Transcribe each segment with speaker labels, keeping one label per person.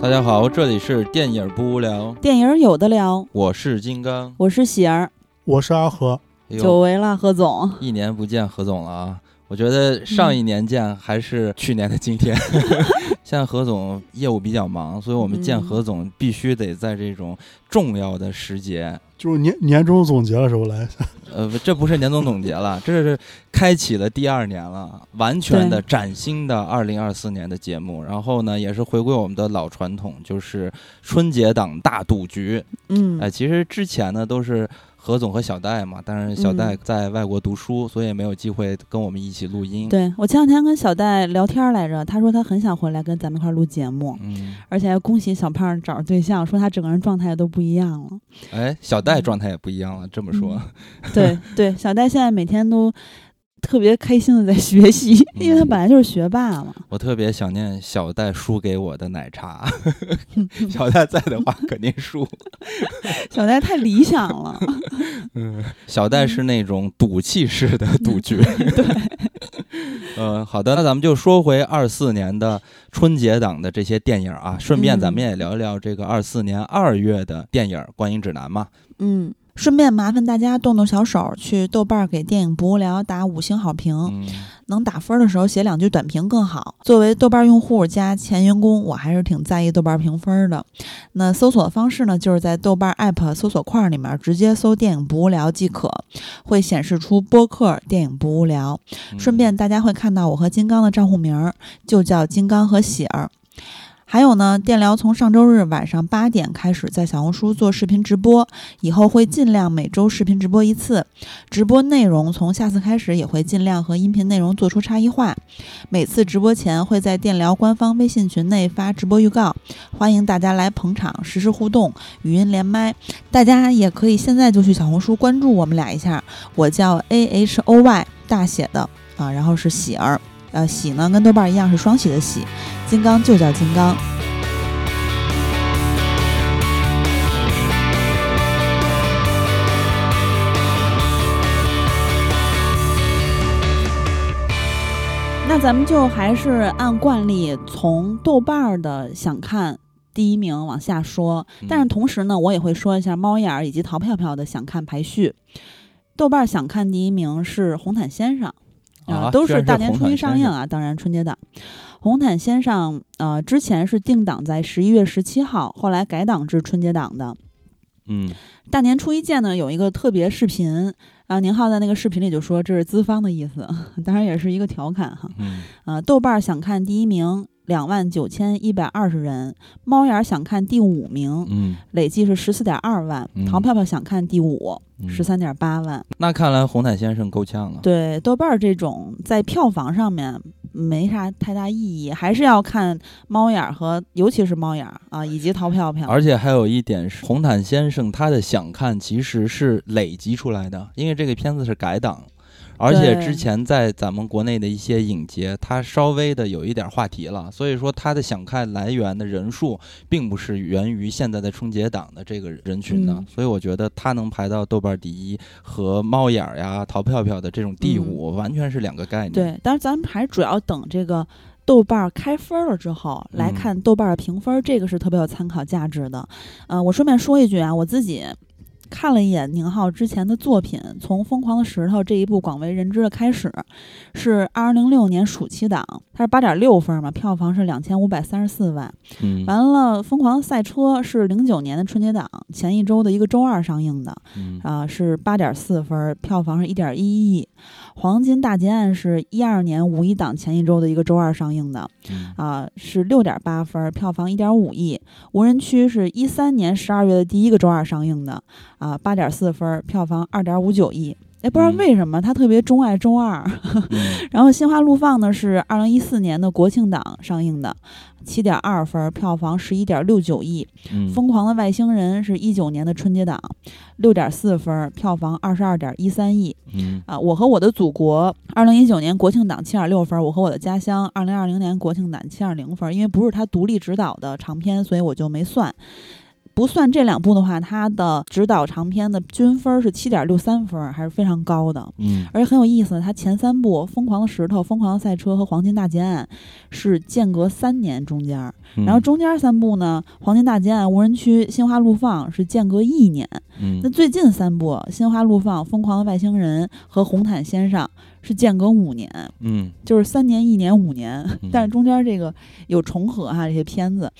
Speaker 1: 大家好，这里是电影不无聊，
Speaker 2: 电影有的聊，
Speaker 1: 我是金刚。
Speaker 2: 我是喜儿，
Speaker 3: 我是阿和，
Speaker 1: 哎呦
Speaker 2: 久违了，何总。
Speaker 1: 一年不见何总了啊！我觉得上一年见还是去年的今天。现在何总业务比较忙，所以我们见
Speaker 2: 嗯
Speaker 1: 何总必须得在这种重要的时节。
Speaker 3: 就是年年终总结的时候来，
Speaker 1: 呃，这不是年终总结了，这是开启了第二年了，完全的崭新的二零二四年的节目。然后呢，也是回归我们的老传统，就是春节档大赌局。
Speaker 2: 嗯
Speaker 1: 哎，其实之前呢都是何总和小戴嘛，但是小戴
Speaker 2: 嗯
Speaker 1: 在外国读书，所以没有机会跟我们一起录音。，
Speaker 2: 对我前两天跟小戴聊天来着，他说他很想回来跟咱们一块儿录节目，
Speaker 1: 嗯，
Speaker 2: 而且还恭喜小胖找着对象，说他整个人状态都不一样了。
Speaker 1: 哎，小
Speaker 2: 嗯
Speaker 1: 戴状态也不一样了，这么说，
Speaker 2: 对对，小戴现在每天都特别开心的在学习，因为他本来就是学霸嘛。
Speaker 1: 我特别想念小戴输给我的奶 茶。小戴在的话肯定输。
Speaker 2: 小戴太理想了，
Speaker 1: 嗯，小戴是那种赌气式
Speaker 2: 嗯
Speaker 1: 的赌局。对，呃，好的，那咱们就说回二四年的春节档的这些电影啊，顺便
Speaker 2: 嗯
Speaker 1: 咱们也聊一聊这个二四年二月的电影《观影指南》嘛。
Speaker 2: 嗯。顺便麻烦大家动动小手，去豆瓣儿给电影不无聊打五星好评。
Speaker 1: 嗯，
Speaker 2: 能打分的时候写两句短评更好。作为豆瓣用户加前员工，我还是挺在意豆瓣评分的。那搜索方式呢，就是在豆瓣 App 搜索框里面直接搜“电影不无聊”即可，会显示出播客“电影不无聊”。
Speaker 1: 嗯
Speaker 2: 顺便大家会看到我和金刚的账户名儿，就叫金刚和喜儿。还有呢，电聊从上周日晚上八点开始在小红书做视频直播，以后会尽量每周视频直播一次。直播内容从下次开始也会尽量和音频内容做出差异化。每次直播前会在电聊官方微信群内发直播预告，欢迎大家来捧场、实时互动、语音连麦。大家也可以现在就去小红书关注我们俩一下，我叫 A H O Y 大写的啊，然后是喜儿，呃，喜呢跟豆瓣儿一样是双喜的喜，金刚就叫金刚。那咱们就还是按惯例从豆瓣儿的想看第一名往下说，
Speaker 1: 嗯
Speaker 2: 但是同时呢，我也会说一下猫眼儿以及淘票票的想看排序。豆瓣儿想看第一名是《红毯先生》啊、
Speaker 1: 啊
Speaker 2: 都
Speaker 1: 居然是
Speaker 2: 是大年初
Speaker 1: 红
Speaker 2: 一
Speaker 1: 毯
Speaker 2: 上
Speaker 1: 先
Speaker 2: 映
Speaker 1: 生
Speaker 2: 啊，当然春节档。《红毯先生》呃之前是定档在十一月十七号，后来改档至春节档的。
Speaker 1: 嗯，
Speaker 2: 大年初一见呢，有一个特别视频啊，宁浩在那个视频里就说这是资方的意思， 当然也是一个调侃哈。
Speaker 1: 嗯
Speaker 2: 呃，豆瓣儿想看第一名，两万九千一百二十人；猫眼儿想看第五名，
Speaker 1: 嗯
Speaker 2: 累计是十四点二万；
Speaker 1: 嗯
Speaker 2: 淘票票想看第五，
Speaker 1: 嗯，
Speaker 2: 十三点八万。
Speaker 1: 那看来红毯先生够呛了。
Speaker 2: 对，豆瓣儿这种在票房上面没啥太大意义，还是要看猫眼儿和，尤其是猫眼儿啊，以及淘票票。
Speaker 1: 而且还有一点是，红毯先生他的想看其实是累积出来的，因为这个片子是改档，而且
Speaker 2: 对
Speaker 1: 之前在咱们国内的一些影节，它稍微的有一点话题了，所以说它的想看来源的人数并不是源于现在的春节档的这个人群的，
Speaker 2: 嗯
Speaker 1: 所以我觉得它能排到豆瓣第一和猫眼儿呀、淘票票的这种
Speaker 2: 嗯
Speaker 1: 第五，完全是两个概念。
Speaker 2: 对，但是咱们还是主要等这个豆瓣儿开分儿了之后来
Speaker 1: 嗯
Speaker 2: 看豆瓣儿的评分儿，这个是特别有参考价值的。呃，我顺便说一句啊，我自己看了一眼宁浩之前的作品，从《疯狂的石头》这一部广为人知的开始，是二零零六年暑期档，它是八点六分嘛，票房是两千五百三十四万。
Speaker 1: 嗯，
Speaker 2: 完了，《疯狂赛车》是零九年的春节档前一周的一个周二上映的，
Speaker 1: 嗯
Speaker 2: 啊、是八点四分儿，票房是一点一亿。《黄金大劫案》是一二年五一档前一周的一个周二上映的，
Speaker 1: 嗯
Speaker 2: 啊、是六点八分儿，票房一点五亿。《无人区》是一三年十二月的第一个周二上映的，啊、八点四分儿，票房二点五九亿。哎，不知道
Speaker 1: 嗯
Speaker 2: 为什么他特别钟爱周二。
Speaker 1: 嗯
Speaker 2: 然后《心花怒放》呢是二零一四年的国庆档上映的，七点二分儿，票房十一点六九亿。
Speaker 1: 嗯，
Speaker 2: 疯狂的外星人是一九年的春节档，六点四分儿，票房二十二点一三亿
Speaker 1: 嗯
Speaker 2: 啊！我和我的祖国，二零一九年国庆档七点六分儿，我和我的家乡，二零二零年国庆档七点零分儿，因为不是他独立执导的长片，所以我就没算。不算这两部的话，它的指导长篇的均分是七点六三分，还是非常高的。
Speaker 1: 嗯
Speaker 2: 而且很有意思，它前三部《疯狂的石头》《疯狂的赛车》和《黄金大劫案》是间隔三年中间儿，
Speaker 1: 嗯，
Speaker 2: 然后中间三部呢，《黄金大劫案》《无人区》《心花怒放》是间隔一年。
Speaker 1: 嗯
Speaker 2: 那最近三部《心花怒放》《疯狂的外星人》和《红毯先生》是间隔五年，
Speaker 1: 嗯
Speaker 2: 就是三年、一年、五年
Speaker 1: 嗯，
Speaker 2: 但是中间这个有重合哈、这些片子。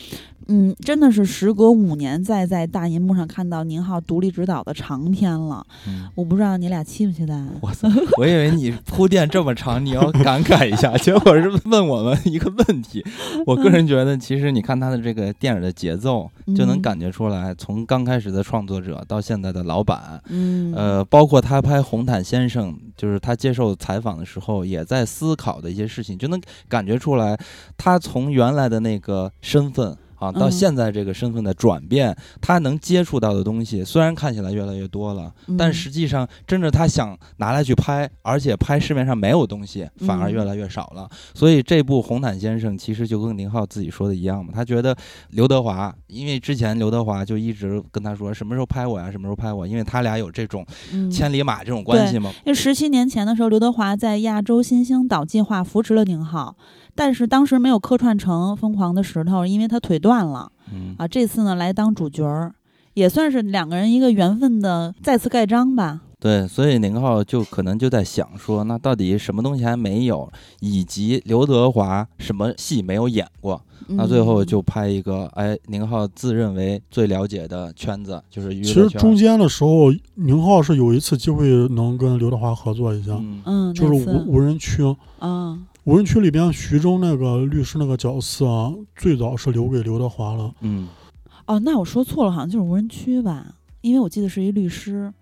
Speaker 2: 嗯，真的是时隔五年再在大银幕上看到宁浩独立执导的长片了，
Speaker 1: 嗯，
Speaker 2: 我不知道你俩期不期待？ 啊
Speaker 1: 我操，我以为你铺垫这么长，你要感慨一下，结果是问我们一个问 题。我个人觉得，其实你看他的这个电影的节奏，就能
Speaker 2: 嗯
Speaker 1: 感觉出来，从刚开始的创作者到现在的老板，
Speaker 2: 嗯，
Speaker 1: 呃，包括他拍《红毯先生》，就是他接受采访的时候也在思考的一些事情，就能感觉出来，他从原来的那个身份啊，到
Speaker 2: 嗯
Speaker 1: 现在这个身份的转变，他能接触到的东西，虽然看起来越来越多了，
Speaker 2: 嗯，
Speaker 1: 但实际上真正他想拿来去拍，而且拍市面上没有东西，反而
Speaker 2: 嗯
Speaker 1: 越来越少了。所以这部《红毯先生》其实就跟宁浩自己说的一样嘛，他觉得刘德华，因为之前刘德华就一直跟他说什么时候拍我呀，什么时候拍我，因为他俩有这种。
Speaker 2: 嗯
Speaker 1: 千里马这种关系嘛。
Speaker 2: 因为十七年前的时候，刘德华在亚洲新星岛计划扶持了宁浩，但是当时没有客串成《疯狂的石头》，因为他腿断了
Speaker 1: 嗯
Speaker 2: 啊。这次呢，来当主角儿，也算是两个人一个缘分的再次盖章吧。
Speaker 1: 对，所以宁浩就可能就在想说，那到底什么东西还没有，以及刘德华什么戏没有演过？
Speaker 2: 嗯
Speaker 1: 那最后就拍一个，哎，宁浩自认为最了解的圈子就是娱
Speaker 3: 其
Speaker 1: 乐
Speaker 3: 实
Speaker 1: 圈。
Speaker 3: 中间的时候，宁浩是有一次机会能跟刘德华合作一下，
Speaker 1: 嗯
Speaker 2: 嗯，嗯
Speaker 3: 就是
Speaker 2: 那次
Speaker 3: 无无人区。
Speaker 2: 啊，
Speaker 3: 无人区里边，徐峥那个律师那个角色啊，最早是留给刘德华了。
Speaker 1: 嗯，
Speaker 2: 哦，那我说错了，好像就是无人区吧。因为我记得是一律师，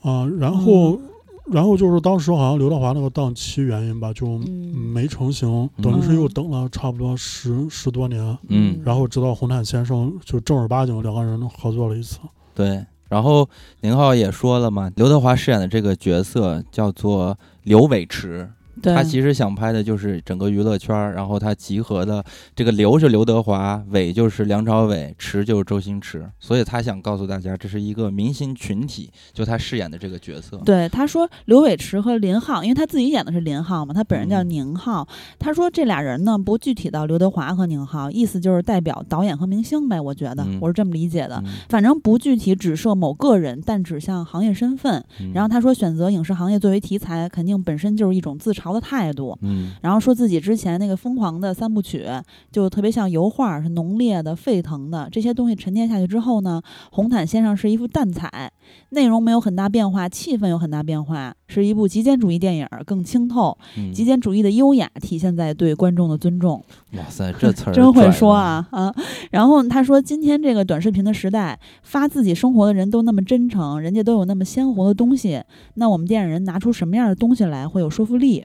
Speaker 3: 啊，然后、
Speaker 1: 嗯
Speaker 3: 然后就是当时好像刘德华那个档期原因吧，就
Speaker 2: 嗯
Speaker 3: 没成型，
Speaker 1: 嗯
Speaker 3: 等于是又等了差不多十十多年，
Speaker 1: 嗯
Speaker 3: 然后直到红毯先生就正儿八经两个人合作了一次。
Speaker 1: 对。然后宁浩也说了嘛，刘德华饰演的这个角色叫做刘伟驰，
Speaker 2: 对，
Speaker 1: 他其实想拍的就是整个娱乐圈儿，然后他集合的这个刘是刘德华，伟就是梁朝伟，池就是周星驰，所以他想告诉大家，这是一个明星群体，就他饰演的这个角色。
Speaker 2: 对，他说刘伟驰和林浩，因为他自己演的是林浩嘛，他本人叫
Speaker 1: 嗯
Speaker 2: 宁浩。他说这俩人呢不具体到刘德华和宁浩，意思就是代表导演和明星呗，我觉得、
Speaker 1: 嗯
Speaker 2: 我是这么理解的。
Speaker 1: 嗯
Speaker 2: 反正不具体指涉某个人，但指向行业身份。
Speaker 1: 嗯
Speaker 2: 然后他说选择影视行业作为题材，肯定本身就是一种自嘲的态度。
Speaker 1: 嗯
Speaker 2: 然后说自己之前那个疯狂的三部曲，就特别像油画，是浓烈的、沸腾的。这些东西沉淀下去之后呢，红毯先生是一幅淡彩，内容没有很大变化，气氛有很大变化，是一部极简主义电影，更清透。
Speaker 1: 嗯
Speaker 2: 极简主义的优雅体现在对观众的尊重。
Speaker 1: 哇塞，这词儿
Speaker 2: 真会
Speaker 1: 拽
Speaker 2: 说
Speaker 1: 的！
Speaker 2: 啊啊！然后他说，今天这个短视频的时代，发自己生活的人都那么真诚，人家都有那么鲜活的东西，那我们电影人拿出什么样的东西来会有说服力？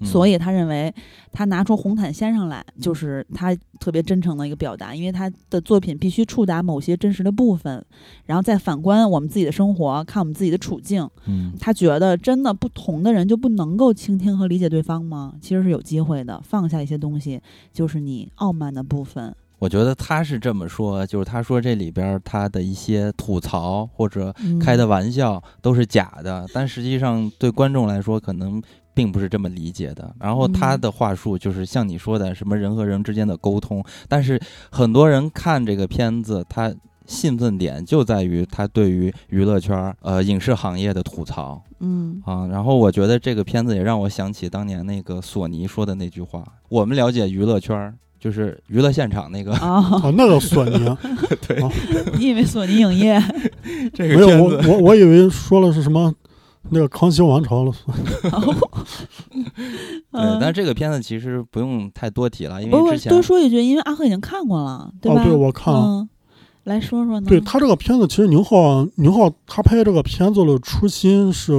Speaker 1: 嗯
Speaker 2: 所以他认为他拿出红毯先生来，就是他特别真诚的一个表达，因为他的作品必须触达某些真实的部分，然后再反观我们自己的生活，看我们自己的处境。
Speaker 1: 嗯
Speaker 2: 他觉得真的不同的人就不能够倾听和理解对方吗？其实是有机会的，放下一些东西，就是你傲慢的部分。
Speaker 1: 我觉得他是这么说，就是他说这里边儿他的一些吐槽或者
Speaker 2: 嗯
Speaker 1: 开的玩笑都是假的，但实际上对观众来说可能并不是这么理解的。然后他
Speaker 2: 嗯
Speaker 1: 的话术就是像你说的，什么人和人之间的沟通，但是很多人看这个片子，他兴奋点就在于他对于娱乐圈儿、呃影视行业的吐槽
Speaker 2: 嗯
Speaker 1: 啊。然后我觉得这个片子也让我想起当年那个索尼说的那句话：我们了解娱乐圈儿，就是娱乐现场那个。
Speaker 2: 啊，
Speaker 3: 啊，那个索尼
Speaker 2: 你以为索尼 影业？
Speaker 1: 这
Speaker 3: 没有，我我我以为说了是什么那个《康熙王朝》了，
Speaker 2: 哦
Speaker 1: 对，但是
Speaker 2: 嗯
Speaker 1: 这个片子其实不用太多提了，因
Speaker 2: 不
Speaker 1: 为
Speaker 2: 过
Speaker 1: 之前
Speaker 2: 多说一句，因为阿赫已经看过了，
Speaker 3: 哦
Speaker 2: 吧？
Speaker 3: 对我看了
Speaker 2: 嗯，来说说呢？
Speaker 3: 对他这个片子，其实宁浩宁浩他拍这个片子的初心是，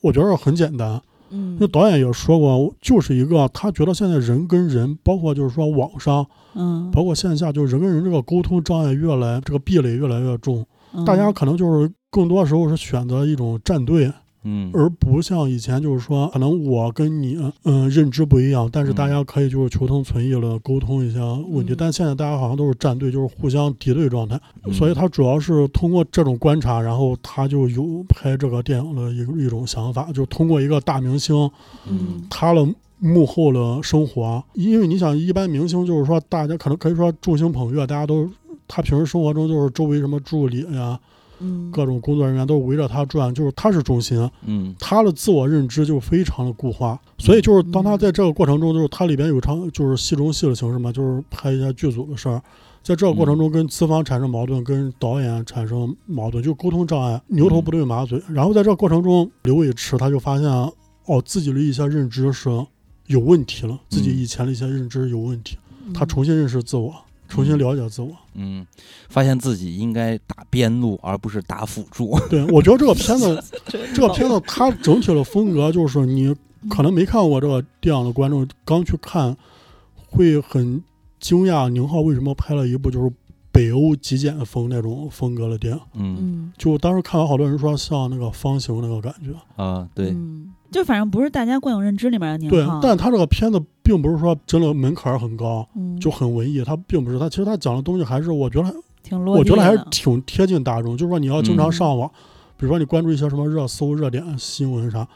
Speaker 3: 我觉得很简单。
Speaker 2: 嗯
Speaker 3: 那导演也说过，就是一个他觉得现在人跟人，包括就是说网上，
Speaker 2: 嗯，
Speaker 3: 包括线下，就是人跟人这个沟通障碍越来这个壁垒越来越重，
Speaker 2: 嗯
Speaker 3: 大家可能就是更多时候是选择一种站队，
Speaker 1: 嗯
Speaker 3: 而不像以前就是说，可能我跟你嗯、呃认知不一样，但
Speaker 1: 嗯
Speaker 3: 是大家可以就是求同存异了，沟通一下问题。
Speaker 2: 嗯
Speaker 3: 但现在大家好像都是站队，就是互相敌对状态，
Speaker 1: 嗯
Speaker 3: 所以他主要是通过这种观察，然后他就有拍这个电影的一个一种想法，就通过一个大明星
Speaker 1: 嗯
Speaker 3: 他的。幕后的生活，因为你想，一般明星就是说，大家可能可以说众星捧月，大家都他平时生活中就是周围什么助理呀、
Speaker 2: 嗯
Speaker 3: 各种工作人员都围着他转，就是他是中心，啊
Speaker 1: 嗯
Speaker 3: 他的自我认知就非常的固化，所以就是当他在这个过程中，就是他里边有场就是戏中戏的形式嘛，就是拍一下剧组的事儿，在这个过程中跟资方产生矛盾，跟导演产生矛盾，就沟通障碍，牛头不对马嘴。然后在这个过程中，刘伟驰他就发现，哦，自己的一些认知是有问题了，自己以前的一些认知有问题，
Speaker 2: 嗯
Speaker 3: 他重新认识自我，重新了解自我。
Speaker 1: 嗯，发现自己应该打边路而不是打辅助。
Speaker 3: 对我觉得这个片子 这个片
Speaker 2: 子
Speaker 3: 子它整体的风格就是你可能没看过这个电影的观众，刚去看会很惊讶宁浩为什么拍了一部就是北欧极简风那种风格的电影。
Speaker 1: 嗯
Speaker 2: 嗯
Speaker 3: 就当时看完好多人说像那个方形那个感觉，
Speaker 1: 啊，对，
Speaker 2: 嗯就反正不是大家惯有认知里面的宁
Speaker 3: 对
Speaker 2: 浩，，
Speaker 3: 但他这个片子并不是说真的门槛儿很高，
Speaker 2: 嗯
Speaker 3: 就很文艺，他并不是，他其实他讲的东西还是我觉得
Speaker 2: 挺落
Speaker 3: 我
Speaker 2: 地
Speaker 3: 觉
Speaker 2: 的，
Speaker 3: 得还是挺贴近大众，就是说你要经
Speaker 1: 嗯
Speaker 3: 常上网，比如说你关注一些什么热搜、热点新闻啥，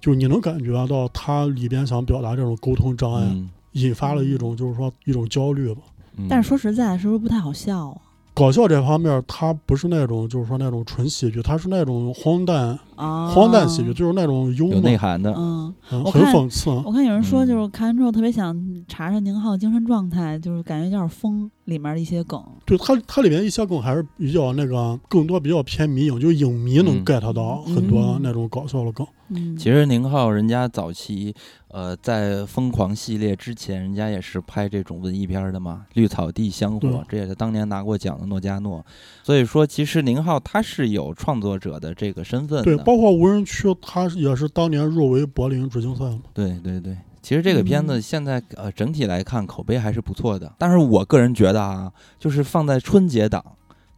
Speaker 3: 就你能感觉到它里边想表达这种沟通障碍，
Speaker 1: 嗯，
Speaker 3: 引发了一种就是说一种焦虑吧。
Speaker 1: 嗯
Speaker 2: 但是说实在，是不是不太好笑啊？
Speaker 3: 搞笑这方面，它不是那种就是说那种纯喜剧，它是那种荒诞、
Speaker 2: 啊，
Speaker 3: 荒诞喜剧，就是那种幽
Speaker 1: 有
Speaker 3: 默
Speaker 1: 内，涵的，
Speaker 2: 嗯，
Speaker 3: 嗯
Speaker 2: 我
Speaker 3: 很
Speaker 2: 看
Speaker 3: 讽刺。
Speaker 2: 我看有人说，
Speaker 1: 嗯
Speaker 2: 就是看完之后特别想查查宁浩精神状态，就是感觉有点疯里面的一些梗。
Speaker 3: 对它，它里面一些梗还是比较那个，更多比较偏迷影，就影迷能
Speaker 1: 嗯
Speaker 3: get 到很多
Speaker 2: 嗯
Speaker 3: 那种搞笑的梗。
Speaker 2: 嗯，
Speaker 1: 其实宁浩人家早期，呃，在《疯狂》系列之前，人家也是拍这种文艺片儿的嘛，《绿草地香火
Speaker 3: 对》
Speaker 1: 这也是当年拿过奖的诺加诺。所以说，其实宁浩他是有创作者的这个身份的。
Speaker 3: 对，包括无人区，它也是当年入围柏林主竞赛嘛。
Speaker 1: 对对对，其实这个片子
Speaker 2: 嗯
Speaker 1: 现在呃整体来看口碑还是不错的，但是我个人觉得啊，就是放在春节档。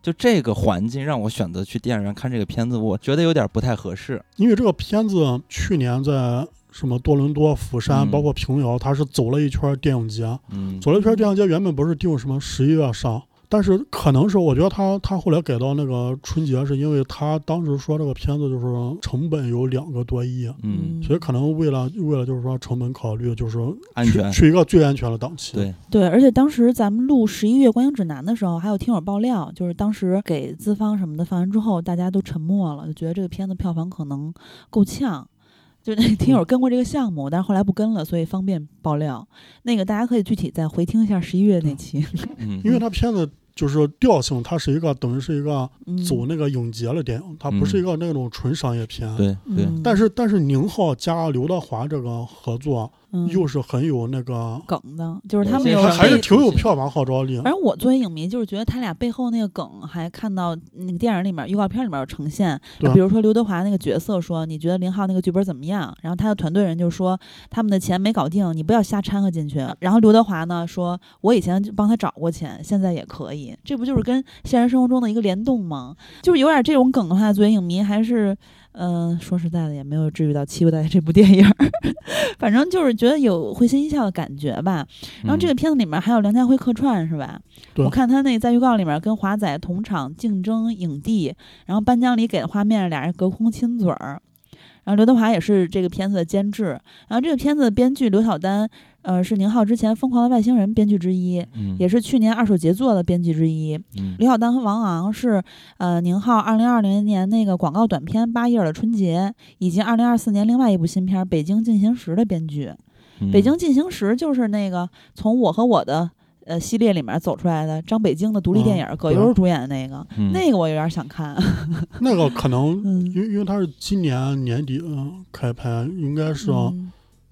Speaker 1: 就这个环境让我选择去电影院看这个片子，我觉得有点不太合适。
Speaker 3: 因为这个片子去年在什么多伦多、釜山，
Speaker 1: 嗯
Speaker 3: 包括平遥，它是走了一圈电影节，
Speaker 1: 嗯，
Speaker 3: 走了一圈电影节，原本不是定什么十一月上。但是可能是我觉得他他后来改到那个春节，是因为他当时说这个片子就是成本有两个多亿，啊
Speaker 1: 嗯，
Speaker 3: 所以可能为了为了就是说成本考虑，就是说
Speaker 1: 安
Speaker 3: 去
Speaker 1: 全。
Speaker 3: 去一个最安全的档期。
Speaker 1: 对，
Speaker 2: 对，而且当时咱们录十一月观影指南的时候，还有听友爆料，就是当时给资方什么的放完之后，大家都沉默了，就觉得这个片子票房可能够呛。就那听友跟过这个项目，但是后来不跟了，所以方便爆料。那个大家可以具体再回听一下十一月那期。
Speaker 1: 嗯，
Speaker 3: 因为它片子就是调性，它是一个等于是一个
Speaker 2: 嗯，
Speaker 3: 走那个影节的电影，它不是一个那种纯商业片。
Speaker 1: 对对，
Speaker 2: 嗯，
Speaker 3: 但是但是宁浩加刘德华这个合作
Speaker 2: 嗯
Speaker 3: 又是很有那个，
Speaker 2: 梗的，就是他们
Speaker 1: 对
Speaker 2: 有嗯
Speaker 1: 还
Speaker 3: 还还是
Speaker 2: 被
Speaker 3: 挺有票房号召力。
Speaker 2: 反正我作为影迷，就是觉得他俩背后那个梗，还看到那个电影里面、预告片里面有呈现。
Speaker 3: 对
Speaker 2: 就比如说刘德华那个角色说：“你觉得林浩那个剧本怎么样？”然后他的团队人就说：“他们的钱没搞定，你不要瞎掺和进去。”然后刘德华呢说：“我以前就帮他找过钱，现在也可以。”这不就是跟现实生活中的一个联动吗？就是有点这种梗的话，作为影迷还是。嗯、说实在的，也没有至于到期待这部电影儿， 反正就是觉得有会心一笑的感觉吧。然后
Speaker 1: 嗯
Speaker 2: 这个片子里面还有梁家辉客串是吧？
Speaker 3: 对
Speaker 2: 我看他那在预告里面跟华仔同场竞争影帝，然后颁奖礼给的画面，俩人隔空亲嘴儿。然后刘德华也是这个片子的监制，然后这个片子的编剧刘晓丹，呃，是宁浩之前《疯狂的外星人》编剧之一，
Speaker 1: 嗯
Speaker 2: 也是去年二手杰作的编剧之一。
Speaker 1: 嗯
Speaker 2: 刘晓丹和王昂是呃宁浩二零二零年那个广告短片《八叶儿的春节》，以及二零二四年另外一部新片《北京进行时》的编剧。
Speaker 1: 嗯
Speaker 2: 北京进行时就是那个从我和我的呃系列里面走出来的张北京的独立电影，葛优主演的那个，
Speaker 1: 啊嗯
Speaker 2: 那个我有点想看。
Speaker 3: 那个可能
Speaker 2: 嗯
Speaker 3: 因为因为它是今年年底嗯开拍，应该是啊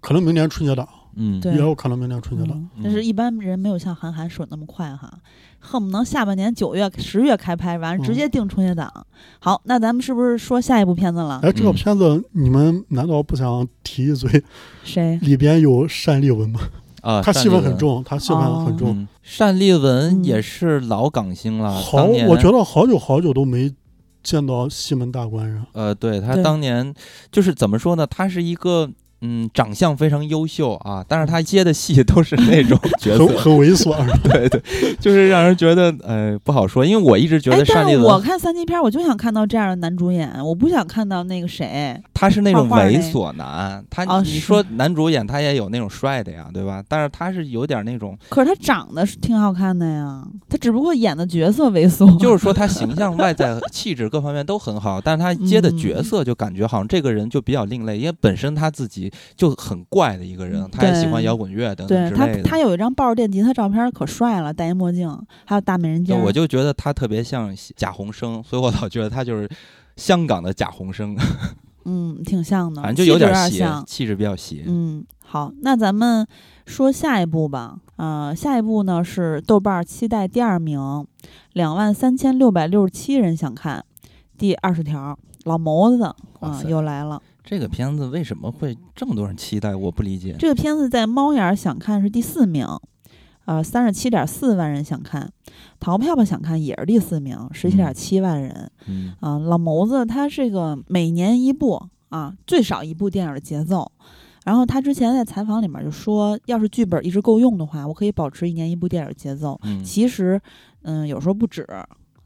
Speaker 3: 可能明年春节档，
Speaker 1: 嗯
Speaker 2: 嗯对
Speaker 3: 也有可能明年春节档。
Speaker 2: 嗯但是一般人没有像韩寒说那么快哈，恨不能下半年九月、十月开拍完，
Speaker 3: 嗯
Speaker 2: 直接定春节档。好，那咱们是不是说下一部片子了？
Speaker 3: 哎，这个片子你们难道不想提一嘴？
Speaker 2: 谁？
Speaker 3: 里边有单立文吗？
Speaker 1: 啊，
Speaker 3: 他戏份很
Speaker 1: 重。
Speaker 3: 重，他戏份很
Speaker 2: 哦
Speaker 3: 重。
Speaker 1: 嗯，单立文
Speaker 2: 嗯
Speaker 1: 也是老港星了，
Speaker 3: 好，
Speaker 1: 当年
Speaker 3: 我觉得好久好久都没见到西门大官人，
Speaker 1: 呃，对他
Speaker 2: 对
Speaker 1: 当年就是怎么说呢？他是一个嗯，长相非常优秀啊，但
Speaker 2: 嗯
Speaker 1: 是他接的戏都是那 种角
Speaker 3: 很
Speaker 1: 色，
Speaker 3: 很猥琐，啊是吧
Speaker 1: 对对， 就是让人觉得呃不好说。因为我一直觉
Speaker 2: 哎
Speaker 1: 得，单
Speaker 2: 但
Speaker 1: 立
Speaker 2: 是我
Speaker 1: 伦
Speaker 2: 看三级片，我就想看到这样的男主演，我不想看到那个谁。
Speaker 1: 他是那种
Speaker 2: 画画
Speaker 1: 猥
Speaker 2: 那
Speaker 1: 琐男，他
Speaker 2: 哦
Speaker 1: 你
Speaker 2: 是
Speaker 1: 说男主演他也有那种帅的呀，对吧？但是他是有点那种，
Speaker 2: 可是他长得是挺好看的呀，他只不过演的角色猥琐。
Speaker 1: 就是 说他形象、外在、气质各方面都很好，但是他接的
Speaker 2: 嗯
Speaker 1: 角色就感觉好像这个人就比较另类，因为本身他自己就很怪的一个人，他也喜欢
Speaker 2: 嗯对
Speaker 1: 摇滚乐等等
Speaker 2: 对
Speaker 1: 嗯之
Speaker 2: 他
Speaker 1: 类，的。
Speaker 2: 他有一张抱着电吉他照片，可帅了，戴一墨镜，还有大美人尖
Speaker 1: 就
Speaker 2: 儿。
Speaker 1: 我就觉得他特别像贾宏声，所以我老觉得他就是香港的贾宏声，
Speaker 2: 嗯，挺像的，
Speaker 1: 反正就有
Speaker 2: 气质
Speaker 1: 点
Speaker 2: 有
Speaker 1: 邪，
Speaker 2: 像。
Speaker 1: 气质比较邪。
Speaker 2: 嗯，好，那咱们说下一步吧。呃，下一步呢是豆瓣儿期待第二名，两万三千六百六十七人想看。第二十条，老谋子啊、
Speaker 1: 哇塞
Speaker 2: 又来了。
Speaker 1: 这个片子为什么会这么多人期待？我不理解。
Speaker 2: 这个片子在猫眼儿想看是第四名，呃，三十七点四万人想看，淘票票想看也是第四名，十七点七万人。
Speaker 1: 嗯，
Speaker 2: 啊，老谋子他这个每年一部啊，最少一部电影的节奏。然后他之前在采访里面就说，要是剧本一直够用的话，我可以保持一年一部电影的节奏。
Speaker 1: 嗯
Speaker 2: 其实，嗯，有时候不止，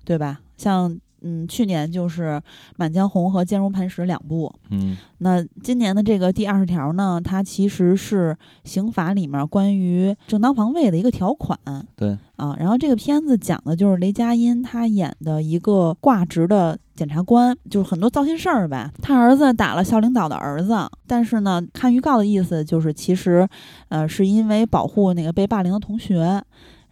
Speaker 2: 对吧？像嗯，去年就是《满江红》和《坚如磐石》两部。
Speaker 1: 嗯
Speaker 2: 那今年的这个第二十条呢，它其实是刑法里面关于正当防卫的一个条款。
Speaker 1: 对
Speaker 2: 啊，然后这个片子讲的就是雷佳音他演的一个挂职的检察官，就是很多糟心事儿呗。他儿子打了校领导的儿子，但是呢，看预告的意思就是其实，呃，是因为保护那个被霸凌的同学。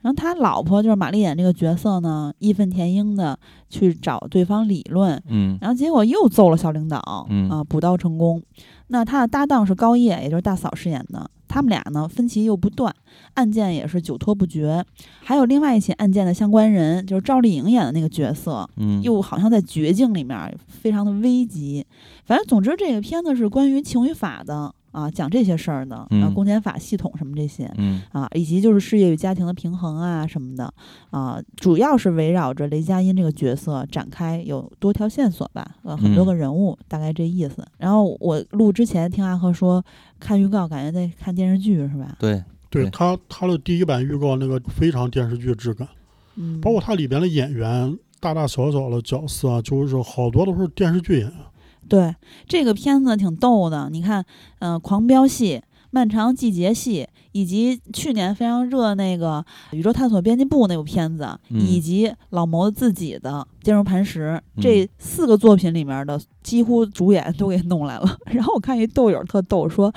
Speaker 2: 然后他老婆就是玛丽演这个角色呢，义愤填膺的去找对方理论，
Speaker 1: 嗯
Speaker 2: 然后结果又揍了小领导，
Speaker 1: 嗯
Speaker 2: 啊，补刀成功。那他的搭档是高叶，也就是大嫂饰演的。他们俩呢，分歧又不断，案件也是久拖不决。还有另外一起案件的相关人，就是赵丽颖演的那个角色，
Speaker 1: 嗯，
Speaker 2: 又好像在绝境里面，非常的危急。反正总之，这个片子是关于情与法的啊，讲这些事儿的，
Speaker 1: 嗯
Speaker 2: 啊，公检法系统什么这些。
Speaker 1: 嗯
Speaker 2: 啊，以及就是事业与家庭的平衡啊什么的啊，主要是围绕着雷佳音这个角色展开有多条线索吧，呃，很
Speaker 1: 嗯
Speaker 2: 多个人物，大概这意思。然后我录之前听阿赫说，看预告感觉在看电视剧是吧？
Speaker 1: 对
Speaker 3: 对
Speaker 1: 对
Speaker 3: 他他的第一版预告那个非常电视剧质感，
Speaker 2: 嗯，
Speaker 3: 包括它里边的演员大大小小的角色啊，就是好多都是电视剧演员。啊
Speaker 2: 对这个片子挺逗的，你看，呃，狂飙戏、漫长季节戏，以及去年非常热那个《宇宙探索编辑部》那部片子，
Speaker 1: 嗯
Speaker 2: 以及老谋自己的《坚如磐石》
Speaker 1: 嗯
Speaker 2: 这四个作品里面的几乎主演都给弄来了。 然后我看一豆友特逗说。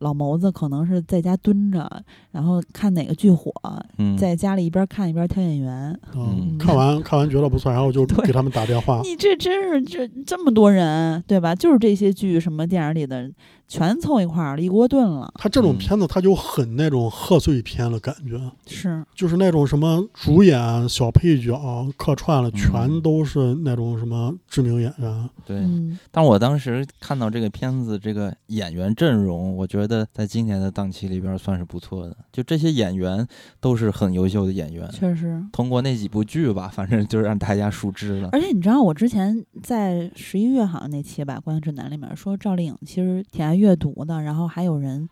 Speaker 2: 老谋子可能是在家蹲着，然后看哪个剧火，
Speaker 1: 嗯
Speaker 2: 在家里一边看一边挑演员。
Speaker 1: 嗯
Speaker 3: 嗯，看完看完觉得不错，然后就
Speaker 2: 对
Speaker 3: 给他们打电话。
Speaker 2: 你这真是这这么多人，对吧？就是这些剧什么电影里的全凑一块儿了，一锅炖了。
Speaker 3: 他这种
Speaker 1: 嗯
Speaker 3: 片子，他就很那种贺岁片的感觉，
Speaker 2: 是，
Speaker 3: 就是那种什么主演、小配角、客串了，
Speaker 1: 嗯
Speaker 3: 全都是那种什么知名演员。
Speaker 1: 对，
Speaker 2: 嗯，
Speaker 1: 但我当时看到这个片子这个演员阵容，我觉得在今年的档期里边算是不错的。就这些演员都是很优秀的演员，
Speaker 2: 确实。
Speaker 1: 通过那几部剧吧，反正就是让大家熟知了。
Speaker 2: 而且你知道，我之前在十一月好像那期吧《关于正南》里面说，赵丽颖其实挺爱阅读的，然后还有人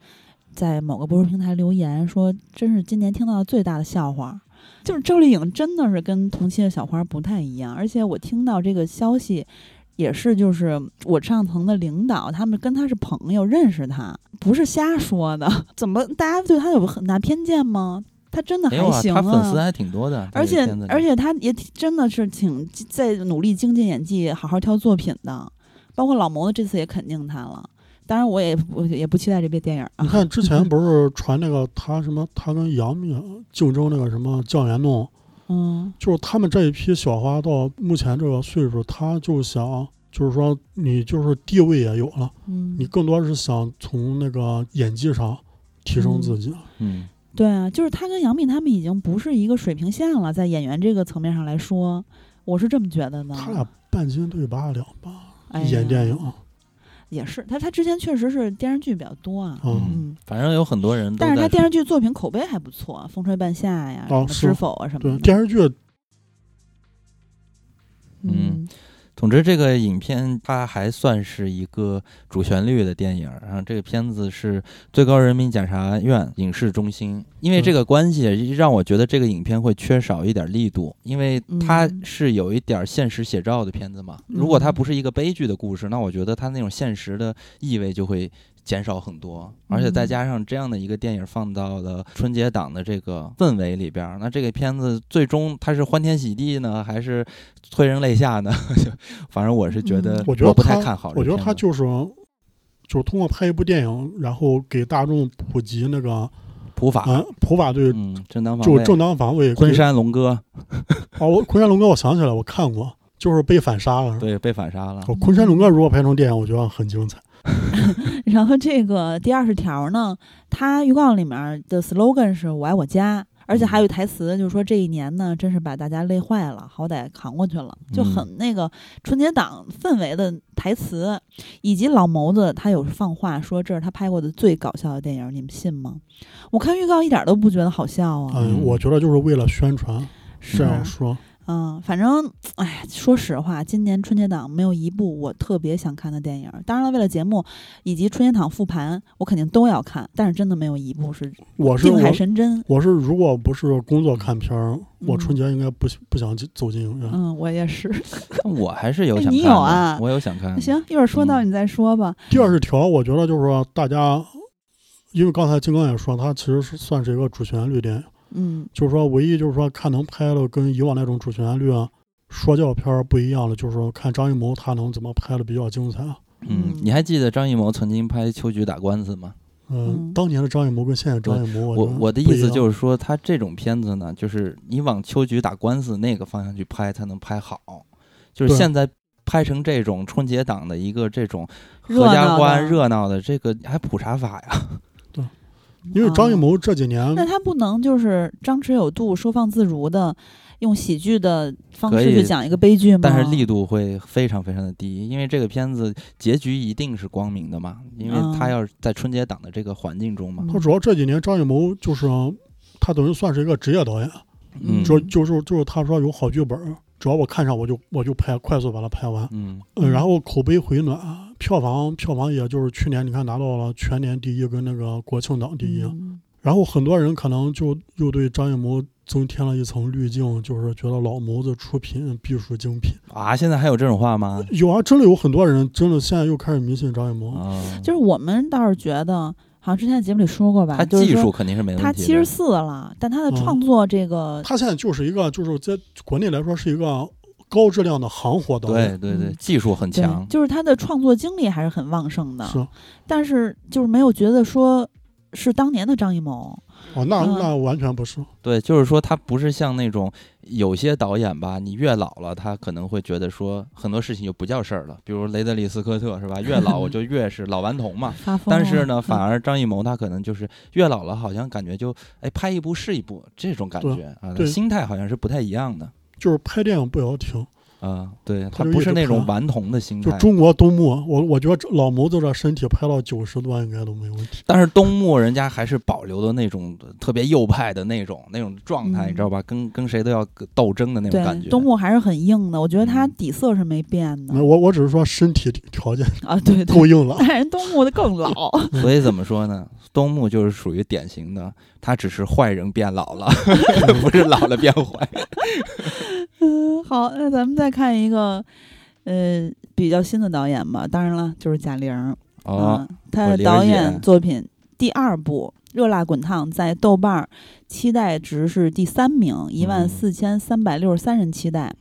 Speaker 2: 在某个博主平台留言说，真是今年听到的最大的笑话。就是赵丽颖真的是跟同期的小花不太一样，而且我听到这个消息，也是就是我上层的领导，他们跟她是朋友，认识她，不是瞎说的。 怎么大家对她有很大偏见吗？她真的
Speaker 1: 没有
Speaker 2: 还行
Speaker 1: 哎
Speaker 2: 啊
Speaker 1: 他粉丝还挺多的，
Speaker 2: 而
Speaker 1: 在这
Speaker 2: 且
Speaker 1: 个片子里
Speaker 2: 而且他也挺真的是挺在努力精进演技，好好挑作品的。包括老谋子这次也肯定他了，当然我也我也不期待这部电影啊。
Speaker 3: 你看之前不是传那个他什么，他跟杨幂竞争那个什么酱园弄，
Speaker 2: 嗯，
Speaker 3: 就是他们这一批小花到目前这个岁数，他就想，就是说你就是地位也有了，
Speaker 2: 嗯
Speaker 3: 你更多是想从那个演技上提升自己。
Speaker 1: 嗯，
Speaker 2: 对啊，就是他跟杨幂他们已经不是一个水平线了，在演员这个层面上来说，我是这么觉得的。
Speaker 3: 他俩半斤对八两吧，
Speaker 2: 哎呀
Speaker 3: 演电影啊，
Speaker 2: 也是，他他之前确实是电视剧比较多
Speaker 3: 哦
Speaker 2: 啊，
Speaker 1: 嗯
Speaker 2: 嗯，
Speaker 1: 反正有很多人都
Speaker 2: 但是他
Speaker 1: 在
Speaker 2: 电视剧作品口碑还不错，《风吹半夏》呀，什
Speaker 3: 哦
Speaker 2: 么《
Speaker 3: 是
Speaker 2: 知否》啊什
Speaker 3: 对
Speaker 2: 么的，
Speaker 3: 电视剧，
Speaker 1: 嗯
Speaker 2: 嗯，
Speaker 1: 总之，这个影片它还算是一个主旋律的电影。然后，这个片子是最高人民检察院影视中心，因为这个关系让我觉得这个影片会缺少一点力度，因为它是有一点现实写照的片子嘛。
Speaker 2: 嗯
Speaker 1: 如果它不是一个悲剧的故事，那我觉得它那种现实的意味就会减少很多，而且再加上这样的一个电影放到了春节档的这个氛围里边儿，那这个片子最终它是欢天喜地呢，还是催人泪下呢？ 就反正我是觉得
Speaker 2: 嗯，
Speaker 3: 我觉得
Speaker 1: 不太
Speaker 3: 他
Speaker 1: 看好这片
Speaker 3: 我
Speaker 1: 子。
Speaker 3: 觉得他就是就是通过拍一部电影，然后给大众普及那个
Speaker 1: 普法，
Speaker 3: 啊普法对
Speaker 1: 嗯，正当防
Speaker 3: 就
Speaker 1: 卫，
Speaker 3: 正当防卫。
Speaker 1: 昆山龙哥
Speaker 3: 啊，我昆山龙哥，我想起来我看过，就是被反杀了。
Speaker 1: 对被反杀了，
Speaker 3: 哦，昆山龙哥如果拍成电影，我觉得很精彩。
Speaker 2: 然后这个第二十条呢，它预告里面的 slogan 是“我爱我家”，而且还有台词，就是说这一年呢，真是把大家累坏了，好歹扛过去了，就很那个春节档氛围的台词，以及老谋子他有放话说这是他拍过的最搞笑的电影，你们信吗？我看预告一点都不觉得好笑啊，
Speaker 3: 嗯，我觉得就是为了宣传
Speaker 2: 是
Speaker 3: 这样说。
Speaker 2: 嗯，反正，哎，说实话，今年春节档没有一部我特别想看的电影。当然了，为了节目以及春节档复盘，我肯定都要看，但是真的没有一部是
Speaker 3: 我是
Speaker 2: 定
Speaker 3: 我
Speaker 2: 海神针。
Speaker 3: 我是如果不是工作看片儿，我
Speaker 2: 嗯
Speaker 3: 春节应该不不想进走进影院。
Speaker 2: 嗯，我也是。
Speaker 1: 但我还是有想看的，
Speaker 2: 哎你有啊
Speaker 1: 我有想看的，
Speaker 2: 行，一会儿说到
Speaker 1: 嗯
Speaker 2: 你再说吧。
Speaker 3: 第二十条，我觉得就是说大家，因为刚才金刚也说，它其实是算是一个主旋律电影，
Speaker 2: 嗯
Speaker 3: 就是说唯一就是说看能拍的跟以往那种主旋律啊说教片儿不一样的，就是说看张艺谋他能怎么拍的比较精彩。啊
Speaker 1: 嗯，你还记得张艺谋曾经拍《秋菊打官司》吗？
Speaker 3: 嗯，
Speaker 2: 嗯
Speaker 3: 当年的张艺谋跟现在张艺谋，
Speaker 1: 我
Speaker 3: 我
Speaker 1: 我的意思
Speaker 3: 是，
Speaker 1: 就是说，他这种片子呢，就是你往秋菊打官司那个方向去拍，才能拍好。就是
Speaker 3: 对
Speaker 1: 现在拍成这种春节档的一个这种
Speaker 2: 热
Speaker 1: 合家
Speaker 2: 闹
Speaker 1: 欢
Speaker 2: 的
Speaker 1: 热闹的，这个还普啥法呀？
Speaker 3: 因为张艺
Speaker 2: 啊
Speaker 3: 谋这几年
Speaker 2: 那他不能就是张弛有度、收放自如的，用喜剧的方
Speaker 1: 可
Speaker 2: 式
Speaker 1: 以
Speaker 2: 去讲一个悲剧吗？
Speaker 1: 但是力度会非常非常的低，因为这个片子结局一定是光明的嘛，因为他
Speaker 2: 嗯
Speaker 1: 要是在春节档的这个环境中嘛，
Speaker 3: 他主要这几年张艺谋就是他等于算是一个职业导演，
Speaker 1: 嗯
Speaker 3: 主要就是就是他说有好剧本儿，只要我看上我就我就拍，快速把它拍完。
Speaker 1: 嗯
Speaker 3: 嗯，然后口碑回暖，票房票房也就是去年你看拿到了全年第一跟那个国庆档第一，
Speaker 2: 嗯
Speaker 3: 然后很多人可能就又对张艺谋增添了一层滤镜，就是觉得老谋子出品必属精品。
Speaker 1: 啊，现在还有这种话吗？
Speaker 3: 有啊，真的有很多人真的现在又开始迷信张艺谋。
Speaker 1: 啊，
Speaker 2: 嗯就是我们倒是觉得，好像之前节目里说过吧，
Speaker 1: 他
Speaker 2: 就是
Speaker 1: 技
Speaker 2: 说
Speaker 1: 术肯定是没问题的，
Speaker 2: 他七十四了，但他的
Speaker 3: 嗯
Speaker 2: 创作这个
Speaker 3: 他现在就是一个，就是在国内来说是一个高质量的行货导演，
Speaker 1: 对对对
Speaker 2: 嗯，
Speaker 1: 技术很
Speaker 2: 对，
Speaker 1: 强，
Speaker 2: 就是他的创作精力还是很旺盛的，
Speaker 3: 是
Speaker 2: 但是就是没有觉得说是当年的张艺谋，
Speaker 3: 哦，那
Speaker 2: 嗯
Speaker 3: 那完全不是。
Speaker 1: 对，就是说他不是像那种有些导演吧，你越老了，他可能会觉得说很多事情就不叫事儿了，比如雷德利·斯科特是吧？越老我就越是老顽童嘛。
Speaker 2: 发疯了。
Speaker 1: 但是呢，
Speaker 2: 嗯
Speaker 1: 反而张艺谋他可能就是越老了，好像感觉就哎拍一部是一部这种感觉啊，他
Speaker 3: 对
Speaker 1: 心态好像是不太一样的
Speaker 3: 就是拍电影不要停，
Speaker 1: 啊。对他
Speaker 3: 就
Speaker 1: 不是
Speaker 3: 一直
Speaker 1: 那种
Speaker 3: 拍
Speaker 1: 顽童的心
Speaker 3: 就
Speaker 1: 态。
Speaker 3: 中国冬末，我我觉得老谋子这身体拍到九十多应该都没问题。
Speaker 1: 但是东木人家还是保留的那种特别右派的那种那种状态，
Speaker 2: 嗯
Speaker 1: 你知道吧？跟跟谁都要斗争的那种感
Speaker 2: 对
Speaker 1: 觉。嗯
Speaker 2: 东木还是很硬的，我觉得他底色是没变的、
Speaker 3: 没有，我我只是说身体条件
Speaker 2: 啊，对对
Speaker 3: 够。硬了。
Speaker 2: 但人东木的更 老，
Speaker 1: 所以怎么说呢？东木就是属于典型的，他只是坏人变老 了， 不是老了变坏。
Speaker 2: 嗯，好，那咱们再看一个，呃，比较新的导演吧。当然了，就是贾玲，
Speaker 1: 哦，
Speaker 2: 嗯，他
Speaker 1: 我
Speaker 2: 的
Speaker 1: 理
Speaker 2: 导
Speaker 1: 解
Speaker 2: 演作品第二部《热辣滚烫》在豆瓣儿期待值是第三名，一
Speaker 1: 嗯
Speaker 2: 万四千三百六十三人期待。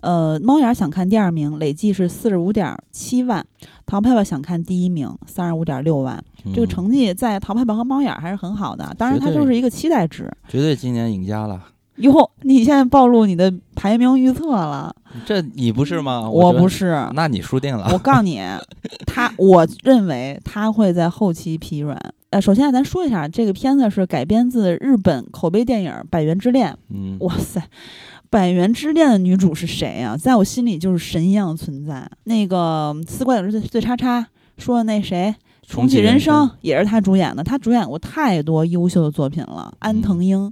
Speaker 2: 呃，猫眼儿想看第二名，累计是四十五点七万；淘票票想看第一名，三十五点六万。这个
Speaker 1: 嗯
Speaker 2: 成绩在淘票票和猫眼儿还是很好的，当然
Speaker 1: 绝
Speaker 2: 它
Speaker 1: 对
Speaker 2: 就是一个期待值。
Speaker 1: 绝对今年赢家了。
Speaker 2: 哟，你现在暴露你的排名预测了，
Speaker 1: 这你不是吗？
Speaker 2: 我
Speaker 1: 啊觉得
Speaker 2: 不，是，
Speaker 1: 那你输定了。
Speaker 2: 我告诉你，他我认为他会在后期疲软。呃，首先咱说一下，这个片子是改编自日本口碑电影《百元之恋》。
Speaker 1: 嗯，
Speaker 2: 哇塞，《百元之恋》的女主是谁啊？在我心里就是神一样的存在。那个《四怪有最最叉叉》说的那谁，重启
Speaker 1: 启
Speaker 2: 人
Speaker 1: 人生嗯
Speaker 2: 生也是她主演的，她主演过太多优秀的作品了。安藤英、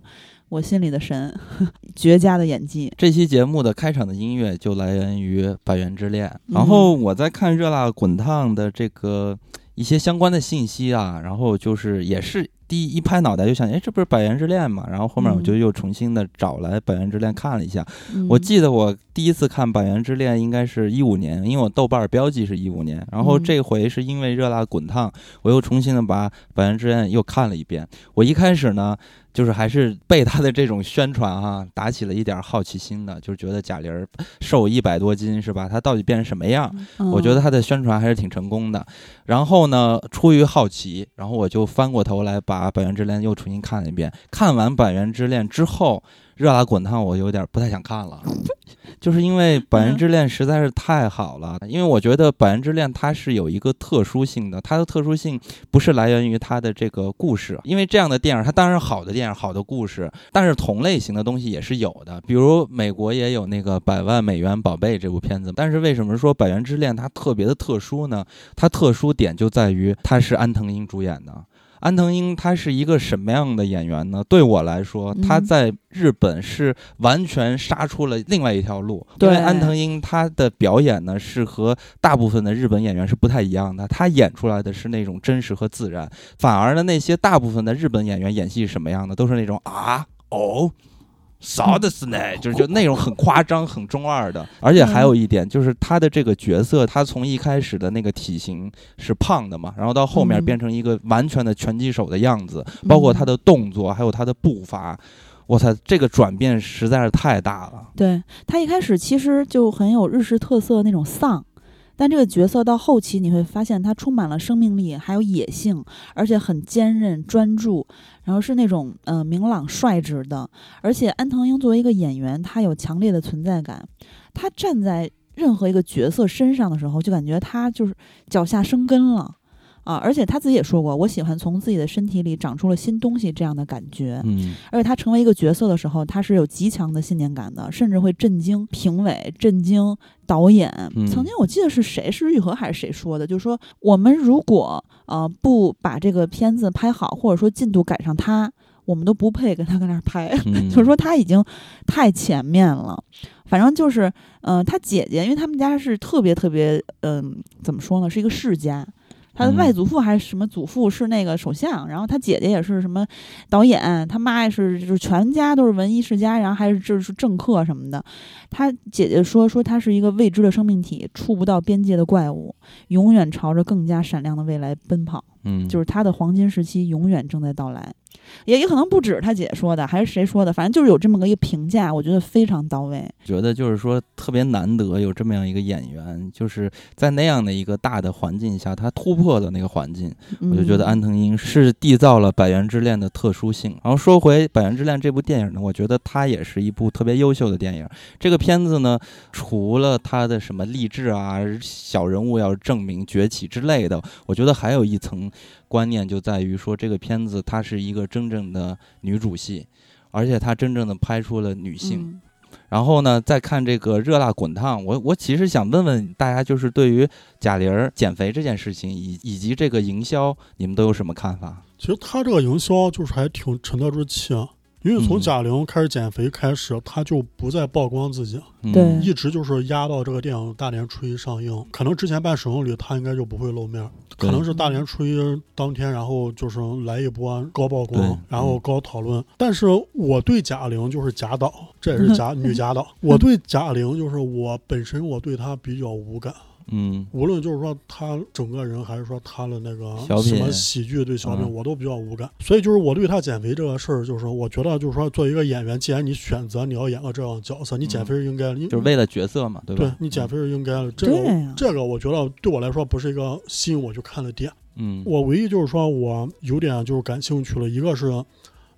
Speaker 2: 我心里的神， 绝佳的演技。
Speaker 1: 这期节目的开场的音乐就来源于《百元之恋》，
Speaker 2: 嗯
Speaker 1: 然后我在看《热辣滚烫》的这个一些相关的信息啊，然后就是也是第一拍脑袋就想，哎，这不是《百元之恋》嘛？然后后面我就又重新的找来《百元之恋》看了一下。
Speaker 2: 嗯
Speaker 1: 我记得我第一次看《百元之恋》应该是一五年，因为我豆瓣儿标记是一五年，然后
Speaker 2: 嗯
Speaker 1: 这回是因为《热辣滚烫》，我又重新的把《百元之恋》又看了一遍。我一开始呢，就是还是被他的这种宣传哈、打起了一点儿好奇心的，就是觉得贾玲儿瘦一百多斤是吧？她到底变成什么样？
Speaker 2: 嗯
Speaker 1: 我觉得他的宣传还是挺成功的。然后呢，出于好奇，然后我就翻过头来把《百元之恋》又重新看了一遍。看完《百元之恋》之后，《热辣滚烫》我有点不太想看了，就是因为《百元之恋》实在是太好了。因为我觉得《百元之恋》它是有一个特殊性的，它的特殊性不是来源于它的这个故事，因为这样的电影它当然是好的电影、好的故事，但是同类型的东西也是有的，比如美国也有那个《百万美元宝贝》这部片子，但是为什么说《百元之恋》它特别的特殊呢？它特殊点就在于它是安藤英主演的。安藤英她是一个什么样的演员呢？对我来说，
Speaker 2: 嗯
Speaker 1: 她在日本是完全杀出了另外一条路。因为
Speaker 2: 对
Speaker 1: 安藤英她的表演呢是和大部分的日本演员是不太一样的，她演出来的是那种真实和自然，反而呢那些大部分的日本演员演戏是什么样的，都是那种 啊哦。啥的是呢，就是就那种很夸张、很中二的，而且还有一点就是他的这个角色，他从一开始的那个体型是胖的嘛，然后到后面
Speaker 2: 嗯
Speaker 1: 变成一个完全的拳击手的样子，包括他的动作，还有他的步伐，我操，这个转变实在是太大了。
Speaker 2: 对他一开始其实就很有日式特色那种丧，但这个角色到后期你会发现他充满了生命力，还有野性，而且很坚韧、专注，然后是那种呃明朗率直的。而且安藤英作为一个演员，他有强烈的存在感，他站在任何一个角色身上的时候，就感觉他就是脚下生根了。啊，而且他自己也说过，我喜欢从自己的身体里长出了新东西这样的感觉。
Speaker 1: 嗯，
Speaker 2: 而且他成为一个角色的时候，他是有极强的信念感的，甚至会震惊评委、震惊导演。
Speaker 1: 嗯
Speaker 2: 曾经我记得是谁，是玉和还是谁说的，就是说我们如果呃不把这个片子拍好，或者说进度赶上他，我们都不配跟他跟那儿拍。
Speaker 1: 嗯
Speaker 2: 就是说他已经太前面了。反正就是，呃，他姐姐，因为他们家是特别特别，嗯、怎么说呢，是一个世家。他的
Speaker 1: 嗯
Speaker 2: 外祖父还是什么祖父是那个首相，然后他姐姐也是什么导演，他妈也是就是全家都是文艺世家，然后还是就是政客什么的。他姐姐说说他是一个未知的生命体，触不到边界的怪物，永远朝着更加闪亮的未来奔跑。
Speaker 1: 嗯，
Speaker 2: 就是他的黄金时期永远正在到来，也也可能不止他姐说的，还是谁说的，反正就是有这么个一个评价，我觉得非常到位。
Speaker 1: 觉得就是说特别难得有这么样一个演员，就是在那样的一个大的环境下，他突破了那个环境，我就觉得
Speaker 2: 嗯
Speaker 1: 安藤英是缔造了《百元之恋》的特殊性。然后说回《百元之恋》这部电影呢，我觉得它也是一部特别优秀的电影。这个片子呢，除了它的什么励志啊、小人物要证明崛起之类的，我觉得还有一层观念就在于说，这个片子它是一个真正的女主戏，而且它真正的拍出了女性。
Speaker 2: 嗯
Speaker 1: 然后呢，再看这个热辣滚烫，我我其实想问问大家，就是对于贾玲儿减肥这件事情，以以及这个营销，你们都有什么看法？
Speaker 3: 其实他这个营销就是还挺沉得住气啊，因为从
Speaker 1: 嗯
Speaker 3: 贾玲开始减肥开始，她就不再曝光自己，
Speaker 1: 嗯、
Speaker 2: 对
Speaker 3: 一直就是压到这个电影大年初一上映。可能之前办首映礼，她应该就不会露面，可能是大年初一当天，然后就是来一波高曝
Speaker 1: 对嗯
Speaker 3: 光，然后高讨论。但是我对贾玲就是贾导，这也是 贾女贾导，我对贾玲就是我本身我对她比较无感。
Speaker 1: 嗯
Speaker 3: 无论就是说他整个人，还是说他的那个
Speaker 1: 小品
Speaker 3: 什么喜剧对小品，
Speaker 1: 嗯
Speaker 3: 我都比较无感。所以就是我对他减肥这个事儿，就是说我觉得就是说，作为一个演员，既然你选择你要演个这样的角色，你减肥是应该的，你
Speaker 1: 嗯就是为了角色嘛，对吧？嗯
Speaker 3: 对你减肥是应该的。这
Speaker 2: 对啊
Speaker 3: 个
Speaker 2: 呀
Speaker 3: 这个我觉得对我来说不是一个吸引我去看的点。
Speaker 1: 嗯，
Speaker 3: 我唯一就是说我有点就是感兴趣了，一个是，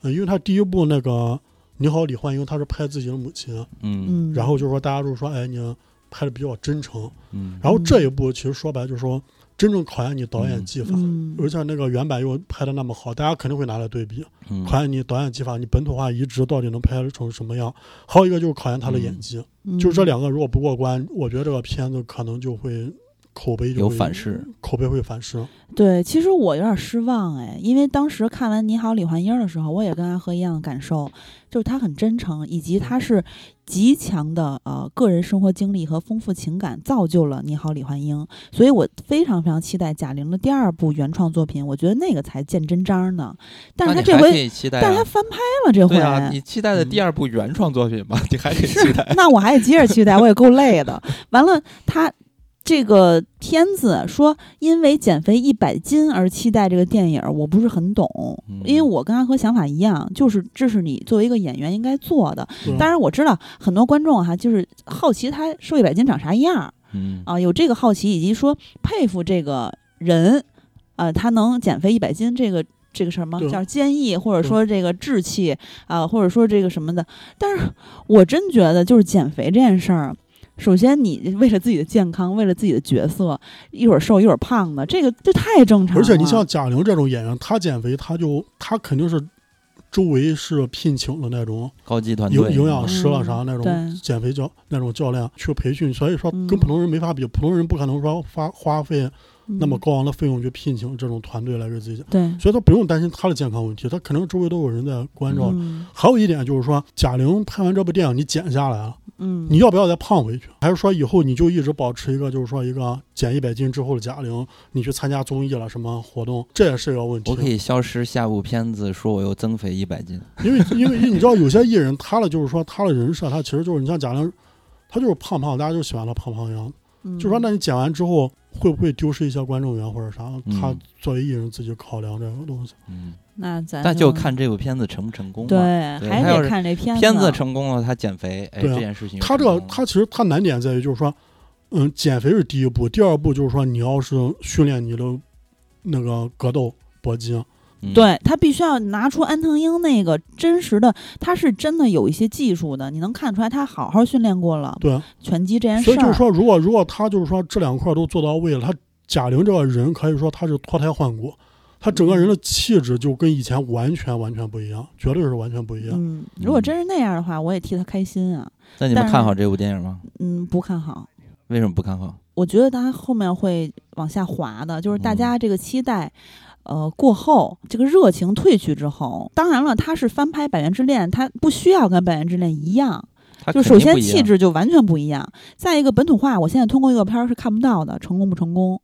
Speaker 3: 嗯，因为他第一部那个《你好，李焕英》，他是拍自己的母亲，
Speaker 1: 嗯
Speaker 2: 嗯，
Speaker 3: 然后就是说大家就是说，哎，你拍的比较真诚。
Speaker 1: 嗯
Speaker 3: 然后这一部其实说白了就是说，真正考验你导演技法，
Speaker 2: 嗯
Speaker 3: 而且那个原版又拍的那么好，大家肯定会拿来对比，
Speaker 1: 嗯，
Speaker 3: 考验你导演技法，你本土化移植到底能拍成什么样。还
Speaker 1: 嗯
Speaker 2: 嗯
Speaker 3: 有一个就是考验他的演技，就是这两个如果不过关，我觉得这个片子可能就会口碑就
Speaker 1: 有
Speaker 3: 会
Speaker 1: 反噬，
Speaker 3: 口碑会反噬。
Speaker 2: 对，其实我有点失望哎，因为当时看完《你好，李焕英》的时候，我也跟阿和一样的感受，就是她很真诚，以及她是极强的呃个人生活经历和丰富情感造就了《你好，李焕英》，所以我非常非常期待贾玲的第二部原创作品，我觉得那个才见真章呢。但是
Speaker 1: 那
Speaker 2: 她
Speaker 1: 你
Speaker 2: 这
Speaker 1: 还可
Speaker 2: 回，
Speaker 1: 以期待、啊，
Speaker 2: 但是她翻拍了这回，
Speaker 1: 对啊，你期待的第二部原创作品吧， 你还可以期待。
Speaker 2: 那我还得接着期待，我也够累的。完了，他这个片子说因为减肥一百斤而期待这个电影，我不是很懂，
Speaker 1: 嗯
Speaker 2: 因为我跟阿和想法一样，就是这是你作为一个演员应该做的。
Speaker 3: 对
Speaker 2: 当然我知道很多观众哈、就是好奇他瘦一百斤长啥样儿
Speaker 1: 嗯，
Speaker 2: 啊，有这个好奇，以及说佩服这个人，啊，他能减肥一百斤这个。这个什么
Speaker 3: 对
Speaker 2: 叫坚毅，或者
Speaker 3: 对
Speaker 2: 说这个志气啊、或者说这个什么的。但是我真觉得，就是减肥这件事儿，首先你为了自己的健康，为了自己的角色，一会儿瘦一会儿胖的，这个这太正常了。
Speaker 3: 而且你像贾玲这种演员，她减肥，她就她肯定是周围是聘请的那种
Speaker 1: 高级团
Speaker 3: 营
Speaker 1: 队
Speaker 3: 营养师了
Speaker 2: 嗯
Speaker 3: 啥那
Speaker 2: 对
Speaker 3: 种减肥教那种教练去培训，所以说
Speaker 2: 嗯
Speaker 3: 跟普通人没法比，普通人不可能说花花费那么
Speaker 2: 嗯
Speaker 3: 高昂的费用去聘请这种团队来给自己，
Speaker 2: 对，
Speaker 3: 所以她不用担心她的健康问题，她肯定周围都有人在关照。
Speaker 2: 嗯
Speaker 3: 还有一点就是说，贾玲拍完这部电影，你减下来啊了，
Speaker 2: 嗯，
Speaker 3: 你要不要再胖回去？还是说以后你就一直保持一个，就是说一个减一百斤之后的贾玲，你去参加综艺了什么活动，这也是一个问题
Speaker 1: 我。可以消失下部片子，说我又增肥一百斤。
Speaker 3: 因为因为因为你知道有些艺人，他的就是说他的人设，他其实就是你像贾玲，他就是胖胖，大家就喜欢他胖胖的样子。
Speaker 2: 嗯
Speaker 1: 嗯
Speaker 3: 就说那你减完之后会不会丢失一些观众缘或者啥？他
Speaker 1: 嗯
Speaker 3: 作为艺人自己考量这个东西。
Speaker 1: 嗯，
Speaker 2: 那咱
Speaker 1: 但就看这部片子成不成功嘛。
Speaker 2: 对，
Speaker 1: 对
Speaker 2: 还
Speaker 1: 他要
Speaker 2: 得
Speaker 1: 是
Speaker 2: 看这片
Speaker 1: 片子成功了，他减肥，哎，
Speaker 3: 对啊
Speaker 1: 这件事情就
Speaker 3: 他这
Speaker 1: 成
Speaker 3: 个
Speaker 1: 功了
Speaker 3: 他其实他难点在于就是说，嗯，减肥是第一步，第二步就是说你要是训练你的那个格斗搏击，啊
Speaker 1: 嗯
Speaker 2: 对他必须要拿出安藤英那个真实的，他是真的有一些技术的，你能看出来他好好训练过了
Speaker 3: 对，
Speaker 2: 拳击这件事
Speaker 3: 所以就是
Speaker 2: 儿。
Speaker 3: 说，如果如果他就是说这两块都做到位了，他贾玲这个人可以说他是脱胎换骨，他整个人的气质就跟以前完全完全不一样，绝对是完全不一样。
Speaker 2: 嗯，如果真是那样的话，我也替他开心啊。
Speaker 1: 那你们
Speaker 2: 但是
Speaker 1: 看好这部电影吗？
Speaker 2: 嗯，不看好，
Speaker 1: 为什么不看好？
Speaker 2: 我觉得他后面会往下滑的，就是大
Speaker 1: 嗯
Speaker 2: 家这个期待。呃，过后这个热情褪去之后，当然了，他是翻拍《百元之恋》，他不需要跟《百元之恋》一样，
Speaker 1: 他
Speaker 2: 就
Speaker 1: 肯
Speaker 2: 首
Speaker 1: 定不
Speaker 2: 先
Speaker 1: 一
Speaker 2: 气
Speaker 1: 样，
Speaker 2: 质就完全不一样。再一个本土化，我现在通过预告片儿是看不到的，成功不成功？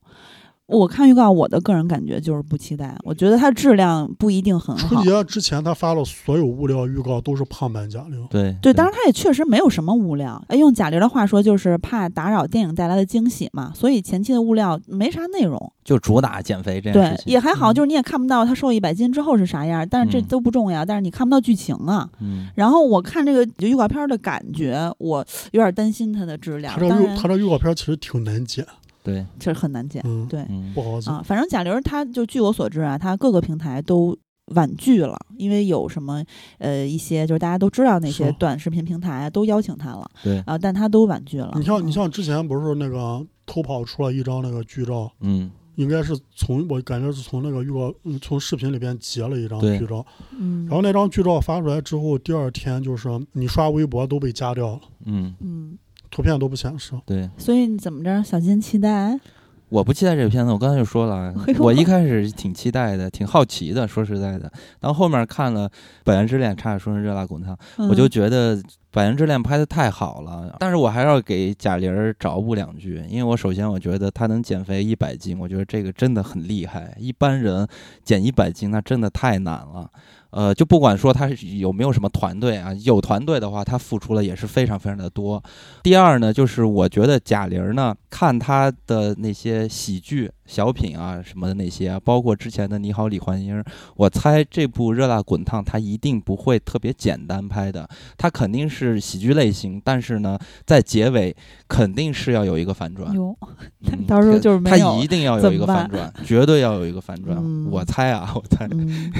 Speaker 2: 我看预告，我的个人感觉就是不期待，我觉得它质量不一定很
Speaker 3: 春
Speaker 2: 好。
Speaker 3: 节啊之前他发了所有物料预告都是胖版贾玲，
Speaker 1: 对
Speaker 2: 对，当然它也确实没有什么物料。哎，用贾玲的话说，就是怕打扰电影带来的惊喜嘛，所以前期的物料没啥内容。
Speaker 1: 就主打减肥这件
Speaker 2: 对
Speaker 1: 事，情。
Speaker 2: 也还好，
Speaker 3: 嗯
Speaker 2: 就是你也看不到他瘦一百斤之后是啥样，但是这
Speaker 1: 嗯
Speaker 2: 都不重要，但是你看不到剧情啊。
Speaker 1: 嗯，
Speaker 2: 然后我看这个预告片儿的感觉，我有点担心它的质量
Speaker 3: 他这，
Speaker 2: 当
Speaker 3: 预
Speaker 2: 然
Speaker 3: 他这预告片其实挺难剪，
Speaker 1: 对，
Speaker 2: 这很难剪。
Speaker 3: 嗯，
Speaker 2: 对，
Speaker 1: 嗯
Speaker 3: 不，好剪。
Speaker 2: 啊，反正贾玲儿她就据我所知啊，她各个平台都婉拒了，因为有什么呃一些就是大家都知道那些
Speaker 3: 是
Speaker 2: 短视频平台都邀请她了
Speaker 1: 对，
Speaker 2: 啊，但她都婉拒了。
Speaker 3: 你像你
Speaker 2: 嗯
Speaker 3: 像之前不是那个偷跑出了一张那个剧照，
Speaker 1: 嗯，
Speaker 3: 应该是从我感觉是从那个预告，嗯从视频里边截了一张
Speaker 1: 对
Speaker 3: 剧照，
Speaker 2: 嗯
Speaker 3: 然后那张剧照发出来之后，第二天就是你刷微博都被加掉了，
Speaker 1: 嗯，
Speaker 2: 嗯，
Speaker 3: 图片都不显示。
Speaker 1: 对，
Speaker 2: 所以你怎么着，小金期待？啊
Speaker 1: 我不期待这个片子，我刚才就说了啊
Speaker 2: 哎，呦
Speaker 1: 我一开始挺期待的，挺好奇的，说实在的，然后后面看了《百元之恋》，差点说成热辣滚烫，我就
Speaker 2: 嗯
Speaker 1: 觉得《百元之恋》拍的太好了，但是我还要给贾玲儿找补两句，因为我首先我觉得她能减肥一百斤，我觉得这个真的很厉害，一般人减一百斤那真的太难了。呃，就不管说她是有没有什么团队啊，有团队的话，她付出了也是非常非常的多。第二呢，就是我觉得贾玲儿呢，看她的那些喜剧小品啊什么的那些啊，包括之前的《你好，李焕英》，我猜这部《热辣滚烫》它一定不会特别简单拍的，它肯定是喜剧类型，但是呢，在结尾肯定是要有一个反转。
Speaker 2: 哟，
Speaker 1: 嗯
Speaker 2: 到时候就是没
Speaker 1: 它
Speaker 2: 有
Speaker 1: 一定要有一个反转，绝对要有一个反转。
Speaker 2: 嗯
Speaker 1: 我猜啊， 我猜，
Speaker 2: 嗯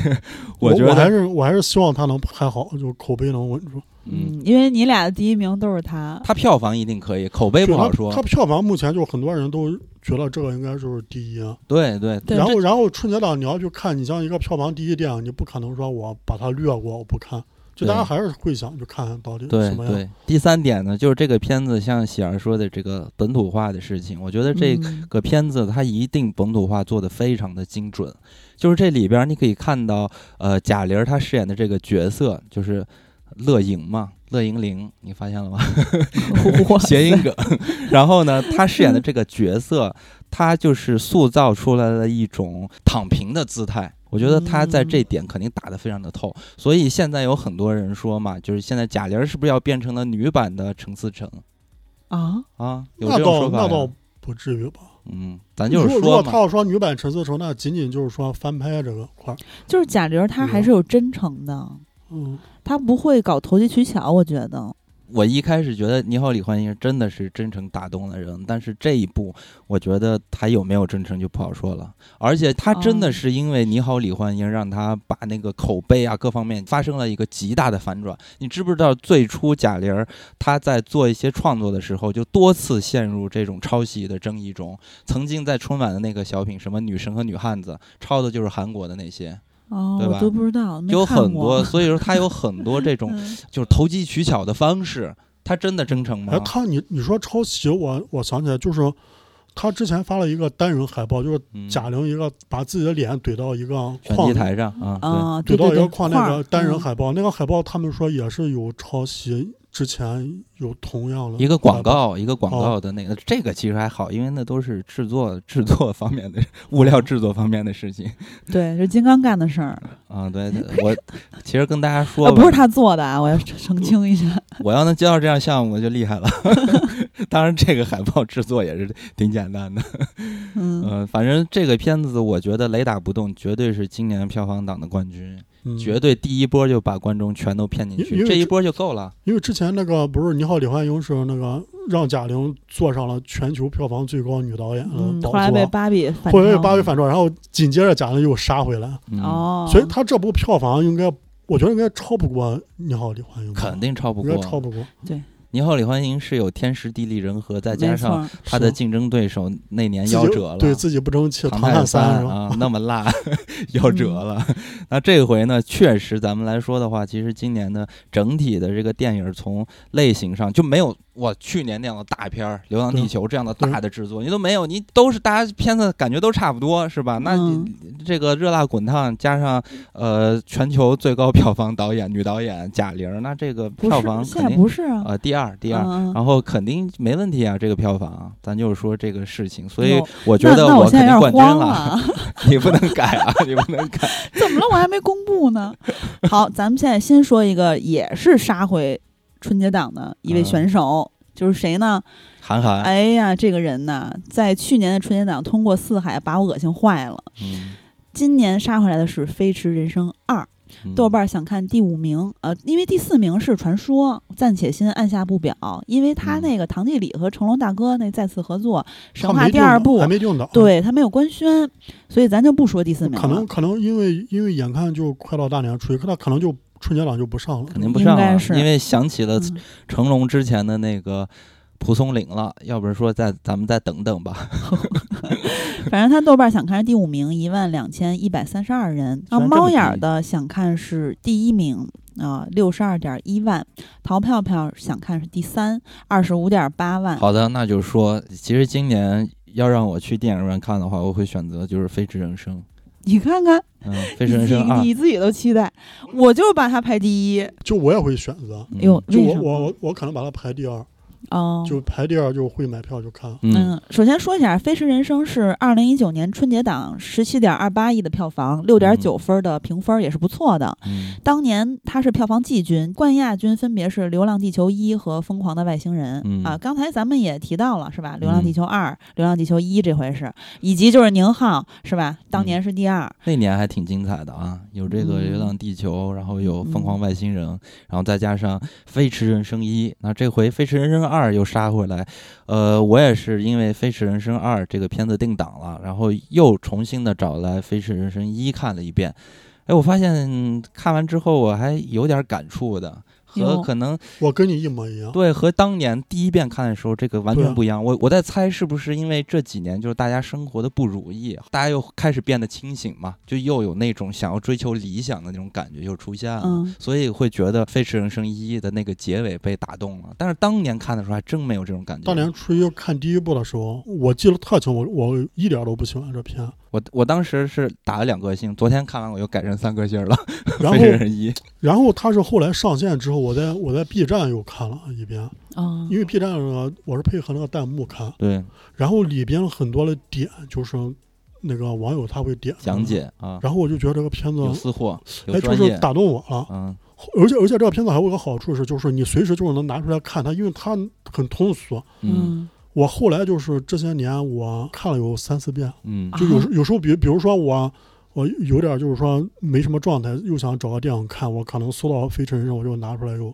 Speaker 3: 我
Speaker 1: 觉得
Speaker 3: 还是我还是希望他能拍好，就口碑能稳住。
Speaker 1: 嗯，
Speaker 2: 嗯，因为你俩的第一名都是他。
Speaker 1: 它票房一定可以，口碑不好
Speaker 3: 他
Speaker 1: 说。
Speaker 3: 票房目前就很多人都觉得这个应该就是第一。
Speaker 1: 对对，
Speaker 2: 对
Speaker 3: 然后然后春节档你要去看，你像一个票房第一电影，你不可能说我把它略过，我不看。就大家
Speaker 1: 对
Speaker 3: 还是会想去看到底
Speaker 1: 对
Speaker 3: 嗯什么样。
Speaker 1: 对，第三点呢，就是这个片子像喜儿说的这个本土化的事情，我觉得这
Speaker 2: 嗯
Speaker 1: 个片子它一定本土化做的非常的精准。就是这里边儿你可以看到，呃，贾玲儿她饰演的这个角色就是乐莹嘛，乐莹玲，你发现了吗？
Speaker 2: 哇塞
Speaker 1: 谐音梗。然后呢，她饰演的这个角色，她就是塑造出来了一种躺平的姿态。我觉得她在这点肯定打得非常的透，所以现在有很多人说嘛，就是现在贾玲是不是要变成了女版的陈思诚
Speaker 2: 啊，
Speaker 1: 啊？有
Speaker 3: 那
Speaker 1: 这种说
Speaker 3: 倒
Speaker 1: 法
Speaker 3: 那
Speaker 1: 呀？
Speaker 3: 倒不至于吧？
Speaker 1: 嗯，咱就是
Speaker 3: 如果如
Speaker 1: 说
Speaker 3: 果他
Speaker 1: 嘛，
Speaker 3: 要说女版陈思诚，那仅仅就是说翻拍这个块儿。
Speaker 2: 就是贾玲儿她还是有真诚的，
Speaker 3: 嗯，
Speaker 2: 她不会搞投机取巧，我觉得。
Speaker 1: 我一开始觉得《你好，李焕英》真的是真诚打动了人，但是这一部我觉得他有没有真诚就不好说了。而且他真的
Speaker 2: 哦
Speaker 1: 是因为《你好，李焕英》，让他把那个口碑啊各方面发生了一个极大的反转。你知不知道最初贾玲儿她在做一些创作的时候，就多次陷入这种抄袭的争议中。曾经在春晚的那个小品，什么女神和女汉子，抄的就是韩国的那些，
Speaker 2: 哦，
Speaker 1: 对吧
Speaker 2: 我都不知道，没
Speaker 1: 就有
Speaker 2: 看过
Speaker 1: 很多，所以说他有很多这种
Speaker 2: 嗯
Speaker 1: 就是投机取巧的方式，他真的真诚吗
Speaker 3: 哎，？他你你说抄袭，我我想起来就是。他之前发了一个单人海报，就是
Speaker 1: 嗯
Speaker 3: 贾玲一个把自己的脸怼到一个
Speaker 1: 拳
Speaker 3: 框
Speaker 1: 击
Speaker 3: 里
Speaker 1: 台上啊，
Speaker 2: 啊，对
Speaker 3: 怼到
Speaker 2: 对
Speaker 3: 一
Speaker 2: 对，
Speaker 3: 个框那
Speaker 2: 儿
Speaker 3: 个单人
Speaker 2: 嗯
Speaker 3: 海报，那个海报他们说也是有抄袭，之前有同样的
Speaker 1: 对，一个广
Speaker 3: 海报，
Speaker 1: 告，一个广告的那个，这个其实还好，因为那都是制作制作方面的物料制作方面的事情
Speaker 2: 对，是金刚干的事儿，
Speaker 1: 啊。对，
Speaker 2: 哎
Speaker 1: 我其实跟大家说
Speaker 2: 啊，
Speaker 1: 吧，
Speaker 2: 不是他做的啊，我要澄澄清一下。
Speaker 1: 我要能接到这样项目就厉害了。 当然，这个海报制作也是挺简单的。
Speaker 2: 嗯，
Speaker 3: 呃
Speaker 1: 嗯、反正这个片子我觉得雷打不动，绝对是今年票房档的冠军，
Speaker 3: 嗯
Speaker 1: 绝对第一波就把观众全都骗进
Speaker 3: 因
Speaker 1: 去，
Speaker 3: 因为
Speaker 1: 这一
Speaker 3: 这
Speaker 1: 波就够了。
Speaker 3: 因为之前那个不是《你好，李焕英》是那个让贾玲坐上了全球票房最高女导演
Speaker 2: 嗯，
Speaker 3: 的宝
Speaker 2: 后来被
Speaker 3: 座，
Speaker 2: 芭比反
Speaker 3: 后来被
Speaker 2: 超
Speaker 3: 芭比反超，然后紧接着贾玲又杀回来，
Speaker 1: 嗯、
Speaker 2: 哦，
Speaker 3: 所以她这部票房应该，我觉得应该超不过《你好，李焕英》吧，
Speaker 1: 肯定超不
Speaker 3: 应该
Speaker 1: 过。
Speaker 3: 嗯超不过。
Speaker 1: 你好，李焕英是有天时地利人和，再加
Speaker 2: 没
Speaker 1: 上
Speaker 2: 错
Speaker 1: 他的
Speaker 3: 是
Speaker 1: 竞争对手那年
Speaker 3: 自
Speaker 1: 夭
Speaker 3: 己
Speaker 1: 折了，
Speaker 3: 对自己不争气，《
Speaker 1: 唐
Speaker 3: 唐
Speaker 1: 探
Speaker 3: 探三》
Speaker 1: 三
Speaker 3: 是吧？嗯
Speaker 1: 啊，那么 辣，夭折了。那这回呢，确实咱们来说的话，其实今年的整体的这个电影从类型上就没有我去年那样的大片儿《流浪地
Speaker 3: 对
Speaker 1: 球》这样的
Speaker 3: 对
Speaker 1: 大的制作，你都没有，你都是大家片子感觉都差不多，是吧？那
Speaker 2: 嗯
Speaker 1: 你这个热辣滚烫加上呃全球最高票房导演女导演贾玲儿，那这个
Speaker 2: 不
Speaker 1: 票房
Speaker 2: 是
Speaker 1: 肯
Speaker 2: 现在
Speaker 1: 定
Speaker 2: 不是啊，
Speaker 1: 呃第二第二。
Speaker 2: 嗯嗯
Speaker 1: 然后肯定没问题啊，这个票房，咱就是说这个事情，所以
Speaker 2: 哟
Speaker 1: 我觉
Speaker 2: 那
Speaker 1: 得
Speaker 2: 那我现
Speaker 1: 肯
Speaker 2: 在
Speaker 1: 定
Speaker 2: 有
Speaker 1: 冠
Speaker 2: 点
Speaker 1: 军
Speaker 2: 慌啊，
Speaker 1: 你不能改啊，你不能改。
Speaker 2: 怎么了？我还没公布呢。好，咱们现在先说一个，也是杀回春节档的一位
Speaker 1: 嗯
Speaker 2: 选手，就是谁呢？
Speaker 1: 韩寒，
Speaker 2: 哎呀，这个人呐，在去年的春节档通过《四海》把我恶心坏了。
Speaker 1: 嗯，
Speaker 2: 今年杀回来的是《飞驰人生二》，
Speaker 1: 嗯
Speaker 2: 豆瓣想看第五名，呃，因为第四名是传说，暂且先按下不表，因为他
Speaker 1: 嗯
Speaker 2: 那个堂弟李和成龙大哥那再次合作《
Speaker 3: 她
Speaker 2: 神话
Speaker 3: 没》
Speaker 2: 第
Speaker 3: 定
Speaker 2: 二
Speaker 3: 档
Speaker 2: 部
Speaker 3: 还，没定档，
Speaker 2: 对他没有官宣，所以咱就不说第四名
Speaker 3: 可能
Speaker 2: 了。
Speaker 3: 可能因为因为眼看就快到大年初一，可他可能就春节档就不上了。
Speaker 1: 肯定不上
Speaker 2: 应该
Speaker 1: 了，
Speaker 2: 是
Speaker 1: 因为想起了
Speaker 2: 嗯
Speaker 1: 成龙之前的那个蒲松龄了，要不是说再咱们再等等吧。
Speaker 2: 反正他豆瓣想看是第五名，一万两千一百三十二人。
Speaker 1: 居然这
Speaker 2: 啊，
Speaker 1: 么
Speaker 2: 猫眼儿
Speaker 1: 低
Speaker 2: 的想看是第一名啊，六十二点一万。淘票票想看是第三，二十五点八万。
Speaker 1: 好的，那就说，其实今年要让我去电影院看的话，我会选择就是《飞驰人生》。
Speaker 2: 你看看，
Speaker 1: 嗯，《飞
Speaker 2: 你
Speaker 1: 驰人
Speaker 2: 自己
Speaker 1: 生二》
Speaker 2: 你自己都期待，我就把它排第一。
Speaker 3: 就我也会选择，
Speaker 1: 嗯。
Speaker 2: 哟，
Speaker 3: 就
Speaker 2: 为
Speaker 3: 我
Speaker 2: 什
Speaker 3: 我
Speaker 2: 么？
Speaker 3: 我我可能把它排第二，
Speaker 2: 哦，
Speaker 3: 就排第二就会买票就看。
Speaker 1: 嗯，
Speaker 2: 嗯，首先说一下，《飞驰人生》是二零一九年春节档十七点二八亿的票房，六点九分的评分也是不错的。
Speaker 1: 嗯
Speaker 2: 当年它是票房季军，冠亚军分别是《流浪地球一》和《疯狂的外星人》
Speaker 1: 嗯
Speaker 2: 啊。刚才咱们也提到了，是吧？《
Speaker 1: 嗯
Speaker 2: 流浪地球二》流浪地球一》这回是，以及就是宁浩，是吧？当
Speaker 1: 嗯
Speaker 2: 年是第二，
Speaker 1: 那年还挺精彩的啊，有这个《流浪地球》，然后有《疯狂外星人》，然后再加上《飞驰人生一》，那这回《飞驰人生二》又杀回来。呃，我也是因为《飞驰人生二》这个片子定档了，然后又重新的找来《飞驰人生嗯一》看了一遍。哎，我发现看完之后我还有点感触的。和
Speaker 2: 哟
Speaker 1: 可能
Speaker 3: 我跟你一模一样。
Speaker 1: 对和当年第一遍看的时候这个完
Speaker 3: 对
Speaker 1: 全
Speaker 3: 啊
Speaker 1: 不一样。我我在猜是不是因为这几年就是大家生活的不如意，大家又开始变得清醒嘛，就又有那种想要追求理想的那种感觉又出现了。
Speaker 2: 嗯，
Speaker 1: 所以会觉得《飞驰人生一》的那个结尾被打动了，但是当年看的时候还真没有这种感觉。
Speaker 3: 当年初一看第一部的时候，我记得特清，我我一点都不喜欢 这片。
Speaker 1: 我我当时是打了两颗星，昨天看完我又改成三颗星了。
Speaker 3: 然
Speaker 1: 飞
Speaker 3: 后
Speaker 1: 驰人生 一，
Speaker 3: 然后它是后来上线之后，我在我在 B 站又看了一遍，
Speaker 2: 哦
Speaker 3: 因为 B 站呢，我是配合那个弹幕看，
Speaker 1: 对
Speaker 3: 然后里边很多的点就是那个网友他会点
Speaker 1: 讲，解啊，
Speaker 3: 嗯然后我就觉得这个片子
Speaker 1: 有私货，有
Speaker 3: 哎就
Speaker 1: 专
Speaker 3: 是
Speaker 1: 业，
Speaker 3: 打动我了，
Speaker 1: 嗯，
Speaker 3: 而且而且这个片子还有一个好处是，就是你随时就是能拿出来看它，因为它很通俗。
Speaker 1: 嗯
Speaker 3: 我后来就是这些年我看了有三四遍，
Speaker 1: 嗯
Speaker 3: 就有时
Speaker 2: 啊
Speaker 3: 有时候比比如说我。我有点就是说没什么状态，又想找个电影看，我可能搜到《飞驰人生》，我就拿出来又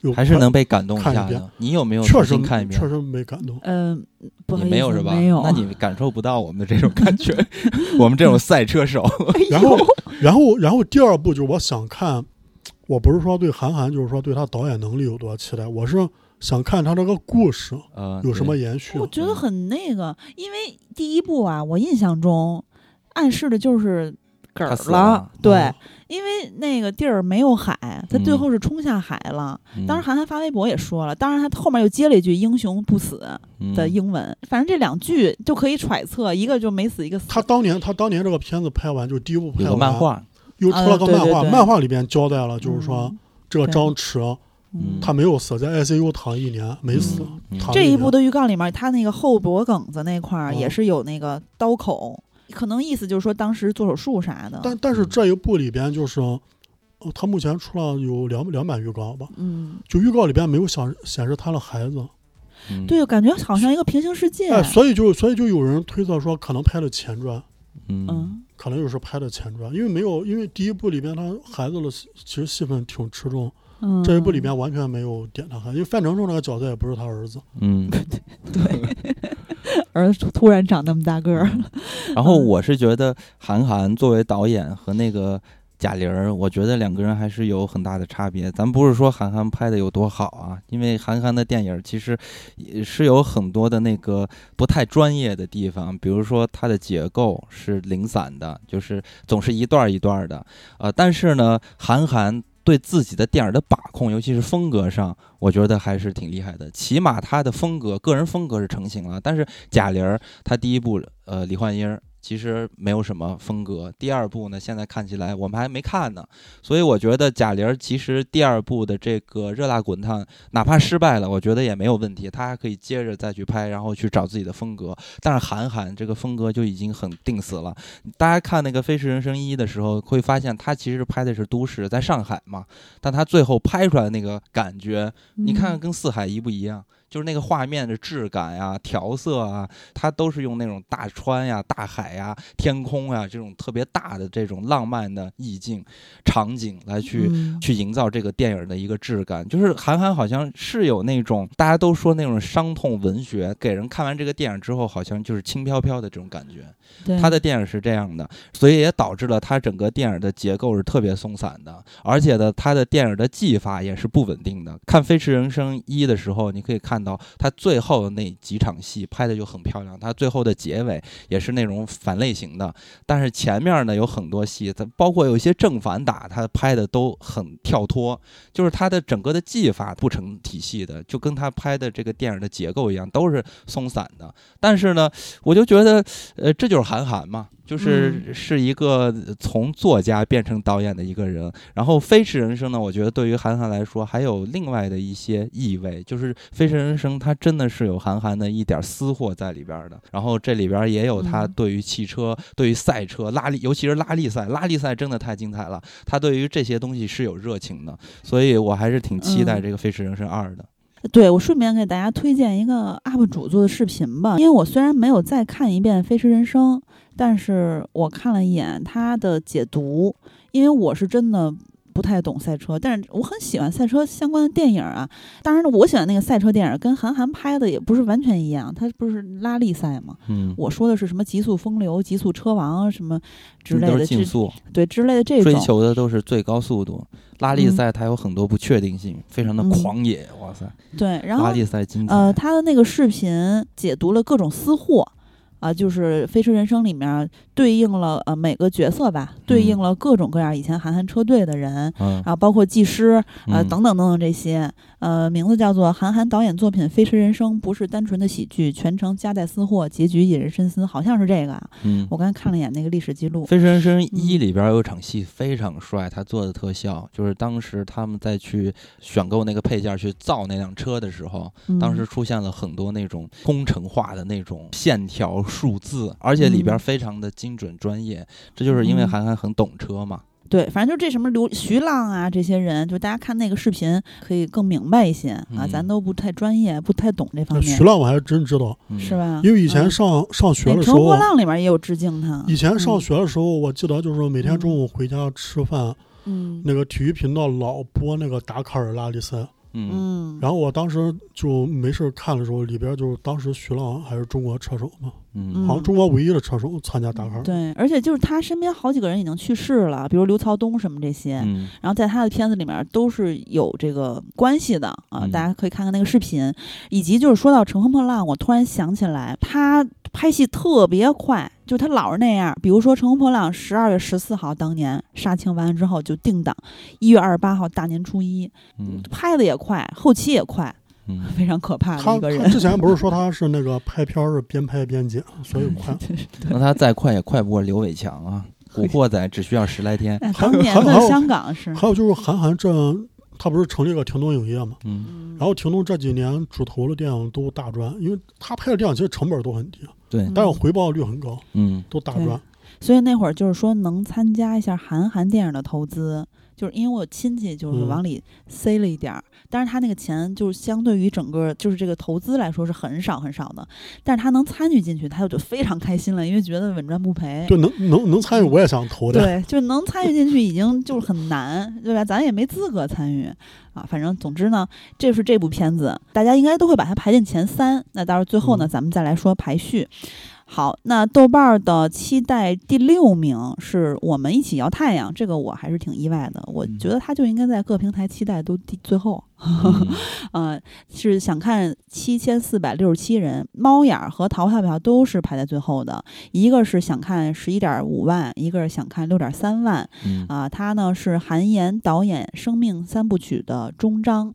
Speaker 3: 又
Speaker 1: 还是能被感动一
Speaker 3: 看
Speaker 1: 下
Speaker 3: 一遍
Speaker 1: 的。你有没有
Speaker 3: 确
Speaker 1: 重
Speaker 3: 实
Speaker 1: 新看一遍
Speaker 3: 确？实没感动。
Speaker 2: 嗯，不
Speaker 1: 你
Speaker 2: 好意思，
Speaker 1: 没有是吧？
Speaker 2: 没有，
Speaker 1: 那 你感受不到我们的这种感觉，我们这种赛车 手，
Speaker 3: 然后，然后，然后第二部就是我想看，我不是说对韩寒，就是说对他导演能力有多期待，我是想看他这个故事
Speaker 1: 呃，
Speaker 3: 有什么延续
Speaker 2: 我。觉得很那个，因为第一部啊，我印象中暗示的就是嗝
Speaker 1: 他
Speaker 2: 儿
Speaker 1: 死了
Speaker 2: 对，
Speaker 3: 嗯
Speaker 2: 因为那个地儿没有海，他最
Speaker 1: 嗯
Speaker 2: 后是冲下海了。
Speaker 1: 对？
Speaker 2: 当时韩寒发微博也说了，当然他后面又接了一句“英雄不死”
Speaker 1: 嗯
Speaker 2: 的英文，反正这两句就可以揣测，一个就没死，一个死。
Speaker 3: 他当年，他当年这个片子拍完，就第一部拍
Speaker 1: 有个
Speaker 3: 完，
Speaker 1: 漫画，
Speaker 3: 又出了
Speaker 2: 啊
Speaker 3: 个
Speaker 2: 对
Speaker 3: 漫画，
Speaker 2: 对对
Speaker 3: 漫画里边交代了，就是说
Speaker 2: 嗯
Speaker 3: 这个
Speaker 2: 对
Speaker 3: 张弛
Speaker 1: 嗯
Speaker 3: 他没有死，在 ICU 躺一年没死
Speaker 2: 嗯，
Speaker 1: 嗯
Speaker 3: 躺
Speaker 2: 这一
Speaker 3: 年
Speaker 2: 部的预告里面，他那个后脖梗子那块
Speaker 3: 哦
Speaker 2: 儿也是有那个刀口，可能意思就是说当时做手术啥的。
Speaker 3: 但但是这一部里边就是，呃，他目前出了有两两版预告吧，
Speaker 2: 嗯，
Speaker 3: 就预告里边没有显显示他的孩子，
Speaker 1: 嗯，
Speaker 2: 对，感觉好像一个平行世界。啊
Speaker 3: 哎，所以就所以就有人推测说，可能拍的前传，
Speaker 1: 嗯，
Speaker 2: 嗯
Speaker 3: 可能又是拍的前传，因为没有，因为第一部里边他孩子的戏其实戏份挺吃重，
Speaker 2: 嗯，
Speaker 3: 这一部里边完全没有点他孩子，因为范丞丞那个角色也不是他儿子，
Speaker 1: 嗯。
Speaker 2: 嗯儿子突然长那么大个儿，
Speaker 1: 嗯然后我是觉得韩寒作为导演和那个贾玲儿，我觉得两个人还是有很大的差别。咱不是说韩寒拍的有多好啊，因为韩寒的电影其实也是有很多的那个不太专业的地方，比如说它的结构是零散的，就是总是一段儿一段儿的。呃，但是呢，韩寒。对自己的电影的把控，尤其是风格上，我觉得还是挺厉害的。起码他的风格，个人风格是成型了。但是贾玲儿她第一部呃《李焕英》其实没有什么风格，第二部呢现在看起来我们还没看呢，所以我觉得贾玲儿其实第二部的这个《热辣滚烫》哪怕失败了，我觉得也没有问题，她还可以接着再去拍，然后去找自己的风格。但是韩寒这个风格就已经很定死了。大家看那个《飞驰人生一》的时候，会发现他其实拍的是都市，在上海嘛，但他最后拍出来的那个感觉，
Speaker 2: 嗯
Speaker 1: 你看看跟四海一不一样？就是那个画面的质感呀、调色啊，它都是用那种大川呀、大海呀、天空呀这种特别大的这种浪漫的意境、场景来去、
Speaker 2: 嗯
Speaker 1: 去营造这个电影的一个质感。就是韩寒好像是有那种大家都说那种伤痛文学，给人看完这个电影之后，好像就是轻飘飘的这种感觉。
Speaker 2: 对
Speaker 1: 他的电影是这样的，所以也导致了他整个电影的结构是特别松散的，而且呢，他的电影的技法也是不稳定的。看《飞驰人生一》的时候，你可以看到他最后那几场戏拍的就很漂亮，他最后的结尾也是那种反类型的，但是前面呢有很多戏，它包括有一些正反打，他拍的都很跳脱，就是他的整个的技法不成体系的，就跟他拍的这个电影的结构一样，都是松散的。但是呢，我就觉得，呃，这就是韩寒嘛，就是是一个从作家变成导演的一个人。然后《飞驰人生》呢，我觉得对于韩寒来说，还有另外的一些意味，就是《飞驰人生》它真的是有韩寒的一点私货在里边的。然后这里边也有他
Speaker 2: 嗯
Speaker 1: 对于汽车、对于赛车、拉力，尤其是拉力赛，拉力赛真的太精彩了。他对于这些东西是有热情的，所以我还是挺期待
Speaker 2: 嗯
Speaker 1: 这个《飞驰人生二》的。
Speaker 2: 对我顺便给大家推荐一个 UP 主做的视频吧，因为我虽然没有再看一遍《飞驰人生》，但是我看了一眼他的解读，因为我是真的不太懂赛车，但是我很喜欢赛车相关的电影啊。当然了，我喜欢那个赛车电影跟韩寒拍的也不是完全一样，他不是拉力赛嘛。
Speaker 1: 嗯，
Speaker 2: 我说的是什么极速风流、极速车王什么之类
Speaker 1: 嗯都
Speaker 2: 的，
Speaker 1: 是竞
Speaker 2: 这
Speaker 1: 速，
Speaker 2: 对之类的这
Speaker 1: 追
Speaker 2: 种。
Speaker 1: 求的都是最高速度。拉力
Speaker 2: 嗯
Speaker 1: 赛它有很多不确定性，非常的
Speaker 2: 嗯
Speaker 1: 狂野，哇塞！
Speaker 2: 对，然后
Speaker 1: 拉力赛精彩，
Speaker 2: 呃，他的那个视频解读了各种私货啊、就是《飞驰人生》里面对应了呃每个角色吧，对应
Speaker 1: 嗯
Speaker 2: 了各种各样以前韩寒车队的人。
Speaker 1: 嗯
Speaker 2: 然后包括技师呃
Speaker 1: 嗯
Speaker 2: 等等等等这些，呃，名字叫做韩寒导演作品《飞驰人生》，不是单纯的喜剧，全程夹带私货，结局引人深思，好像是这个啊。
Speaker 1: 嗯，
Speaker 2: 我刚才看了一眼那个历史记录
Speaker 1: 《飞驰人生一》
Speaker 2: 嗯
Speaker 1: 里边有一场戏非常帅，他做的特效就是当时他们在去选购那个配件去造那辆车的时候，
Speaker 2: 嗯，
Speaker 1: 当时出现了很多那种工程化的那种线条、数字，而且里边
Speaker 2: 嗯
Speaker 1: 非常的精准专业。这就是因为
Speaker 2: 嗯
Speaker 1: 韩寒很懂车嘛。
Speaker 2: 对，反正就这什么刘徐浪啊这些人，就大家看那个视频可以更明白一些啊，
Speaker 1: 嗯
Speaker 2: 咱都不太专业，不太懂这方
Speaker 3: 那
Speaker 2: 面
Speaker 3: 徐。浪我还真知道，
Speaker 1: 嗯、
Speaker 2: 是？吧？
Speaker 3: 因为以前
Speaker 2: 嗯
Speaker 3: 上、上学
Speaker 2: 那
Speaker 3: 的时
Speaker 2: 乘风
Speaker 3: 候
Speaker 2: 破，浪里面也有致敬他。
Speaker 3: 以前上
Speaker 2: 嗯
Speaker 3: 学的时候，我记得就是每天中午回家吃饭，
Speaker 2: 嗯
Speaker 3: 那个体育频道老播那个达喀尔拉力赛，
Speaker 1: 嗯
Speaker 2: 嗯，
Speaker 3: 然后我当时就没事儿看的时候，里边就是当时徐浪还是中国车手嘛，
Speaker 1: 嗯
Speaker 3: 好像中国唯一的车手参加达喀尔。
Speaker 2: 对，而且就是他身边好几个人已经去世了，比如刘曹东什么这些，
Speaker 1: 嗯
Speaker 2: 然后在他的片子里面都是有这个关系的啊，
Speaker 1: 嗯
Speaker 2: 大家可以看看那个视频，以及就是说到《乘风破浪》，我突然想起来，他拍戏特别快，就他老是那样。比如说《乘风破浪》十二月十四号当年杀青完了之后就定档，一月二十八号大年初一，
Speaker 1: 嗯
Speaker 2: 拍的也快，后期也快，
Speaker 1: 嗯，
Speaker 2: 非常可怕的
Speaker 3: 他
Speaker 2: 一个
Speaker 3: 他
Speaker 2: 人。
Speaker 3: 之前不是说他是那个拍片儿是边拍边剪，所
Speaker 2: 嗯
Speaker 3: 以 快。
Speaker 1: 那他再快也快不过刘伟强啊，《古惑仔》只需要十来 天。
Speaker 2: 哎，
Speaker 3: 还
Speaker 2: 当
Speaker 3: 有
Speaker 2: 年
Speaker 3: 还有
Speaker 2: 的香港是，
Speaker 3: 还有就是韩寒这，他不是成立了停东影业嘛，
Speaker 1: 嗯，
Speaker 2: 然
Speaker 3: 然后停东这几年主投的电影都大赚，因为他拍的电影其实成本都很低，
Speaker 1: 对，
Speaker 3: 但是回报率很高，
Speaker 1: 嗯
Speaker 3: 都大
Speaker 2: 嗯对
Speaker 3: 赚。
Speaker 2: 所以那会儿就是说能参加一下韩寒电影的投资，就是因为我有亲戚就是
Speaker 3: 嗯
Speaker 2: 往里塞了一点儿，但是他那个钱就是相对于整个就是这个投资来说是很少很少的，但是他能参与进去，他就非常开心了，因为觉得稳赚不赔。
Speaker 3: 对，能能能参与我也想投的。
Speaker 2: 对，就能参与进去已经就是很难，对吧？咱也没资格参与啊。反正总之呢，这是这部片子，大家应该都会把它排进前三。那到时候最后呢，
Speaker 3: 嗯
Speaker 2: 咱们再来说排序。好，那豆瓣儿的期待第六名是我们一起摇太阳，这个我还是挺意外的。我
Speaker 1: 嗯
Speaker 2: 觉得它就应该在各平台期待都第最后。
Speaker 1: 嗯
Speaker 2: 呃，是想看七千四百六十七人，猫眼儿和淘票票都是排在最后的，一个是想看十一点五万，一个是想看六点三万
Speaker 1: 嗯
Speaker 2: 啊、他呢是韩延导演《生命三部曲》的终章。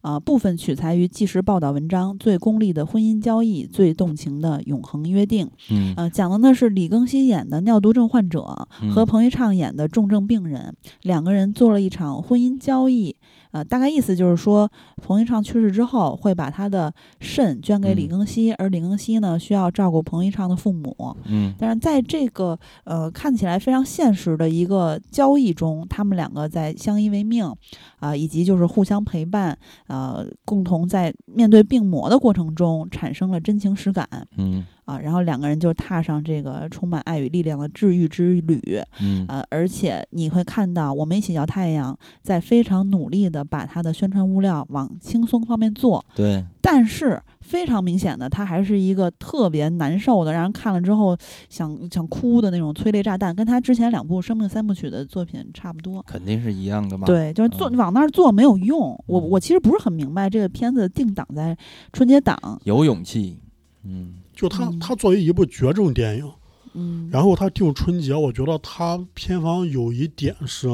Speaker 2: 啊、部分取材于纪实报道文章《最功利的婚姻交易》，最动情的永恒约定。
Speaker 1: 嗯
Speaker 2: 呃，讲的呢是李庚希演的尿毒症患者
Speaker 1: 嗯
Speaker 2: 和彭昱畅演的重症病人，两个人做了一场婚姻交易。呃，大概意思就是说，彭昱畅去世之后会把他的肾捐给李
Speaker 1: 嗯
Speaker 2: 庚希，而李庚希呢需要照顾彭昱畅的父母。
Speaker 1: 嗯
Speaker 2: 但是在这个呃看起来非常现实的一个交易中，他们两个在相依为命啊、以及就是互相陪伴，呃，共同在面对病魔的过程中产生了真情实感。
Speaker 1: 嗯
Speaker 2: 啊，然后两个人就踏上这个充满爱与力量的治愈之旅。
Speaker 1: 嗯
Speaker 2: 呃，而且你会看到，我们一起摇太阳在非常努力的把它的宣传物料往轻松方面做，
Speaker 1: 对，
Speaker 2: 但是非常明显的，它还是一个特别难受的，让人看了之后想想哭的那种催泪炸弹，跟他之前两部《生命三部曲》的作品差不多。
Speaker 1: 肯定是一样的嘛。，
Speaker 2: 对，就是做、
Speaker 1: 嗯
Speaker 2: 往那儿做没有用。
Speaker 3: 嗯
Speaker 2: 我我其实不是很明白这个片子定档在春节档，
Speaker 1: 有勇气。嗯
Speaker 3: 就他
Speaker 2: 嗯
Speaker 3: 他作为一部绝症电影，
Speaker 2: 嗯，
Speaker 3: 然后他定春节，我觉得他片方有一点是，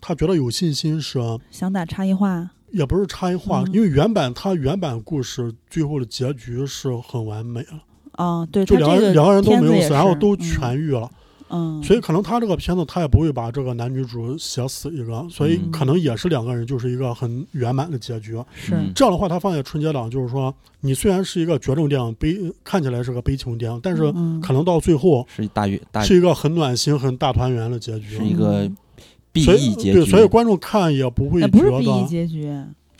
Speaker 3: 他觉得有信心是，
Speaker 2: 想打差异化，
Speaker 3: 也不是差异化，
Speaker 2: 嗯
Speaker 3: 因为原版他原版故事最后的结局是很完美了，
Speaker 2: 啊、对，
Speaker 3: 就
Speaker 2: 他
Speaker 3: 两
Speaker 2: 这个
Speaker 3: 人两个人都
Speaker 2: 片
Speaker 3: 没
Speaker 2: 子
Speaker 3: 有
Speaker 2: 也
Speaker 3: 死，然后
Speaker 2: 是
Speaker 3: 都
Speaker 2: 嗯
Speaker 3: 痊愈了，
Speaker 2: 嗯，
Speaker 3: 所以可能他这个片子他也不会把这个男女主写死一个，所以
Speaker 1: 嗯
Speaker 3: 可能也是两个人就是一个很圆满的结局。
Speaker 2: 是
Speaker 1: 嗯
Speaker 3: 这样的话，他放在春节档，就是说，你虽然是一个绝症电影，悲看起来是个悲情电影，但是
Speaker 2: 嗯
Speaker 3: 可能到最后
Speaker 1: 是大约大
Speaker 3: 是一个很暖心、很大团圆的结
Speaker 1: 是一
Speaker 3: 局。
Speaker 1: 个
Speaker 2: 嗯
Speaker 1: B
Speaker 3: 所
Speaker 1: E
Speaker 3: 以
Speaker 1: 结
Speaker 3: 对，
Speaker 1: 局，
Speaker 3: 所以观众看也不会
Speaker 2: 哎
Speaker 3: 觉
Speaker 2: 不是 B E
Speaker 3: 得，
Speaker 2: 结局，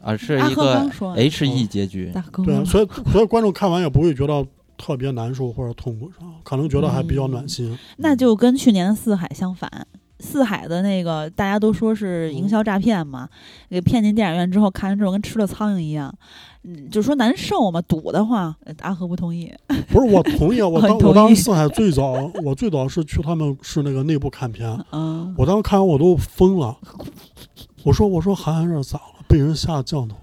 Speaker 1: 啊是
Speaker 2: 阿
Speaker 1: 一
Speaker 2: 赫
Speaker 1: 个
Speaker 2: 刚说
Speaker 1: H E
Speaker 3: 嗯
Speaker 1: 结局。
Speaker 2: 大哥，
Speaker 3: 对，所以所以观众看完也不会觉得特
Speaker 2: 嗯
Speaker 3: 别难受或者痛苦，可能觉得还比较暖心。
Speaker 2: 那就跟去年的《四海》相反，四海的那个大家都说
Speaker 3: 嗯
Speaker 2: 是营销诈骗嘛，给骗进电影院之后，看完之后跟吃了苍蝇一样，嗯，就说难受嘛，堵得慌。呃阿和不同意，
Speaker 3: 不是我 同意啊，我
Speaker 2: 我
Speaker 3: 当
Speaker 2: 同
Speaker 3: 我
Speaker 2: 意
Speaker 3: 当时四海最早，我最早是去他们是那个内部看片，
Speaker 2: 嗯，
Speaker 3: 我当时看完我都疯了，我说我说韩寒这咋了？被人 下降头，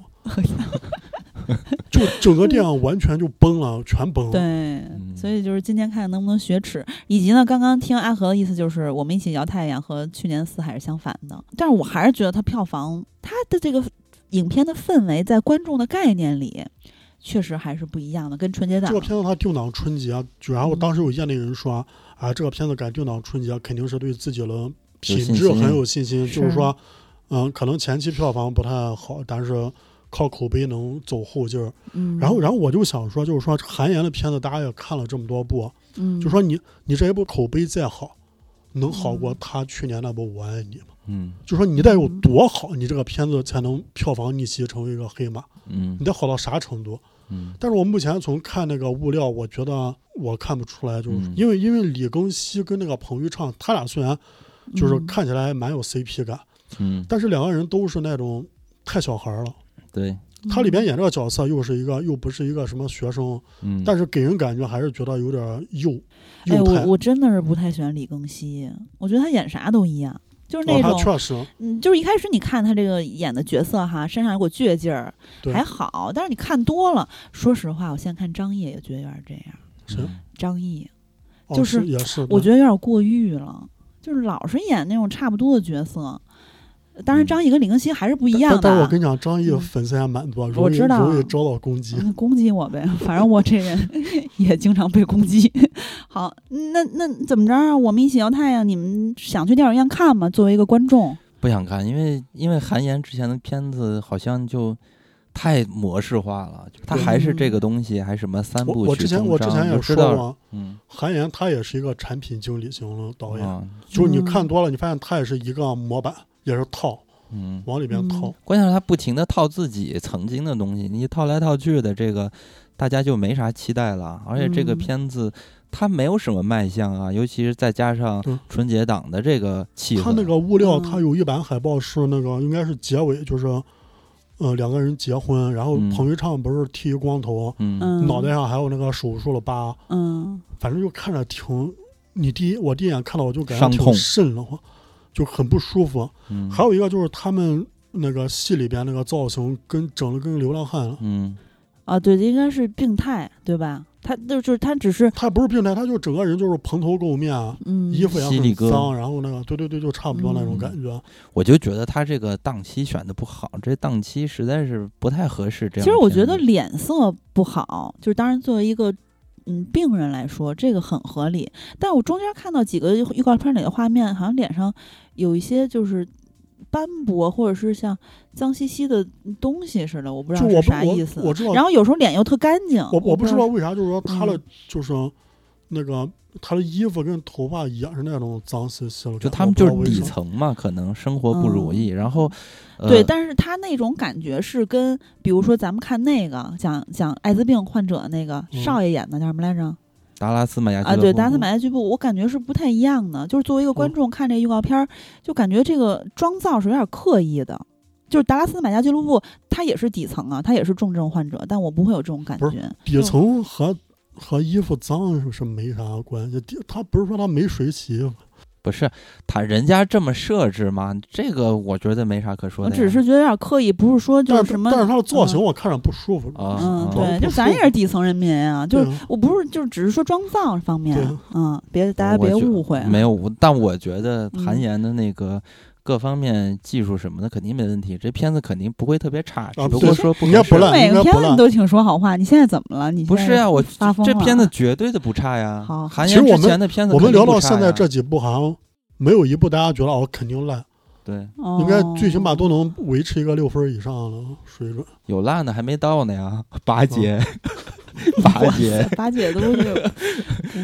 Speaker 3: 就整个电影完全就崩了，全崩了。
Speaker 2: 对，
Speaker 3: 嗯
Speaker 2: 所以就是今天看看能不能学耻，以及呢，刚刚听阿和的意思就是我们一起摇太阳和去年四海是相反的，但是我还是觉得它票房它的这个影片的氛围在观众的概念里确实还是不一样的，跟春节档
Speaker 3: 这个片子它定档春节，居然我
Speaker 2: 嗯
Speaker 3: 当时有业内人说，啊，这个片子敢定档春节，啊肯定是对自己的
Speaker 1: 有
Speaker 3: 品
Speaker 1: 信
Speaker 3: 质
Speaker 1: 心
Speaker 3: 很有信心。就是
Speaker 2: 是
Speaker 3: 说，嗯，可能前期票房不太好，但是靠口碑能走后劲儿。
Speaker 2: 嗯，
Speaker 3: 然后，然后我就想说，就是说韩延的片子大家也看了这么多部，
Speaker 2: 嗯，嗯
Speaker 3: 就说你你这一部口碑再好，能好过他去年那部《我爱你》吗？
Speaker 1: 嗯
Speaker 3: 就说你得有多好，你这个片子才能票房逆袭成为一个黑马？
Speaker 1: 嗯
Speaker 3: 你得好到啥程度？
Speaker 1: 嗯
Speaker 3: 但是我目前从看那个物料，我觉得我看不出来，就是、
Speaker 1: 嗯
Speaker 3: 因为因为李庚希跟那个彭昱畅，他俩虽然就是
Speaker 2: 嗯
Speaker 3: 看起来蛮有 CP 感，
Speaker 1: 嗯，
Speaker 3: 但是两个人都是那种太小孩了。
Speaker 1: 对，
Speaker 2: 嗯
Speaker 3: 他里边演这个角色又是一个又不是一个什么学生，
Speaker 1: 嗯，
Speaker 3: 但是给人感觉还是觉得有点幼
Speaker 2: 哎，
Speaker 3: 幼啊
Speaker 2: 我
Speaker 3: 态。
Speaker 2: 我真的是不太喜欢李庚希，我觉得他演啥都一样，就是
Speaker 3: 哦
Speaker 2: 那
Speaker 3: 他
Speaker 2: 种，
Speaker 3: 确实，
Speaker 2: 嗯，就是一开始你看他这个演的角色哈，身上有股倔劲儿，
Speaker 3: 对
Speaker 2: 还好，但是你看多了，说实话，我现在看张译也觉得有点这样，
Speaker 3: 是
Speaker 2: 张译
Speaker 3: 哦、
Speaker 2: 就是
Speaker 3: 也是，
Speaker 2: 我
Speaker 3: 得
Speaker 2: 觉得有点过誉了，就是老是演那种差不多的角色，当然张译跟李庚希还是不一样的啊。
Speaker 3: 嗯但但我跟你讲，张译
Speaker 2: 嗯
Speaker 3: 粉丝还蛮多，
Speaker 2: 我
Speaker 3: 容易
Speaker 2: 知道
Speaker 3: 容易遭到攻击。
Speaker 2: 嗯攻击我呗， 反正我这人也经常被攻击。 好，那那怎么着啊？我们一起摇太阳，你们想去电影院看吗？作为一个观众，
Speaker 1: 不想看，因为因为韩延之前的片子好像就太模式化了，就他还是这个东西，还什么三
Speaker 3: 我
Speaker 1: 部曲
Speaker 3: 我之前我之
Speaker 1: 终章
Speaker 3: 前也
Speaker 1: 就
Speaker 3: 说
Speaker 1: 知道了，
Speaker 3: 过，
Speaker 1: 嗯，
Speaker 3: 韩延他也是一个产品经理型的导演，
Speaker 1: 啊
Speaker 3: 就是你
Speaker 2: 嗯
Speaker 3: 看多了，你发现他也是一个模板，也是套
Speaker 1: 嗯，
Speaker 3: 往里边套
Speaker 2: 嗯。
Speaker 1: 关键是他不停的套自己曾经的东西，你套来套去的，这个大家就没啥期待了。而且这个
Speaker 2: 嗯
Speaker 1: 片子它没有什么卖相啊，尤其是再加上
Speaker 3: 对
Speaker 1: 春节档的这个气氛，
Speaker 3: 他那个物料，
Speaker 2: 嗯
Speaker 3: 他有一版海报是那个应该是结尾，就是呃两个人结婚，然后
Speaker 1: 嗯
Speaker 3: 彭昱畅不是剃一光头，
Speaker 1: 嗯
Speaker 2: 嗯，
Speaker 3: 脑袋，上还有那个手术的疤，
Speaker 2: 嗯，
Speaker 3: 反正就看着挺，你第一我第一眼看到我就感觉
Speaker 1: 伤
Speaker 3: 挺
Speaker 1: 痛
Speaker 3: 瘆得慌，就很不舒服。
Speaker 1: 嗯，
Speaker 3: 还有一个就是他们那个戏里边那个造型跟整的跟流浪汉了，
Speaker 1: 嗯
Speaker 2: 啊，对，应该是病态，对吧？他就就是他只是，
Speaker 3: 他不是病态，他就整个人就是蓬头垢面啊，
Speaker 2: 嗯，
Speaker 3: 衣服也
Speaker 1: 犀利
Speaker 3: 很
Speaker 1: 哥
Speaker 3: 脏，然后那个对对对，就差不多那种
Speaker 2: 嗯
Speaker 3: 感觉。
Speaker 1: 我就觉得他这个档期选的不好，这档期实在是不太合适这样的片子。
Speaker 2: 其实我觉得脸色不好，就是当然作为一个嗯病人来说，这个很合理。但我中间看到几个预预告片里的画面，好像脸上有一些就是斑驳，或者是像脏兮兮的东西似的，我不知
Speaker 3: 就
Speaker 2: 道
Speaker 3: 我
Speaker 2: 是
Speaker 3: 不
Speaker 2: 啥意
Speaker 3: 我我
Speaker 2: 思。
Speaker 3: 知道，
Speaker 2: 然后有时候脸又特干净，
Speaker 3: 我我
Speaker 2: 不
Speaker 3: 不知道为啥，就是说他的
Speaker 2: 嗯
Speaker 3: 就是那个他的衣服跟头发也是那种脏兮兮的感
Speaker 1: 就
Speaker 3: 觉，
Speaker 1: 他们就是
Speaker 3: 我不知道
Speaker 1: 底
Speaker 3: 为啥。
Speaker 1: 层嘛，可能生活不如意，然后、呃、
Speaker 2: 嗯对，但是他那种感觉是跟，比如说咱们看那个讲讲艾滋病患者那个
Speaker 3: 嗯
Speaker 2: 少爷演的叫什么来着？
Speaker 1: 达拉斯买家
Speaker 2: 啊，
Speaker 1: 俱乐
Speaker 2: 对，
Speaker 1: 部
Speaker 2: 达斯买家俱乐部，我感觉是不太一样的。就是作为一个观
Speaker 3: 嗯
Speaker 2: 众看这预告片儿，就感觉这个妆造是有点刻意的。就是达拉斯买家俱乐部，它也是底层啊，它也是重症患者，但我不会有这种感
Speaker 3: 不是
Speaker 2: 觉。
Speaker 3: 底层和和衣服脏是是没啥关系，底他不是说他没水洗衣服，
Speaker 1: 不是他人家这么设置嘛，这个我觉得没啥可说
Speaker 2: 我
Speaker 1: 的呀。
Speaker 2: 啊只是觉得有点刻意，不是说就
Speaker 3: 但
Speaker 2: 什
Speaker 3: 是
Speaker 2: 么
Speaker 3: 但，是他的造型我看着不舒服。
Speaker 1: 啊，
Speaker 2: 嗯，
Speaker 1: 啊
Speaker 3: 主要
Speaker 2: 对，
Speaker 3: 不
Speaker 2: 就咱
Speaker 3: 舒
Speaker 2: 也是底层人民啊，就
Speaker 3: 对
Speaker 2: 是
Speaker 3: 啊
Speaker 2: 我不是，就是只是说妆造方面
Speaker 3: 对啊，
Speaker 2: 嗯，别大家
Speaker 1: 我
Speaker 2: 别
Speaker 1: 觉
Speaker 2: 误会啊，
Speaker 1: 没有，我但我觉得韩
Speaker 2: 嗯
Speaker 1: 延的那个各方面技术什么的肯定没问题，这片子肯定不会特别差，只
Speaker 3: 啊
Speaker 1: 不
Speaker 3: 对
Speaker 1: 过说不
Speaker 3: 应该
Speaker 1: 合适
Speaker 3: 不烂
Speaker 2: 每
Speaker 3: 应
Speaker 2: 个
Speaker 3: 该
Speaker 2: 片
Speaker 3: 不
Speaker 2: 子
Speaker 3: 烂啊
Speaker 2: 你都挺说好话，你现在怎么了？你
Speaker 1: 不
Speaker 2: 现
Speaker 1: 是
Speaker 2: 在
Speaker 1: 呀、我
Speaker 2: 发疯
Speaker 1: 这
Speaker 2: 了
Speaker 1: 片子绝对的不差呀
Speaker 2: 啊好。
Speaker 1: 韩
Speaker 3: 其
Speaker 1: 延
Speaker 3: 实我
Speaker 1: 之
Speaker 3: 们
Speaker 1: 前的
Speaker 2: 嗯
Speaker 1: 片子
Speaker 3: 我
Speaker 1: 肯
Speaker 3: 们
Speaker 1: 定
Speaker 3: 聊
Speaker 1: 不
Speaker 3: 到
Speaker 1: 差
Speaker 3: 现在
Speaker 1: 呀
Speaker 3: 这几部好像没有一部大家觉得哦肯定烂，
Speaker 1: 对
Speaker 3: 应该
Speaker 2: 哦
Speaker 3: 最起码都能维持一个六分以上的水准。
Speaker 1: 有烂的还没到呢呀，八节、 八姐，
Speaker 2: 八姐都没有。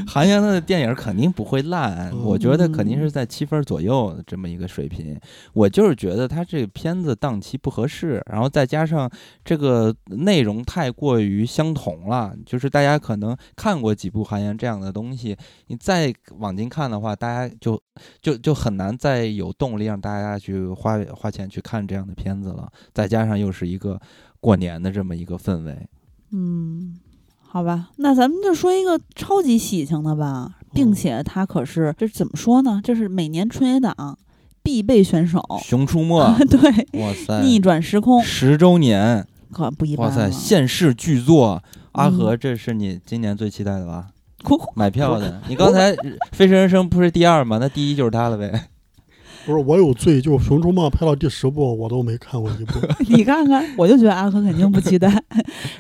Speaker 1: 韩延的电影肯定不会烂，
Speaker 3: 嗯
Speaker 1: 我觉得肯定是在七分左右这么一个水平。我就是觉得他这个片子档期不合适，然后再加上这个内容太过于相同了，就是大家可能看过几部韩延这样的东西，你再往近看的话，大家就就就很难再有动力让大家去花花钱去看这样的片子了。再加上又是一个过年的这么一个氛围，
Speaker 2: 嗯，好吧，那咱们就说一个超级喜庆的吧，
Speaker 1: 哦
Speaker 2: 并且它可是这怎么说呢？这是每年春节档必备选手，
Speaker 1: 《熊出 没》
Speaker 2: 对，
Speaker 1: 哇塞，
Speaker 2: 哦逆转时空
Speaker 1: 十周年，
Speaker 2: 可不一般
Speaker 1: 哎
Speaker 2: 啊
Speaker 1: 哇塞，
Speaker 2: 了
Speaker 1: 现世巨作！阿
Speaker 2: 嗯
Speaker 1: 和，这是你今年最期待的吧？
Speaker 2: 哭哭
Speaker 1: 买票的，你刚才《飞驰人生》不是第二吗？那第一就是他了呗。
Speaker 3: 不是我有罪，就是《熊出没》拍到第十部我都没看过一 部。
Speaker 2: 你看看，我就觉得阿珂肯定不期待。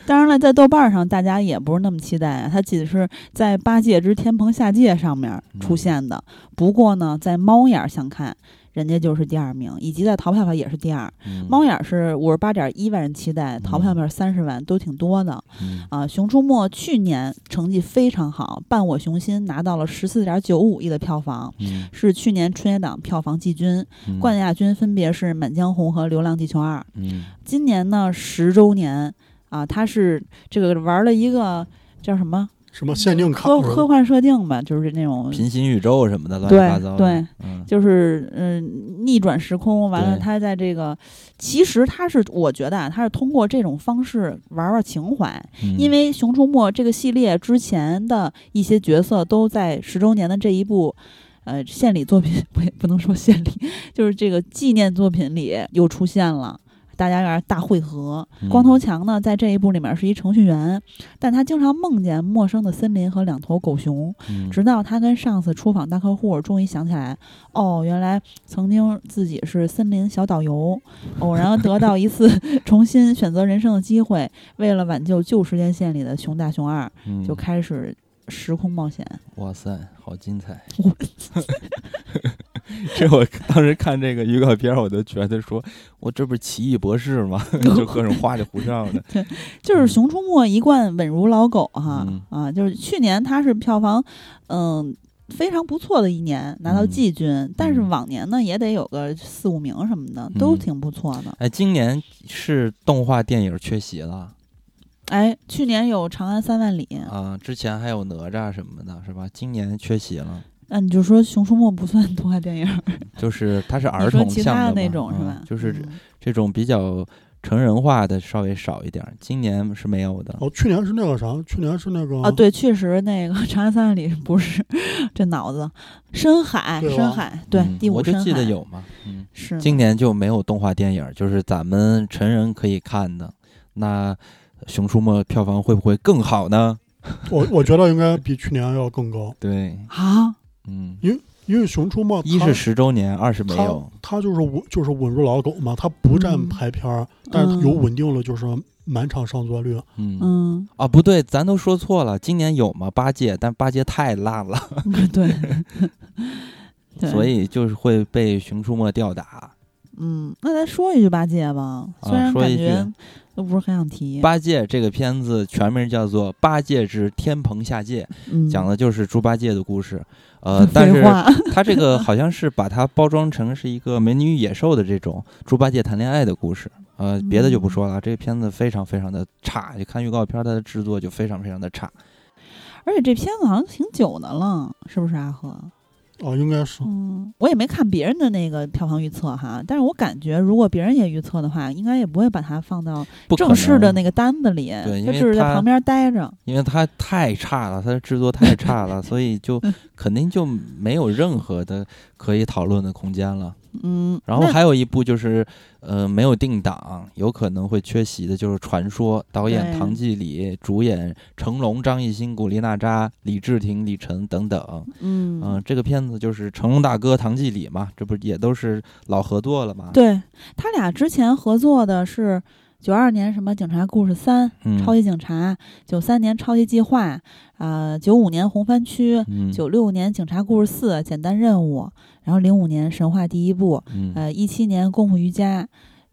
Speaker 2: 当然了，在豆瓣上大家也不是那么期待啊，它仅是在《八戒之天蓬下界》上面
Speaker 1: 嗯
Speaker 2: 出现的。不过呢，在猫眼儿相看，人家就是第二名，以及在淘票票也是第二。
Speaker 1: 嗯
Speaker 2: 猫眼儿是五十八点一万人期待，淘票票三十万，都挺多的
Speaker 1: 嗯
Speaker 2: 啊。熊出没去年成绩非常好，《伴我熊心》拿到了十四点九五亿的票房，
Speaker 1: 嗯
Speaker 2: 是去年春节档票房季军，
Speaker 1: 嗯
Speaker 2: 冠亚军分别是《满江红》和《流浪地球二》。
Speaker 1: 嗯
Speaker 2: 今年呢十周年啊，他是这个玩了一个叫什么
Speaker 3: 什么限定卡
Speaker 2: 科
Speaker 3: 是吧
Speaker 2: 科幻设定吧，就是那种
Speaker 1: 平行宇宙什么的，乱七
Speaker 2: 对
Speaker 1: 八糟的。
Speaker 2: 对
Speaker 1: 嗯，
Speaker 2: 就是嗯逆转时空，完了
Speaker 1: 对
Speaker 2: 他在这个其实他是我觉得啊，他是通过这种方式玩玩情怀，
Speaker 1: 嗯
Speaker 2: 因为《熊出没》这个系列之前的一些角色都在十周年的这一部。呃，献礼作品不不能说献礼，就是这个纪念作品里又出现了，大家有点大汇合。
Speaker 1: 嗯
Speaker 2: 光头强呢，在这一部里面是一程序员，但他经常梦见陌生的森林和两头狗熊，
Speaker 1: 嗯
Speaker 2: 直到他跟上司出访大客户，终于想起来，哦，原来曾经自己是森林小导游，偶然得到一次 重新选择人生的机会，为了挽救旧时间线里的熊大熊二，
Speaker 1: 嗯
Speaker 2: 就开始时空冒险。
Speaker 1: 哇塞，好精彩
Speaker 2: 我！
Speaker 1: 这我当时看这个预告片儿，我都觉得说，我这不是奇异博士吗？ 就各种花里胡哨的。
Speaker 2: 就是
Speaker 1: 嗯
Speaker 2: 《熊出没》一贯稳如老狗哈、
Speaker 1: 嗯
Speaker 2: 啊，就是去年它是票房嗯非常不错的一年，拿到
Speaker 1: 嗯嗯
Speaker 2: 季军，但是往年呢也得有个四五名什么的，都挺不错的。
Speaker 1: 哎，今年是动画电影缺席了
Speaker 2: 哎，去年有《长安三万里》
Speaker 1: 啊，之前还有哪吒什么的，是吧？今年缺席了，
Speaker 2: 那你就说《熊出没》不算动画电影，
Speaker 1: 就是它是
Speaker 2: 嗯你
Speaker 1: 儿
Speaker 2: 说
Speaker 1: 童
Speaker 2: 其
Speaker 1: 向
Speaker 2: 他
Speaker 1: 的
Speaker 2: 那
Speaker 1: 嘛
Speaker 2: 种是
Speaker 1: 嗯
Speaker 2: 吧？
Speaker 1: 就是
Speaker 2: 嗯
Speaker 1: 这种比较成人化的稍微少一点儿，今年是没有的。
Speaker 3: 哦，去年是那个啥？去年是那个
Speaker 2: 啊，，对，确实那个《长安三万里》不是这脑子，深海，
Speaker 3: 对吧
Speaker 2: 深海，对，
Speaker 1: 嗯
Speaker 2: 第五
Speaker 1: 我就
Speaker 2: 深
Speaker 1: 记得
Speaker 2: 海
Speaker 1: 有嘛。嗯，
Speaker 2: 是
Speaker 1: 今年就没有动画电影儿，就是咱们成人可以看的。那《熊出没》票房会不会更好呢？
Speaker 3: 我我觉得应该比去年要更高，
Speaker 1: 对，
Speaker 2: 啊，
Speaker 1: 嗯，
Speaker 3: 因为《熊出没》
Speaker 1: 一
Speaker 3: 它
Speaker 1: 是十周年，二是没有。
Speaker 3: 它就是稳，就是稳住老狗嘛，它不占
Speaker 2: 嗯
Speaker 3: 排片儿，但是
Speaker 2: 嗯
Speaker 3: 有稳定的就是满场上座率。
Speaker 1: 嗯
Speaker 2: 嗯，
Speaker 1: 啊，不对，咱都说错了，今年有吗？八戒，但八戒太烂了，
Speaker 2: 对，对
Speaker 1: 嗯所以就是会被《熊出没》吊打。
Speaker 2: 嗯，那咱说一句八戒吧，虽
Speaker 1: 啊
Speaker 2: 然
Speaker 1: 说
Speaker 2: 感
Speaker 1: 一句
Speaker 2: 觉都不是很想提，
Speaker 1: 八戒这个片子全名叫做《八戒之天蓬下界》，
Speaker 2: 嗯、，
Speaker 1: 讲的就是猪八戒的故事。呃 但
Speaker 2: 废
Speaker 1: 是
Speaker 2: 话，
Speaker 1: 他这个好像是把它包装成是一个美女与野兽的这种猪八戒谈恋爱的故事。呃，别的就
Speaker 2: 嗯
Speaker 1: 不说了，这个片子非常非常的差，就看预告片儿，它的制作就非常非常的差。
Speaker 2: 而且这片子好像挺久的了，是不是阿和？
Speaker 3: 啊，应该是
Speaker 2: 嗯，我也没看别人的那个票房预测哈，但是我感觉如果别人也预测的话，应该也不会把它放到
Speaker 1: 不可
Speaker 2: 正式的
Speaker 1: 能，
Speaker 2: 那个单子里，
Speaker 1: 对因
Speaker 2: 就
Speaker 1: 为
Speaker 2: 只是在
Speaker 1: 它
Speaker 2: 旁边待着。
Speaker 1: 因为它太差了，它的制作太差了，所以就
Speaker 2: 嗯
Speaker 1: 肯定就没有任何的可以讨论的空间了。
Speaker 2: 嗯，
Speaker 1: 然后
Speaker 2: 那
Speaker 1: 还有一部就是，呃，没有定档，有可能会缺席的，就是《传说》，导演
Speaker 2: 对
Speaker 1: 唐季礼，主演成龙、张艺兴、古力娜扎、李治廷、李晨等等。
Speaker 2: 嗯
Speaker 1: 嗯、这个片子就是成龙大哥唐季礼嘛，这不也都是老合作了嘛？
Speaker 2: 对他俩之前合作的是九二年什么《警察故事三》
Speaker 1: 嗯，
Speaker 2: 超级警察》，九三年《超级计划》，啊，九五年《红番区》，
Speaker 1: 嗯，
Speaker 2: 九六年《警察故事四》简单任务，然后零五年《神话第一部》，
Speaker 1: 嗯
Speaker 2: 呃，一七年《功夫瑜伽》，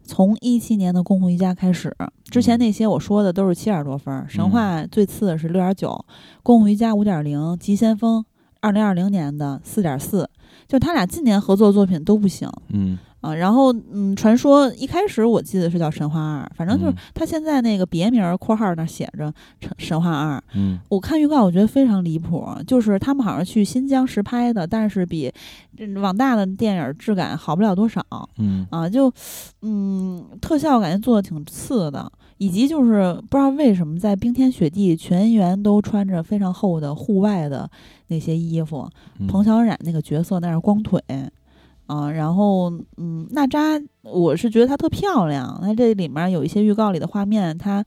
Speaker 2: 从一七年的《功夫瑜伽》开始，之
Speaker 1: 嗯
Speaker 2: 前那些我说的都是七点多分儿，神话最次的是六点九，《功夫瑜伽》五点零，《急先锋》二零二零年的四点四，就他俩今年合作作品都不行。
Speaker 1: 嗯，
Speaker 2: 啊，然后嗯，传说一开始我记得是叫《神话二》，反正就是
Speaker 1: 嗯
Speaker 2: 他现在那个别名儿括号那儿写着《神神话二》，
Speaker 1: 嗯，
Speaker 2: 我看预告，我觉得非常离谱，就是他们好像去新疆实拍的，但是比嗯网大的电影质感好不了多少
Speaker 1: 嗯，
Speaker 2: 啊。就嗯，特效感觉做的挺次的，以及就是不知道为什么在冰天雪地，全员都穿着非常厚的户外的那些衣服，
Speaker 1: 嗯
Speaker 2: 彭，小冉那个角色那是光腿，啊、然后嗯，娜扎我是觉得她特漂亮，那这里面有一些预告里的画面，她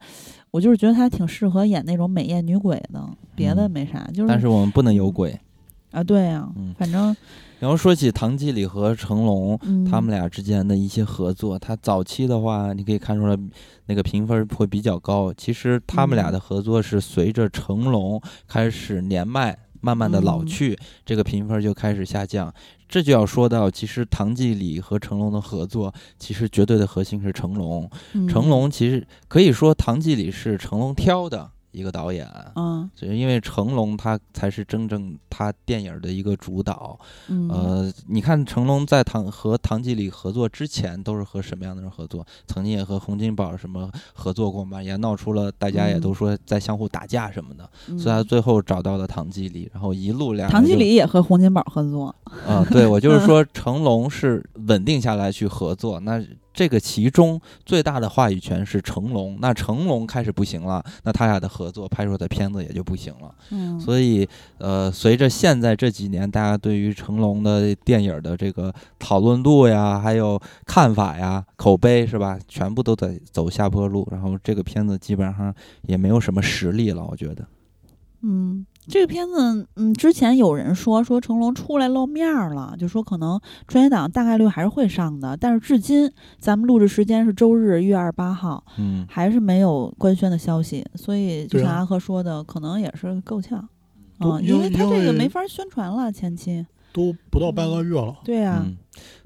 Speaker 2: 我就是觉得她挺适合演那种美艳女鬼的，别的
Speaker 1: 嗯
Speaker 2: 没啥，就是
Speaker 1: 但是我们不能
Speaker 2: 嗯
Speaker 1: 有鬼。
Speaker 2: 啊，对呀、
Speaker 1: 嗯
Speaker 2: 反正
Speaker 1: 然后说起唐季礼和成龙，
Speaker 2: 嗯，
Speaker 1: 他们俩之间的一些合作，他早期的话，你可以看出来那个评分会比较高。其实他们俩
Speaker 2: 嗯
Speaker 1: 的合作是随着成龙开始年迈。慢慢的老
Speaker 2: 嗯
Speaker 1: 去，这个评分就开始下降。这就要说到，其实唐季礼和成龙的合作，其实绝对的核心是成龙。
Speaker 2: 嗯
Speaker 1: 成，龙其实可以说唐季礼是成龙挑的一个导演，
Speaker 2: 嗯
Speaker 1: 只是因为成龙他才是真正他电影的一个主导。
Speaker 2: 嗯，
Speaker 1: 呃，你看成龙在唐和唐季礼合作之前都是和什么样的人合作？曾经也和洪金宝什么合作过嘛，也闹出了大家也
Speaker 2: 嗯
Speaker 1: 都说在相互打架什么的，
Speaker 2: 嗯
Speaker 1: 所以他最后找到了唐季礼，然后一路俩人
Speaker 2: 唐季
Speaker 1: 就
Speaker 2: 礼嗯也和洪金宝合作，
Speaker 1: 啊，对我就是说，成龙是稳定下来去合作，那这个其中最大的话语权是成龙。那成龙开始不行了，那他俩的合作拍出的片子也就不行了。
Speaker 2: 嗯，
Speaker 1: 所以，呃，随着现在这几年大家对于成龙的电影的这个讨论度呀，还有看法呀、口碑是吧，全部都在走下坡路。然后这个片子基本上也没有什么实力了，我觉得。
Speaker 2: 嗯，这个片子，嗯，之前有人说说成龙出来露面儿了，就说可能春节档大概率还是会上的，但是至今咱们录制时间是周日一月二十八号，
Speaker 1: 嗯，
Speaker 2: 还是没有官宣的消息，所以就
Speaker 3: 对啊
Speaker 2: 像阿和说的，可能也是够呛。
Speaker 3: 都
Speaker 2: 嗯，
Speaker 3: 因
Speaker 2: 因为
Speaker 3: 为
Speaker 2: 他这
Speaker 3: 因为
Speaker 2: 个没法宣传了，前期。
Speaker 3: 都不到半个月了。
Speaker 2: 对啊呀、
Speaker 1: 嗯，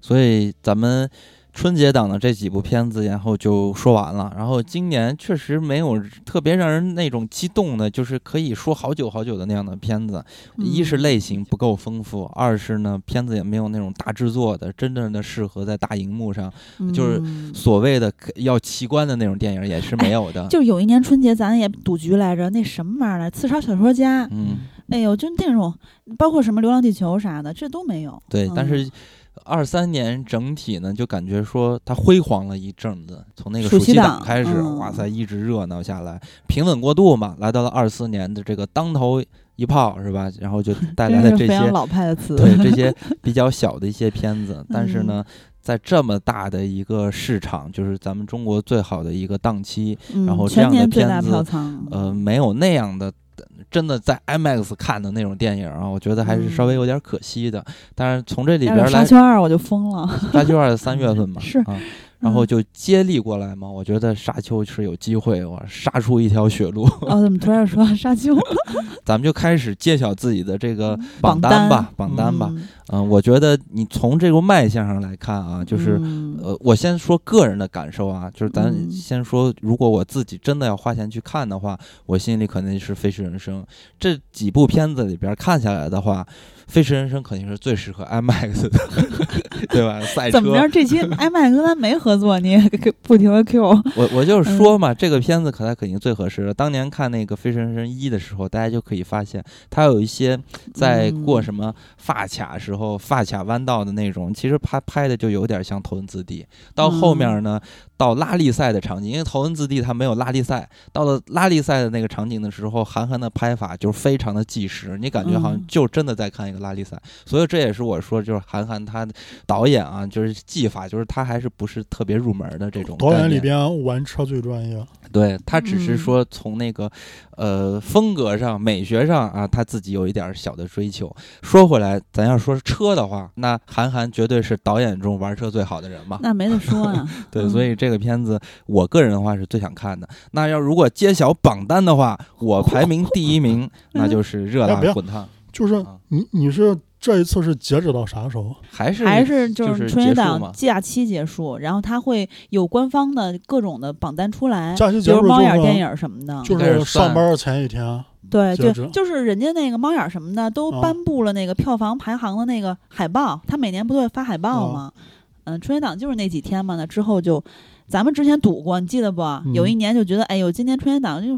Speaker 1: 所以咱们春节档的这几部片子，然后就说完了。然后今年确实没有特别让人那种激动的，就是可以说好久好久的那样的片子。
Speaker 2: 嗯
Speaker 1: 一是类型不够丰富，二是呢片子也没有那种大制作的，真正的适合在大荧幕上，
Speaker 2: 嗯
Speaker 1: 就是
Speaker 2: 嗯
Speaker 1: 所谓的可要奇观的那种电影也是没有的。
Speaker 2: 哎就有一年春节，咱也赌局来着，那什么玩意儿来，《刺杀小说家》
Speaker 1: 嗯，
Speaker 2: 哎呦，就那种，包括什么《流浪地球》啥的，这都没有。
Speaker 1: 对，但
Speaker 2: 嗯
Speaker 1: 是。二三年整体呢，就感觉说它辉煌了一阵子，从那个
Speaker 2: 暑
Speaker 1: 暑
Speaker 2: 期
Speaker 1: 期
Speaker 2: 档
Speaker 1: 档开始，
Speaker 2: 嗯
Speaker 1: 哇塞，一直热闹下来，平稳过渡嘛，来到了二四年的这个当头一炮是吧？然后就带来
Speaker 2: 真
Speaker 1: 了
Speaker 2: 是
Speaker 1: 这
Speaker 2: 非常
Speaker 1: 些
Speaker 2: 老派的词。
Speaker 1: 对这 些比较小的一些片子，但是
Speaker 2: 嗯
Speaker 1: 呢，在这么大的一个市场，就是咱们中国最好的一个档期，然后
Speaker 2: 嗯、
Speaker 1: 这
Speaker 2: 全
Speaker 1: 样的
Speaker 2: 年最
Speaker 1: 片
Speaker 2: 大
Speaker 1: 子
Speaker 2: 票仓，
Speaker 1: 呃，没有那样的，真的在 IMAX 看的那种电影啊，我觉得还是稍微有点可惜的。但是从这里
Speaker 2: 要
Speaker 1: 边
Speaker 2: 嗯是
Speaker 1: 儿
Speaker 2: 沙
Speaker 1: 来，
Speaker 2: 丘二我就疯了。
Speaker 1: 沙丘二三月 份嘛，
Speaker 2: 是嗯
Speaker 1: 啊，然后就接力过来嘛。我觉得沙丘是有机会，我杀出一条血路。
Speaker 2: 哦，怎么突然说到沙丘
Speaker 1: 咱们就开始揭晓自己的这个
Speaker 2: 榜
Speaker 1: 单吧，
Speaker 3: 单
Speaker 1: 榜单吧。
Speaker 2: 嗯
Speaker 1: 嗯、我觉得你从这个卖相上来看啊，就是。
Speaker 2: 嗯
Speaker 1: 呃，我先说个人的感受啊，就是咱
Speaker 2: 嗯
Speaker 1: 先说，如果我自己真的要花钱去看的话，我心里肯定是《飞驰人生》这几部片子里边看下来的话，《飞驰人生》肯定是最适合 IMAX 的， 对吧？赛呃车啊
Speaker 2: 怎么着？这期艾麦跟他没合作，你也给 不停的 Q。
Speaker 1: 我我就是说嘛，这个片子可它肯定最合适了。当年看那个《飞驰人生一》的时候，大家就可以发现，它有一些在过什么发卡时候、发卡弯道的那种，其实拍拍的就有点像头文字 D。到后面呢，到拉力赛的场景，因为头文字 D 它没有拉力赛，到了拉力赛的那个场景的时候，韩寒的拍法就是非常的纪实，你感觉好
Speaker 2: 嗯
Speaker 1: 像就真的在看一个拉力赛。所以这也是我说，就是韩寒他导演啊，就是技法，就是他还是不是特别入门的这种
Speaker 3: 导
Speaker 1: 概
Speaker 3: 演里
Speaker 1: 念
Speaker 3: 边玩车最专业，
Speaker 1: 对他只是
Speaker 2: 嗯
Speaker 1: 说从那个，呃，风格上、美学上啊，他自己有一点儿小的追求。说回来，咱要说车的话，那韩寒绝对是导演中玩车最好的人嘛。
Speaker 2: 那没得说啊，
Speaker 1: 对，
Speaker 2: 嗯
Speaker 1: 所以这个片子，我个人的话是最想看的。那要如果揭晓榜单
Speaker 2: 嗯
Speaker 1: 的话，我排名第一名，那就是《热
Speaker 3: 哎
Speaker 1: 辣
Speaker 3: 不要
Speaker 1: 滚烫
Speaker 3: 就是
Speaker 1: 啊
Speaker 3: 你你是这一次是截止到啥时候？
Speaker 2: 哎
Speaker 1: 还是
Speaker 2: 还是
Speaker 1: 就是是
Speaker 2: 春
Speaker 1: 结束
Speaker 2: 节档
Speaker 1: 嘛
Speaker 2: 假期结束，然后它会有官方的各种的榜单出来，
Speaker 3: 假期
Speaker 2: 比
Speaker 3: 结束
Speaker 2: 如
Speaker 3: 之后
Speaker 2: 猫眼电
Speaker 3: 呢，
Speaker 2: 影什么的。
Speaker 3: 就
Speaker 1: 应该
Speaker 3: 是
Speaker 1: 是算
Speaker 3: 上班前一天，
Speaker 2: 对
Speaker 3: 截
Speaker 2: 对
Speaker 3: 止，
Speaker 2: 就是人家那个猫眼什么的都
Speaker 3: 啊
Speaker 2: 颁布了那个票房排行的那个海报，他每年不都会发海报吗？嗯，春节档就是那几天嘛，那之后就。咱们之前赌过，你记得不？有一年就觉得，哎呦，今年春节档就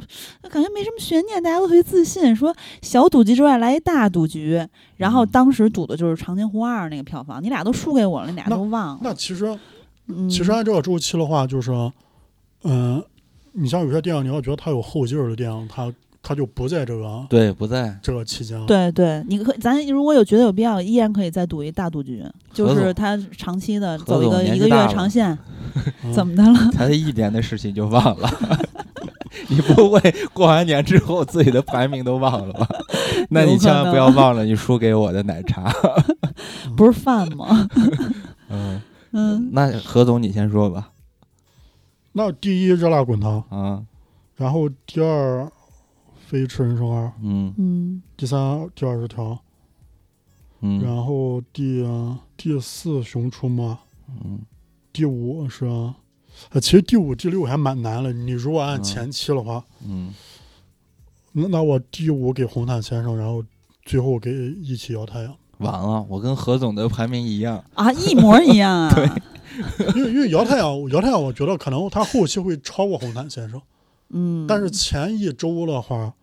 Speaker 2: 感觉没什么悬念，大家都特别自信，说小赌局之外来一大赌局。然后当时赌的就是《长津湖二》那个票房，你俩都输给我了，你俩
Speaker 3: 那
Speaker 2: 都忘了。
Speaker 3: 那其实
Speaker 2: 嗯，
Speaker 3: 其实啊按这个周期的话，就是，嗯、你像有些电影，你要觉得它有后劲儿的电影，它它就不在这个
Speaker 1: 对不在
Speaker 3: 这个期间。，
Speaker 2: 对对，你可咱如果有觉得有必要，依然可以再赌一大赌局，就
Speaker 1: 何
Speaker 2: 是
Speaker 1: 总
Speaker 2: 他长期的
Speaker 1: 何
Speaker 2: 走一
Speaker 1: 总
Speaker 2: 个
Speaker 1: 年
Speaker 2: 一
Speaker 1: 纪
Speaker 2: 个月
Speaker 1: 大了
Speaker 2: 长线，
Speaker 3: 嗯、
Speaker 2: 怎么 的了？
Speaker 1: 才一年的事情就忘了。 你不会过完年之后自己的排名都忘 了吧？那你千万不要忘了你输给我的奶 茶。
Speaker 2: 不是饭 吗？
Speaker 1: 嗯，
Speaker 2: 嗯，
Speaker 1: 那何总你先说吧。
Speaker 3: 那第一热辣滚烫，
Speaker 1: 啊，
Speaker 3: 然后第二飞驰人生二，
Speaker 1: 嗯
Speaker 2: 嗯，
Speaker 3: 第三第二十条，
Speaker 1: 嗯
Speaker 3: 然后第呃第四熊出没，
Speaker 1: 嗯，
Speaker 3: 第五是，呃，其实第五第六还蛮难了。你如果按
Speaker 1: 嗯
Speaker 3: 前期的话，
Speaker 1: 嗯，
Speaker 3: 那那我第五给红毯先生，然后最后给一起摇太阳。
Speaker 1: 完了，我跟何总的排名一样。
Speaker 2: 啊，一模一样 啊！
Speaker 3: 因为因为姚太阳，姚太阳，我觉得可能他后期会超过红毯先生，
Speaker 2: 嗯，
Speaker 3: 但是前一周的话，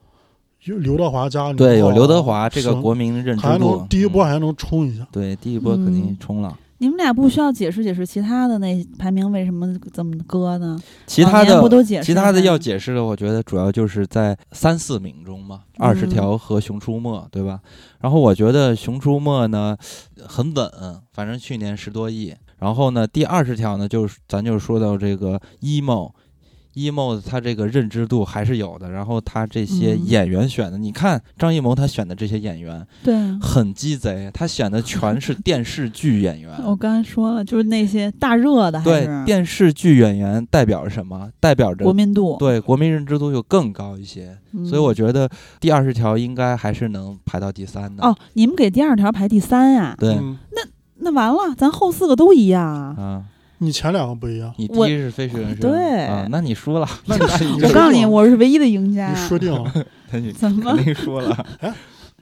Speaker 3: 有刘德华加
Speaker 1: 对，
Speaker 3: 李
Speaker 1: 有
Speaker 3: 敖
Speaker 1: 刘德华这个
Speaker 3: 行
Speaker 1: 国民认知
Speaker 3: 还
Speaker 1: 度
Speaker 3: 能，第一波
Speaker 1: 嗯
Speaker 3: 还能冲一下，
Speaker 1: 对第一波肯定冲了。
Speaker 2: 你们俩不需要解释解释其他的那排名为什么这么割呢？
Speaker 1: 其
Speaker 2: 往
Speaker 1: 他
Speaker 2: 年不
Speaker 1: 的
Speaker 2: 都解释？
Speaker 1: 其他的要，解释的，我觉得主要就是在三四名中嘛，
Speaker 2: 嗯
Speaker 1: 二十条和熊出没，对吧？然后我觉得熊出没呢很稳，反正去年十多亿。然后呢，第二十条呢，就是咱就说到这个 E emo。emo 他这个认知度还是有的，然后他这些
Speaker 2: 嗯
Speaker 1: 演员选的，你看张艺谋他选的这些演员
Speaker 2: 对啊，，
Speaker 1: 很鸡贼，他选的全是电视剧演员
Speaker 2: 我刚才说了，就是那些大热的，还
Speaker 1: 对
Speaker 2: 哦是啊
Speaker 1: 电视剧演员代表着什么？代表着
Speaker 2: 国民度，
Speaker 1: 对国民认知度就更高一些，
Speaker 2: 嗯
Speaker 1: 所以我觉得第二十条应该还是能排到第三的。
Speaker 2: 哦，你们给第二条排第三呀？
Speaker 1: 对，
Speaker 3: 嗯，
Speaker 2: 那完了，咱后四个都一样啊！
Speaker 1: 啊，
Speaker 3: 你前两个不一样，
Speaker 1: 你第
Speaker 2: 我
Speaker 1: 一是非水人生，
Speaker 2: 对
Speaker 1: 啊，那你输了，
Speaker 3: 那你是你
Speaker 2: 我
Speaker 3: 是
Speaker 2: 告诉
Speaker 3: 这
Speaker 2: 你，
Speaker 3: 样
Speaker 2: 我是唯一的赢家
Speaker 3: 你。输定了，
Speaker 1: 那你
Speaker 2: 怎么
Speaker 1: 肯？定输了。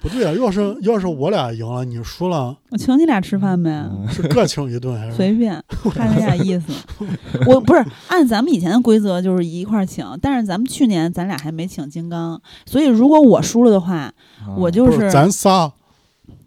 Speaker 3: 不对啊！要是要是我俩赢了，你输了，
Speaker 2: 我请你俩吃饭呗，
Speaker 1: 嗯
Speaker 3: 是各请一顿还是？
Speaker 2: 随 便，看你俩意思。我不是按咱们以前的规则，就是一块儿请，但是咱们去年咱俩还没请金刚，所以如果我输了的话，
Speaker 1: 啊
Speaker 2: 我就
Speaker 3: 不
Speaker 2: 是
Speaker 3: 咱仨，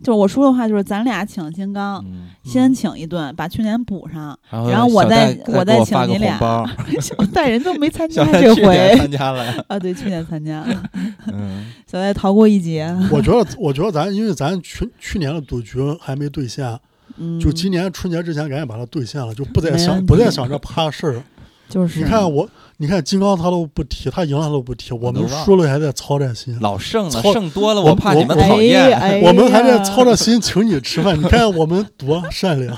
Speaker 2: 就是我输的话，就是咱俩请金刚，
Speaker 1: 嗯，
Speaker 2: 先请一顿，把去年补 上，
Speaker 1: 然后
Speaker 2: 然后我
Speaker 1: 小
Speaker 2: 再
Speaker 1: 戴再
Speaker 2: 我再
Speaker 1: 给我
Speaker 2: 请
Speaker 1: 发个
Speaker 2: 你俩
Speaker 1: 红包，
Speaker 2: 但人都没参加
Speaker 1: 小戴
Speaker 2: 这
Speaker 1: 去年
Speaker 2: 回
Speaker 1: 参加 了，
Speaker 2: 啊，对，去年参加了，
Speaker 1: 嗯，
Speaker 2: 小戴逃过一劫。
Speaker 3: 我觉得，我觉得咱因为咱去去年的赌局还没兑现，
Speaker 2: 嗯，
Speaker 3: 就今年春节之前赶紧把它兑现了，就不再
Speaker 2: 没问
Speaker 3: 想
Speaker 2: 题
Speaker 3: 不再想这趴事儿。
Speaker 2: 就是
Speaker 3: 你看我，你看金刚他都不提，他赢了他都不提，我们输了还在操这心，
Speaker 1: 老胜了，
Speaker 3: 操
Speaker 1: 胜多了，
Speaker 3: 我
Speaker 1: 怕
Speaker 3: 我
Speaker 1: 你们
Speaker 3: 我
Speaker 1: 讨厌，
Speaker 2: 哎哎、
Speaker 3: 我们还在操着。心请你吃饭。你看我们多善良，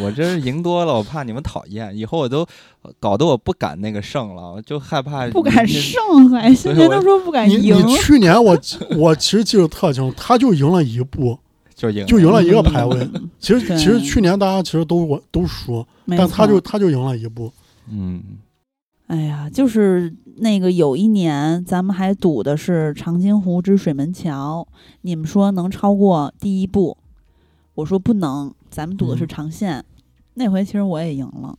Speaker 1: 我这是赢多了，我怕你们讨厌，以后我都搞得我不敢那个胜了，我就害怕
Speaker 2: 不
Speaker 1: 你
Speaker 2: 敢
Speaker 1: 这
Speaker 2: 胜，还
Speaker 1: 所
Speaker 2: 现
Speaker 1: 以我
Speaker 2: 在都说不敢
Speaker 3: 你
Speaker 2: 哎赢
Speaker 3: 你，去年我我其实记得特清，楚，他就赢了一步，
Speaker 1: 就赢了
Speaker 3: 就赢了一个排位。
Speaker 2: 嗯
Speaker 3: 其实
Speaker 2: 对
Speaker 3: 其实去年大家其实都我都输，
Speaker 2: 没
Speaker 3: 但他
Speaker 2: 错
Speaker 3: 就他就赢了一步。
Speaker 1: 嗯，
Speaker 2: 哎呀，就是那个有一年咱们还赌的是长津湖之水门桥，你们说能超过第一步，我说不能，咱们赌的是
Speaker 3: 嗯
Speaker 2: 长线。那回其实我也赢了，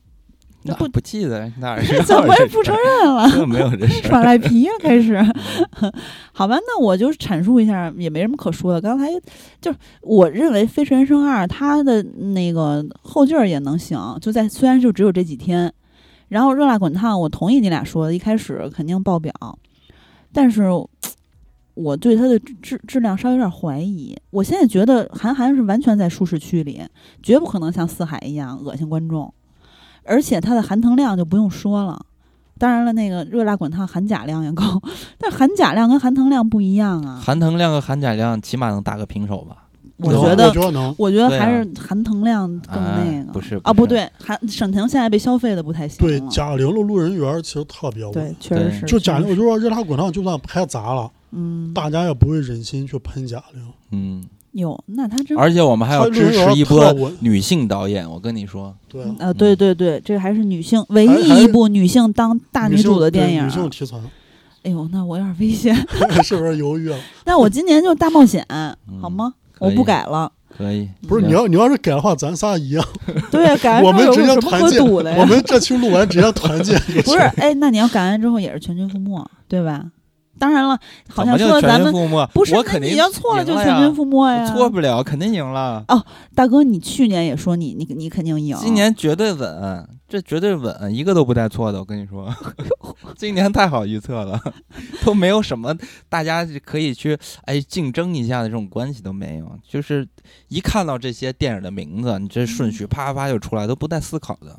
Speaker 1: 那
Speaker 2: 不
Speaker 1: 不记得哪儿是
Speaker 2: 怎么也不承认 了，
Speaker 1: 这没有这事
Speaker 2: 耍
Speaker 1: 儿。
Speaker 2: 赖皮呀、开始。 好吧，那我就阐述一下，也没什么可说的。刚才就是我认为《飞驰人生二》它的那个后劲儿也能行，就在虽然就只有这几天，然后《热辣滚烫》，我同意你俩说的，一开始肯定爆表，但是我对它的质质量稍微有点怀疑。我现在觉得韩寒是完全在舒适区里，绝不可能像四海一样恶心观众，而且它的含糖量就不用说了。当然了，那个热辣滚烫含钾量也高，但含钾量跟含糖量不一样啊。
Speaker 1: 含糖量和含钾量起码能打个平手吧？
Speaker 2: 我
Speaker 3: 能
Speaker 2: 觉
Speaker 3: 我
Speaker 2: 得，嗯
Speaker 3: 觉得能，
Speaker 2: 我觉得
Speaker 1: 对
Speaker 2: 还
Speaker 1: 啊
Speaker 2: 是含糖量更那
Speaker 1: 啊
Speaker 2: 个。
Speaker 1: 不是
Speaker 2: 啊，
Speaker 1: 不
Speaker 2: 不
Speaker 1: 是
Speaker 2: 对，含沈腾现在被消费的不太行
Speaker 3: 对
Speaker 2: 了
Speaker 3: 贾玲的路人缘其实特别稳。
Speaker 2: 对，确实
Speaker 1: 对
Speaker 2: 是。
Speaker 3: 就
Speaker 2: 确
Speaker 3: 贾
Speaker 2: 实
Speaker 3: 玲，我
Speaker 2: 是
Speaker 3: 就说热辣滚烫就算拍砸了，
Speaker 2: 嗯，
Speaker 3: 大家也不会忍心去喷贾玲。
Speaker 1: 嗯，
Speaker 2: 有，那他真
Speaker 1: 而且我们还要
Speaker 3: 他
Speaker 1: 支
Speaker 3: 论文
Speaker 1: 持一
Speaker 3: 特
Speaker 1: 波
Speaker 3: 稳
Speaker 1: 女性导演。我跟你说，
Speaker 3: 对
Speaker 2: 嗯
Speaker 3: 啊，
Speaker 2: 呃，对对对，这还是女性唯
Speaker 3: 还
Speaker 2: 一
Speaker 3: 还
Speaker 2: 一
Speaker 3: 是
Speaker 2: 部女性当大女
Speaker 3: 性
Speaker 2: 主的
Speaker 3: 对
Speaker 2: 电影
Speaker 3: 女性
Speaker 2: 儿。
Speaker 3: 题材
Speaker 2: 哎呦，那我有点危险。
Speaker 3: 是不是犹豫了？
Speaker 2: 那我今年就大冒险，好吗？
Speaker 1: 可
Speaker 2: 我不
Speaker 1: 以
Speaker 2: 改了。
Speaker 1: 可以
Speaker 3: 不是你要你要是改的话，咱仨一样，
Speaker 2: 对，啊改
Speaker 3: 我
Speaker 2: 完之后
Speaker 3: 们直接
Speaker 2: 有什么
Speaker 3: 团
Speaker 2: 可
Speaker 3: 建，
Speaker 2: 赌的
Speaker 3: 我
Speaker 2: 呀？
Speaker 3: 们这期录完直接团建就行。
Speaker 2: 不是，哎，那你要改完之后也是全军覆没，对吧？当然了，好像
Speaker 1: 怎么
Speaker 2: 说了
Speaker 1: 就
Speaker 2: 咱
Speaker 1: 全军覆
Speaker 2: 们
Speaker 1: 没，
Speaker 2: 不是，
Speaker 1: 我
Speaker 2: 那
Speaker 1: 肯定
Speaker 2: 你要错了就
Speaker 1: 赢
Speaker 2: 全
Speaker 1: 呀
Speaker 2: 军覆没
Speaker 1: 我
Speaker 2: 啊呀。
Speaker 1: 错不了，肯定赢了。
Speaker 2: 大哥，你去年也说你你你肯定赢，
Speaker 1: 今年绝对稳，这绝对稳，一个都不带错的。我跟你 说，今年太好预测了， 都没有什么大家可以去哎竞争一下的这种关系都没有。就是一看到这些电影的名字，你这顺序啪啪啪就出来，都不带思考的。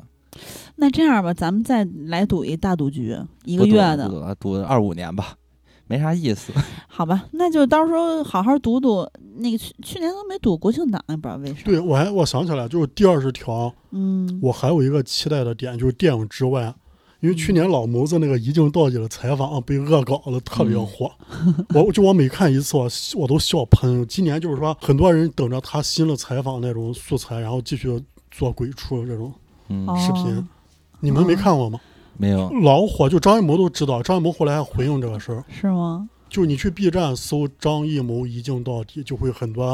Speaker 2: 那这样吧，咱们再来赌一大赌局，一
Speaker 1: 一
Speaker 2: 个月的，
Speaker 1: 赌赌二五年吧，没啥意思。
Speaker 2: 好吧？那就到时候好好赌赌。那个去去年都没赌国庆档，也不知道为啥。
Speaker 3: 对，我还我想起来，就是第二十条，
Speaker 2: 嗯，
Speaker 3: 我还有一个期待的点，就是电影之外，因为去
Speaker 2: 嗯
Speaker 3: 年老谋子那个一镜到底的采访啊被恶搞了，特别
Speaker 1: 嗯
Speaker 3: 火。我就我每看一次，我我都笑喷。今年就是说，很多人等着他新的采访那种素材，然后继续做鬼畜这种。
Speaker 1: 嗯，
Speaker 2: 哦
Speaker 3: 视频你们没看过吗？
Speaker 1: 没有。
Speaker 3: 老火，就张艺谋都知道。张艺谋后来还回应这个事儿，
Speaker 2: 是吗？
Speaker 3: 就你去 B 站搜张艺谋一镜到底，就会很多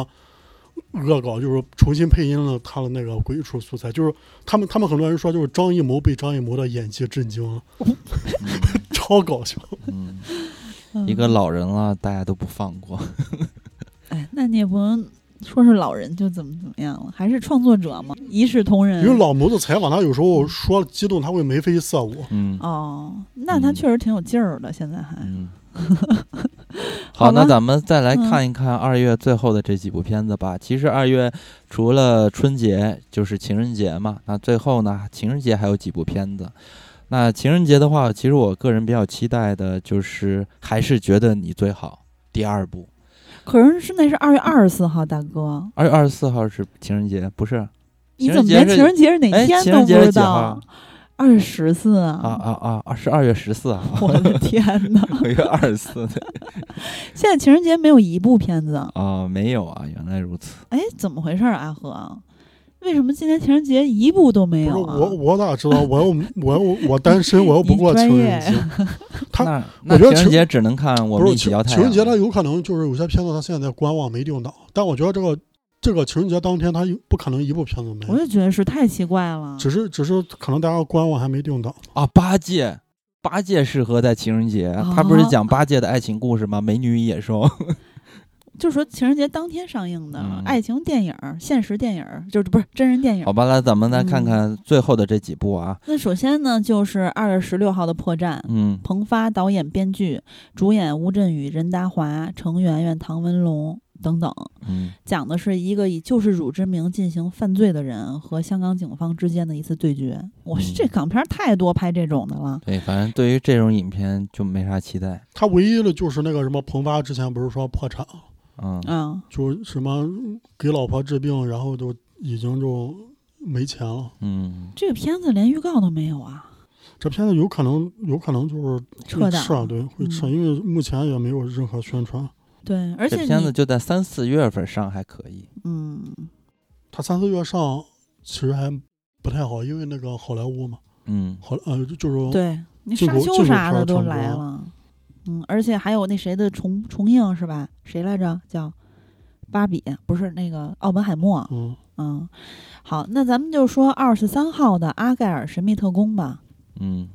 Speaker 3: 恶搞，就是重新配音了他的那个鬼畜素材。就是他们，他们很多人说，就是张艺谋被张艺谋的演技震惊了，超搞笑。
Speaker 1: 嗯，
Speaker 2: 嗯
Speaker 1: 一个老人了，大家都不放过。
Speaker 2: 哎，那你也不能说是老人就怎么怎么样了，还是创作者嘛，一视同仁
Speaker 3: 因。为老谋子采访他，有时候说激动，他会眉飞色舞。
Speaker 1: 嗯
Speaker 2: 哦，那他
Speaker 1: 嗯
Speaker 2: 确实挺有劲儿的，现在还。
Speaker 1: 嗯，
Speaker 2: 好
Speaker 1: 好，那
Speaker 2: 吧
Speaker 1: 咱们再来
Speaker 2: 嗯
Speaker 1: 看一看二月最后的这几部片子吧。其实二月除了春节就是情人节嘛，那最后呢，情人节还有几部片子。那情人节的话，其实我个人比较期待的就是还是觉得你最好第二部。
Speaker 2: 可是是那是二月二十四号，大哥，
Speaker 1: 二月二十四号是情人节，不
Speaker 3: 啊
Speaker 1: 是？
Speaker 2: 你
Speaker 1: 情
Speaker 2: 怎
Speaker 1: 人节
Speaker 2: 么连
Speaker 1: 是
Speaker 2: 情人节是哪
Speaker 1: 哎，
Speaker 2: 天
Speaker 1: 情
Speaker 2: 都
Speaker 1: 人
Speaker 2: 不
Speaker 1: 节
Speaker 2: 知
Speaker 1: 是几
Speaker 2: 道
Speaker 1: 号？？
Speaker 2: 二月十四
Speaker 1: 啊啊啊啊！是二月十四 啊，
Speaker 2: 我的天 哪！
Speaker 1: 一个二十 四的
Speaker 2: 现在情人节没有一部片子，
Speaker 1: 啊，没有啊，原来如此。
Speaker 2: 哎，怎么回事儿？阿和，为什么今年情人节一部都没
Speaker 3: 不是
Speaker 2: 有啊？
Speaker 3: 我，我咋知道？我又我又我单身，我又不
Speaker 2: 你
Speaker 3: 过
Speaker 2: 专
Speaker 3: 情
Speaker 2: 业
Speaker 3: 人节。他
Speaker 1: 那那
Speaker 3: 我觉
Speaker 1: 情
Speaker 3: 得
Speaker 1: 人
Speaker 3: 情
Speaker 1: 节只能看我
Speaker 3: 不
Speaker 1: 们
Speaker 3: 是
Speaker 1: 一起
Speaker 3: 情
Speaker 1: 摇太阳。
Speaker 3: 情人节，它有可能就是有些片子它现在在观望没定档，但我觉得这个这个情人节当天它有不可能一部片子没
Speaker 2: 我
Speaker 3: 有，
Speaker 2: 就觉得是太奇怪了。
Speaker 3: 只是只是可能大家观望还没定档。
Speaker 1: 啊，八戒，八戒适合在情人节，他不是讲八戒的爱情故事吗？美女与野兽，
Speaker 2: 就说情人节当天上映的、
Speaker 1: 嗯
Speaker 2: 爱情电影儿、现实电影儿，就是不是真人电影
Speaker 1: 好。吧，那咱们来看看最后的这几部啊，
Speaker 2: 那首先呢，就是二月十六号的《破绽》。
Speaker 1: 嗯
Speaker 2: 彭发导演、编剧，主演吴镇宇、任达华、程圆圆、唐文龙等等，
Speaker 1: 嗯
Speaker 2: 讲的是一个以救世主之名进行犯罪的人和香港警方之间的一次对决。我
Speaker 1: 嗯
Speaker 2: 这港片儿太多拍这种的了。
Speaker 1: 对，反正对于这种影片就没啥期待，
Speaker 3: 它唯一的就是那个什么彭发之前不是说破产了，
Speaker 1: 嗯
Speaker 2: 嗯，
Speaker 3: 就是什么给老婆治病，然后就已经就没钱了。
Speaker 1: 嗯，
Speaker 2: 这个片子连预告都没有啊，
Speaker 3: 这片子有可能有可能就是
Speaker 2: 撤
Speaker 3: 会
Speaker 2: 档
Speaker 3: 撤，对，会撤，
Speaker 2: 嗯
Speaker 3: 因为目前也没有任何宣传。
Speaker 2: 对，而且
Speaker 1: 这片子
Speaker 2: 你，
Speaker 1: 就在三四月份上还可以，
Speaker 2: 嗯，
Speaker 3: 它三四月上其实还不太好，因为那个好莱坞嘛，
Speaker 1: 嗯
Speaker 3: 好呃就是
Speaker 2: 对你
Speaker 3: 进
Speaker 2: 沙
Speaker 3: 口
Speaker 2: 丘
Speaker 3: 进口
Speaker 2: 啥
Speaker 3: 片
Speaker 2: 的
Speaker 3: 儿
Speaker 2: 都
Speaker 3: 成
Speaker 2: 来
Speaker 3: 功
Speaker 2: 了，嗯，而且还有那谁的重重映是吧？谁来着？叫芭比，不是那个奥本海默，
Speaker 3: 嗯，
Speaker 2: 嗯，好，那咱们就说二十三号的《阿盖尔神秘特工》吧。
Speaker 1: 嗯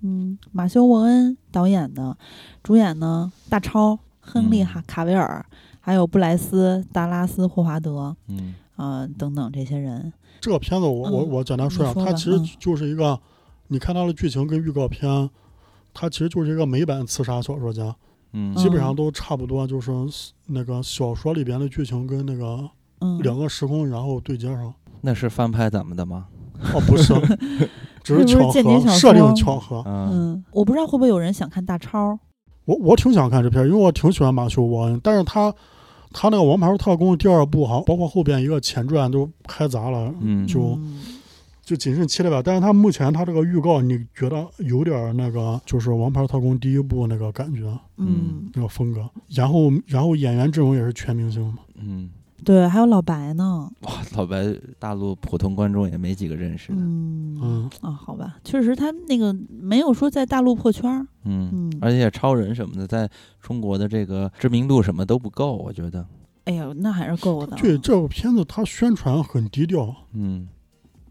Speaker 2: 嗯，马修·沃恩导演的，主演呢大超、亨利·哈
Speaker 1: 嗯
Speaker 2: 卡维尔，还有布莱斯·达拉斯·霍华德，
Speaker 1: 嗯
Speaker 2: 呃，等等这些人。
Speaker 3: 这个片子我我
Speaker 2: 嗯
Speaker 3: 我简单说一
Speaker 2: 你
Speaker 3: 下，
Speaker 2: 说吧
Speaker 3: 它其实
Speaker 2: 嗯
Speaker 3: 就是一个，你看它的剧情跟预告片，它其实就是一个美版刺杀小说家，
Speaker 1: 嗯
Speaker 3: 基本上都差不多，就是那个小说里边的剧情跟那个
Speaker 2: 嗯，
Speaker 3: 两个时空然后对接上。
Speaker 1: 那是翻拍咱们的吗？
Speaker 3: 哦，不是，只
Speaker 2: 那不是
Speaker 3: 巧
Speaker 2: 间谍小
Speaker 3: 合，设定
Speaker 2: 说
Speaker 3: 巧合。
Speaker 1: 嗯
Speaker 2: 嗯，我不知道会不会有人想看大超。
Speaker 3: 我我挺想看这片儿，因为我挺喜欢马修·沃恩，但是他他那个《王牌特工》第二部好像包括后边一个前传都拍砸了，
Speaker 1: 嗯
Speaker 3: 就
Speaker 2: 嗯
Speaker 3: 就谨慎期待吧。但是他目前他这个预告，你觉得有点儿那个，就是《王牌特工》第一部那个感觉，
Speaker 2: 嗯，
Speaker 3: 那个风格。然后，然后演员阵容也是全明星嘛。
Speaker 1: 嗯
Speaker 2: 对，还有老白呢，
Speaker 1: 哇，老白大陆普通观众也没几个认识的，
Speaker 2: 嗯
Speaker 3: 嗯，
Speaker 2: 啊，好吧，确实他那个没有说在大陆破圈儿，
Speaker 1: 嗯，
Speaker 2: 嗯，
Speaker 1: 而且超人什么的在中国的这个知名度什么都不够，我觉得，
Speaker 2: 哎呦，那还是够的。
Speaker 3: 对，这部片子它宣传很低调，
Speaker 1: 嗯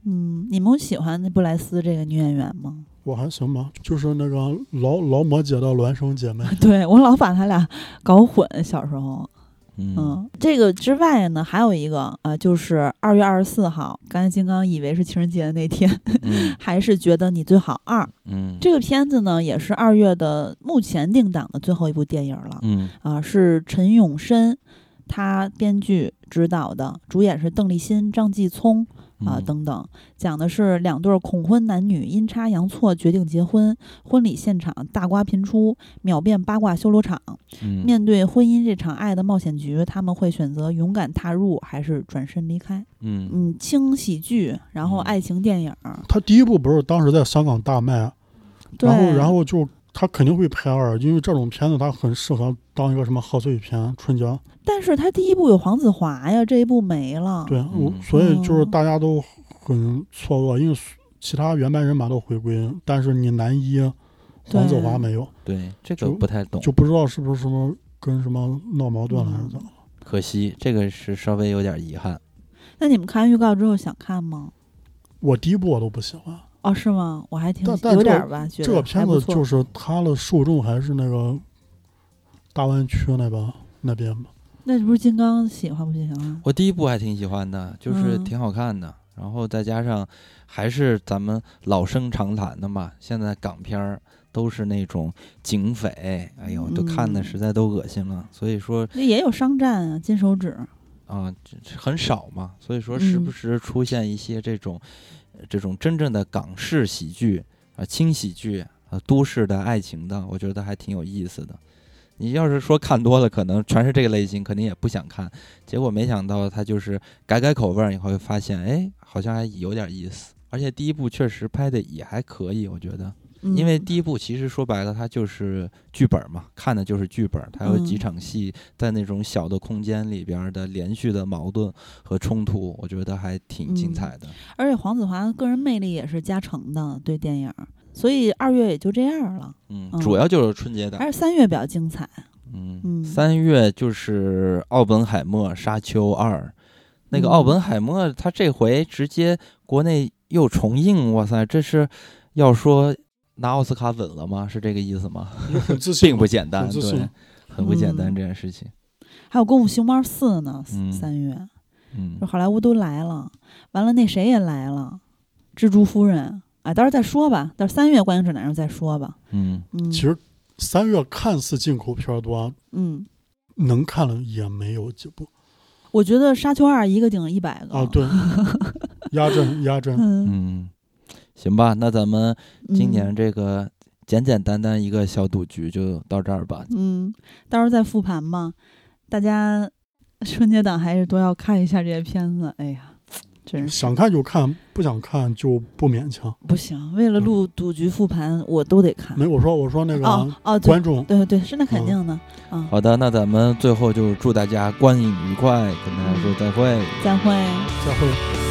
Speaker 2: 嗯，你们喜欢布莱斯这个女演 员吗？
Speaker 3: 我还行吧，就是那个劳劳模姐的孪生姐妹，
Speaker 2: 对我老把他俩搞混，小时候。
Speaker 1: 嗯
Speaker 2: 嗯，这个之外呢，还有一个啊、呃就是二月二十四号，刚才金刚以为是情人节的那天，
Speaker 1: 嗯
Speaker 2: 还是觉得你最好二。
Speaker 1: 嗯
Speaker 2: 这个片子呢，也是二月的目前定档的最后一部电影了。
Speaker 1: 嗯
Speaker 2: 啊、是陈永生他编剧执导的，主演是邓丽欣、张继聪啊、
Speaker 1: 嗯
Speaker 2: 等等，讲的是两对儿恐婚男女阴差阳错决定结婚，婚礼现场大瓜频出，秒变八卦修罗场。
Speaker 1: 嗯
Speaker 2: 面对婚姻这场爱的冒险局，他们会选择勇敢踏入，还是转身离开？
Speaker 1: 嗯
Speaker 2: 嗯，轻喜剧，然后
Speaker 1: 嗯
Speaker 2: 爱情电影，
Speaker 3: 它第一部不是当时在香港大卖，啊
Speaker 2: 对，
Speaker 3: 然后然后就它肯定会拍二，因为这种片子它很适合当一个什么贺岁片、春节
Speaker 2: 但是他第一部有黄子华呀，这一部没了。
Speaker 3: 对，我、
Speaker 1: 嗯
Speaker 3: 所以就是
Speaker 2: 嗯
Speaker 3: 大家都很错愕，因为其他原班人马都回归，但是你男一黄子
Speaker 2: 对
Speaker 3: 华没有，
Speaker 1: 对，这个
Speaker 3: 就
Speaker 1: 不太懂，
Speaker 3: 就不知道是不是什么跟什么闹矛盾了还是怎么。
Speaker 2: 嗯
Speaker 1: 可惜这个是稍微有点遗憾。
Speaker 2: 那你们看预告之后想看吗？
Speaker 3: 我第一部我都不喜欢，
Speaker 2: 哦，是吗？我还挺
Speaker 3: 但但
Speaker 2: 有
Speaker 3: 这
Speaker 2: 点
Speaker 3: 个
Speaker 2: 儿吧，觉得
Speaker 3: 这个片子就是是它的受众还是那个大湾区那边那边吧。
Speaker 2: 那不是金刚喜欢不喜欢啊？
Speaker 1: 我第一部还挺喜欢的，就是
Speaker 2: 嗯
Speaker 1: 挺好看的，然后再加上还是咱们老生常谈的嘛，现在港片儿都是那种警匪，哎呦，都看的
Speaker 2: 嗯
Speaker 1: 实在都恶心了，所以说
Speaker 2: 那也有商战啊，金手指，
Speaker 1: 啊、这这很少嘛，所以说时不
Speaker 2: 嗯
Speaker 1: 时出现一些这种、这种真正的港式喜剧啊、轻喜剧啊、都市的爱情的，我觉得还挺有意思的。你要是说看多了，可能全是这个类型，肯定也不想看。结果没想到他就是改改口味儿以后，发现哎，好像还有点意思。而且第一部确实拍的也还可以，我觉得。
Speaker 2: 嗯
Speaker 1: 因为第一部其实说白了，它就是剧本嘛，看的就是剧本。它有几
Speaker 2: 嗯
Speaker 1: 场戏在那种小的空间里边的连续的矛盾和冲突，我觉得还挺精
Speaker 2: 嗯
Speaker 1: 彩的。
Speaker 2: 而且黄子华个人魅力也是加成的，对电影儿，所以二月也就这样了，
Speaker 1: 嗯，
Speaker 2: 嗯
Speaker 1: 主要就是春节档。
Speaker 2: 而且三月比较精彩。
Speaker 1: 嗯，
Speaker 2: 嗯
Speaker 1: 三月就是《奥本海默：沙丘二》，那个《奥
Speaker 2: 嗯
Speaker 1: 本海默》它这回直接国内又重映，哇塞，这是要说拿奥斯卡稳了吗？是这个意思吗？
Speaker 3: 你很自信
Speaker 1: 并
Speaker 3: 吗，
Speaker 1: 不简单，
Speaker 3: 很自
Speaker 1: 对
Speaker 3: 信，
Speaker 1: 很不简单
Speaker 2: 嗯
Speaker 1: 这件事情。
Speaker 2: 还有《功夫熊猫四》呢，
Speaker 1: 嗯
Speaker 2: 三月
Speaker 1: 嗯
Speaker 2: 就好莱坞都来了，完了那谁也来了，蜘蛛夫人啊，到时候再说吧，到时候三月观影指南上再说吧。
Speaker 1: 嗯。
Speaker 2: 嗯，
Speaker 3: 其实三月看似进口片多，
Speaker 2: 嗯，
Speaker 3: 能看的也没有几部
Speaker 2: 我觉得《沙丘二》一个顶一百个
Speaker 3: 啊。，对，压阵压阵，
Speaker 2: 嗯，
Speaker 1: 嗯，行吧，那咱们今
Speaker 2: 嗯
Speaker 1: 年这个简简单单一个小赌局就到这儿吧。
Speaker 2: 嗯，到时候再复盘吧。大家 春节档还是都要看一下这些片子。哎呀，真是
Speaker 3: 想看就看，不想看就不勉强。
Speaker 2: 不行！为了录赌局复盘，我都得看。
Speaker 3: 没，我说我说那
Speaker 2: 哦
Speaker 3: 个
Speaker 2: 哦，对
Speaker 3: 观众，
Speaker 2: 对对，是那肯定的。啊，
Speaker 1: 好的，那咱们最后就祝大家观影愉快，跟大家说再会。
Speaker 2: 再会。
Speaker 3: 再会。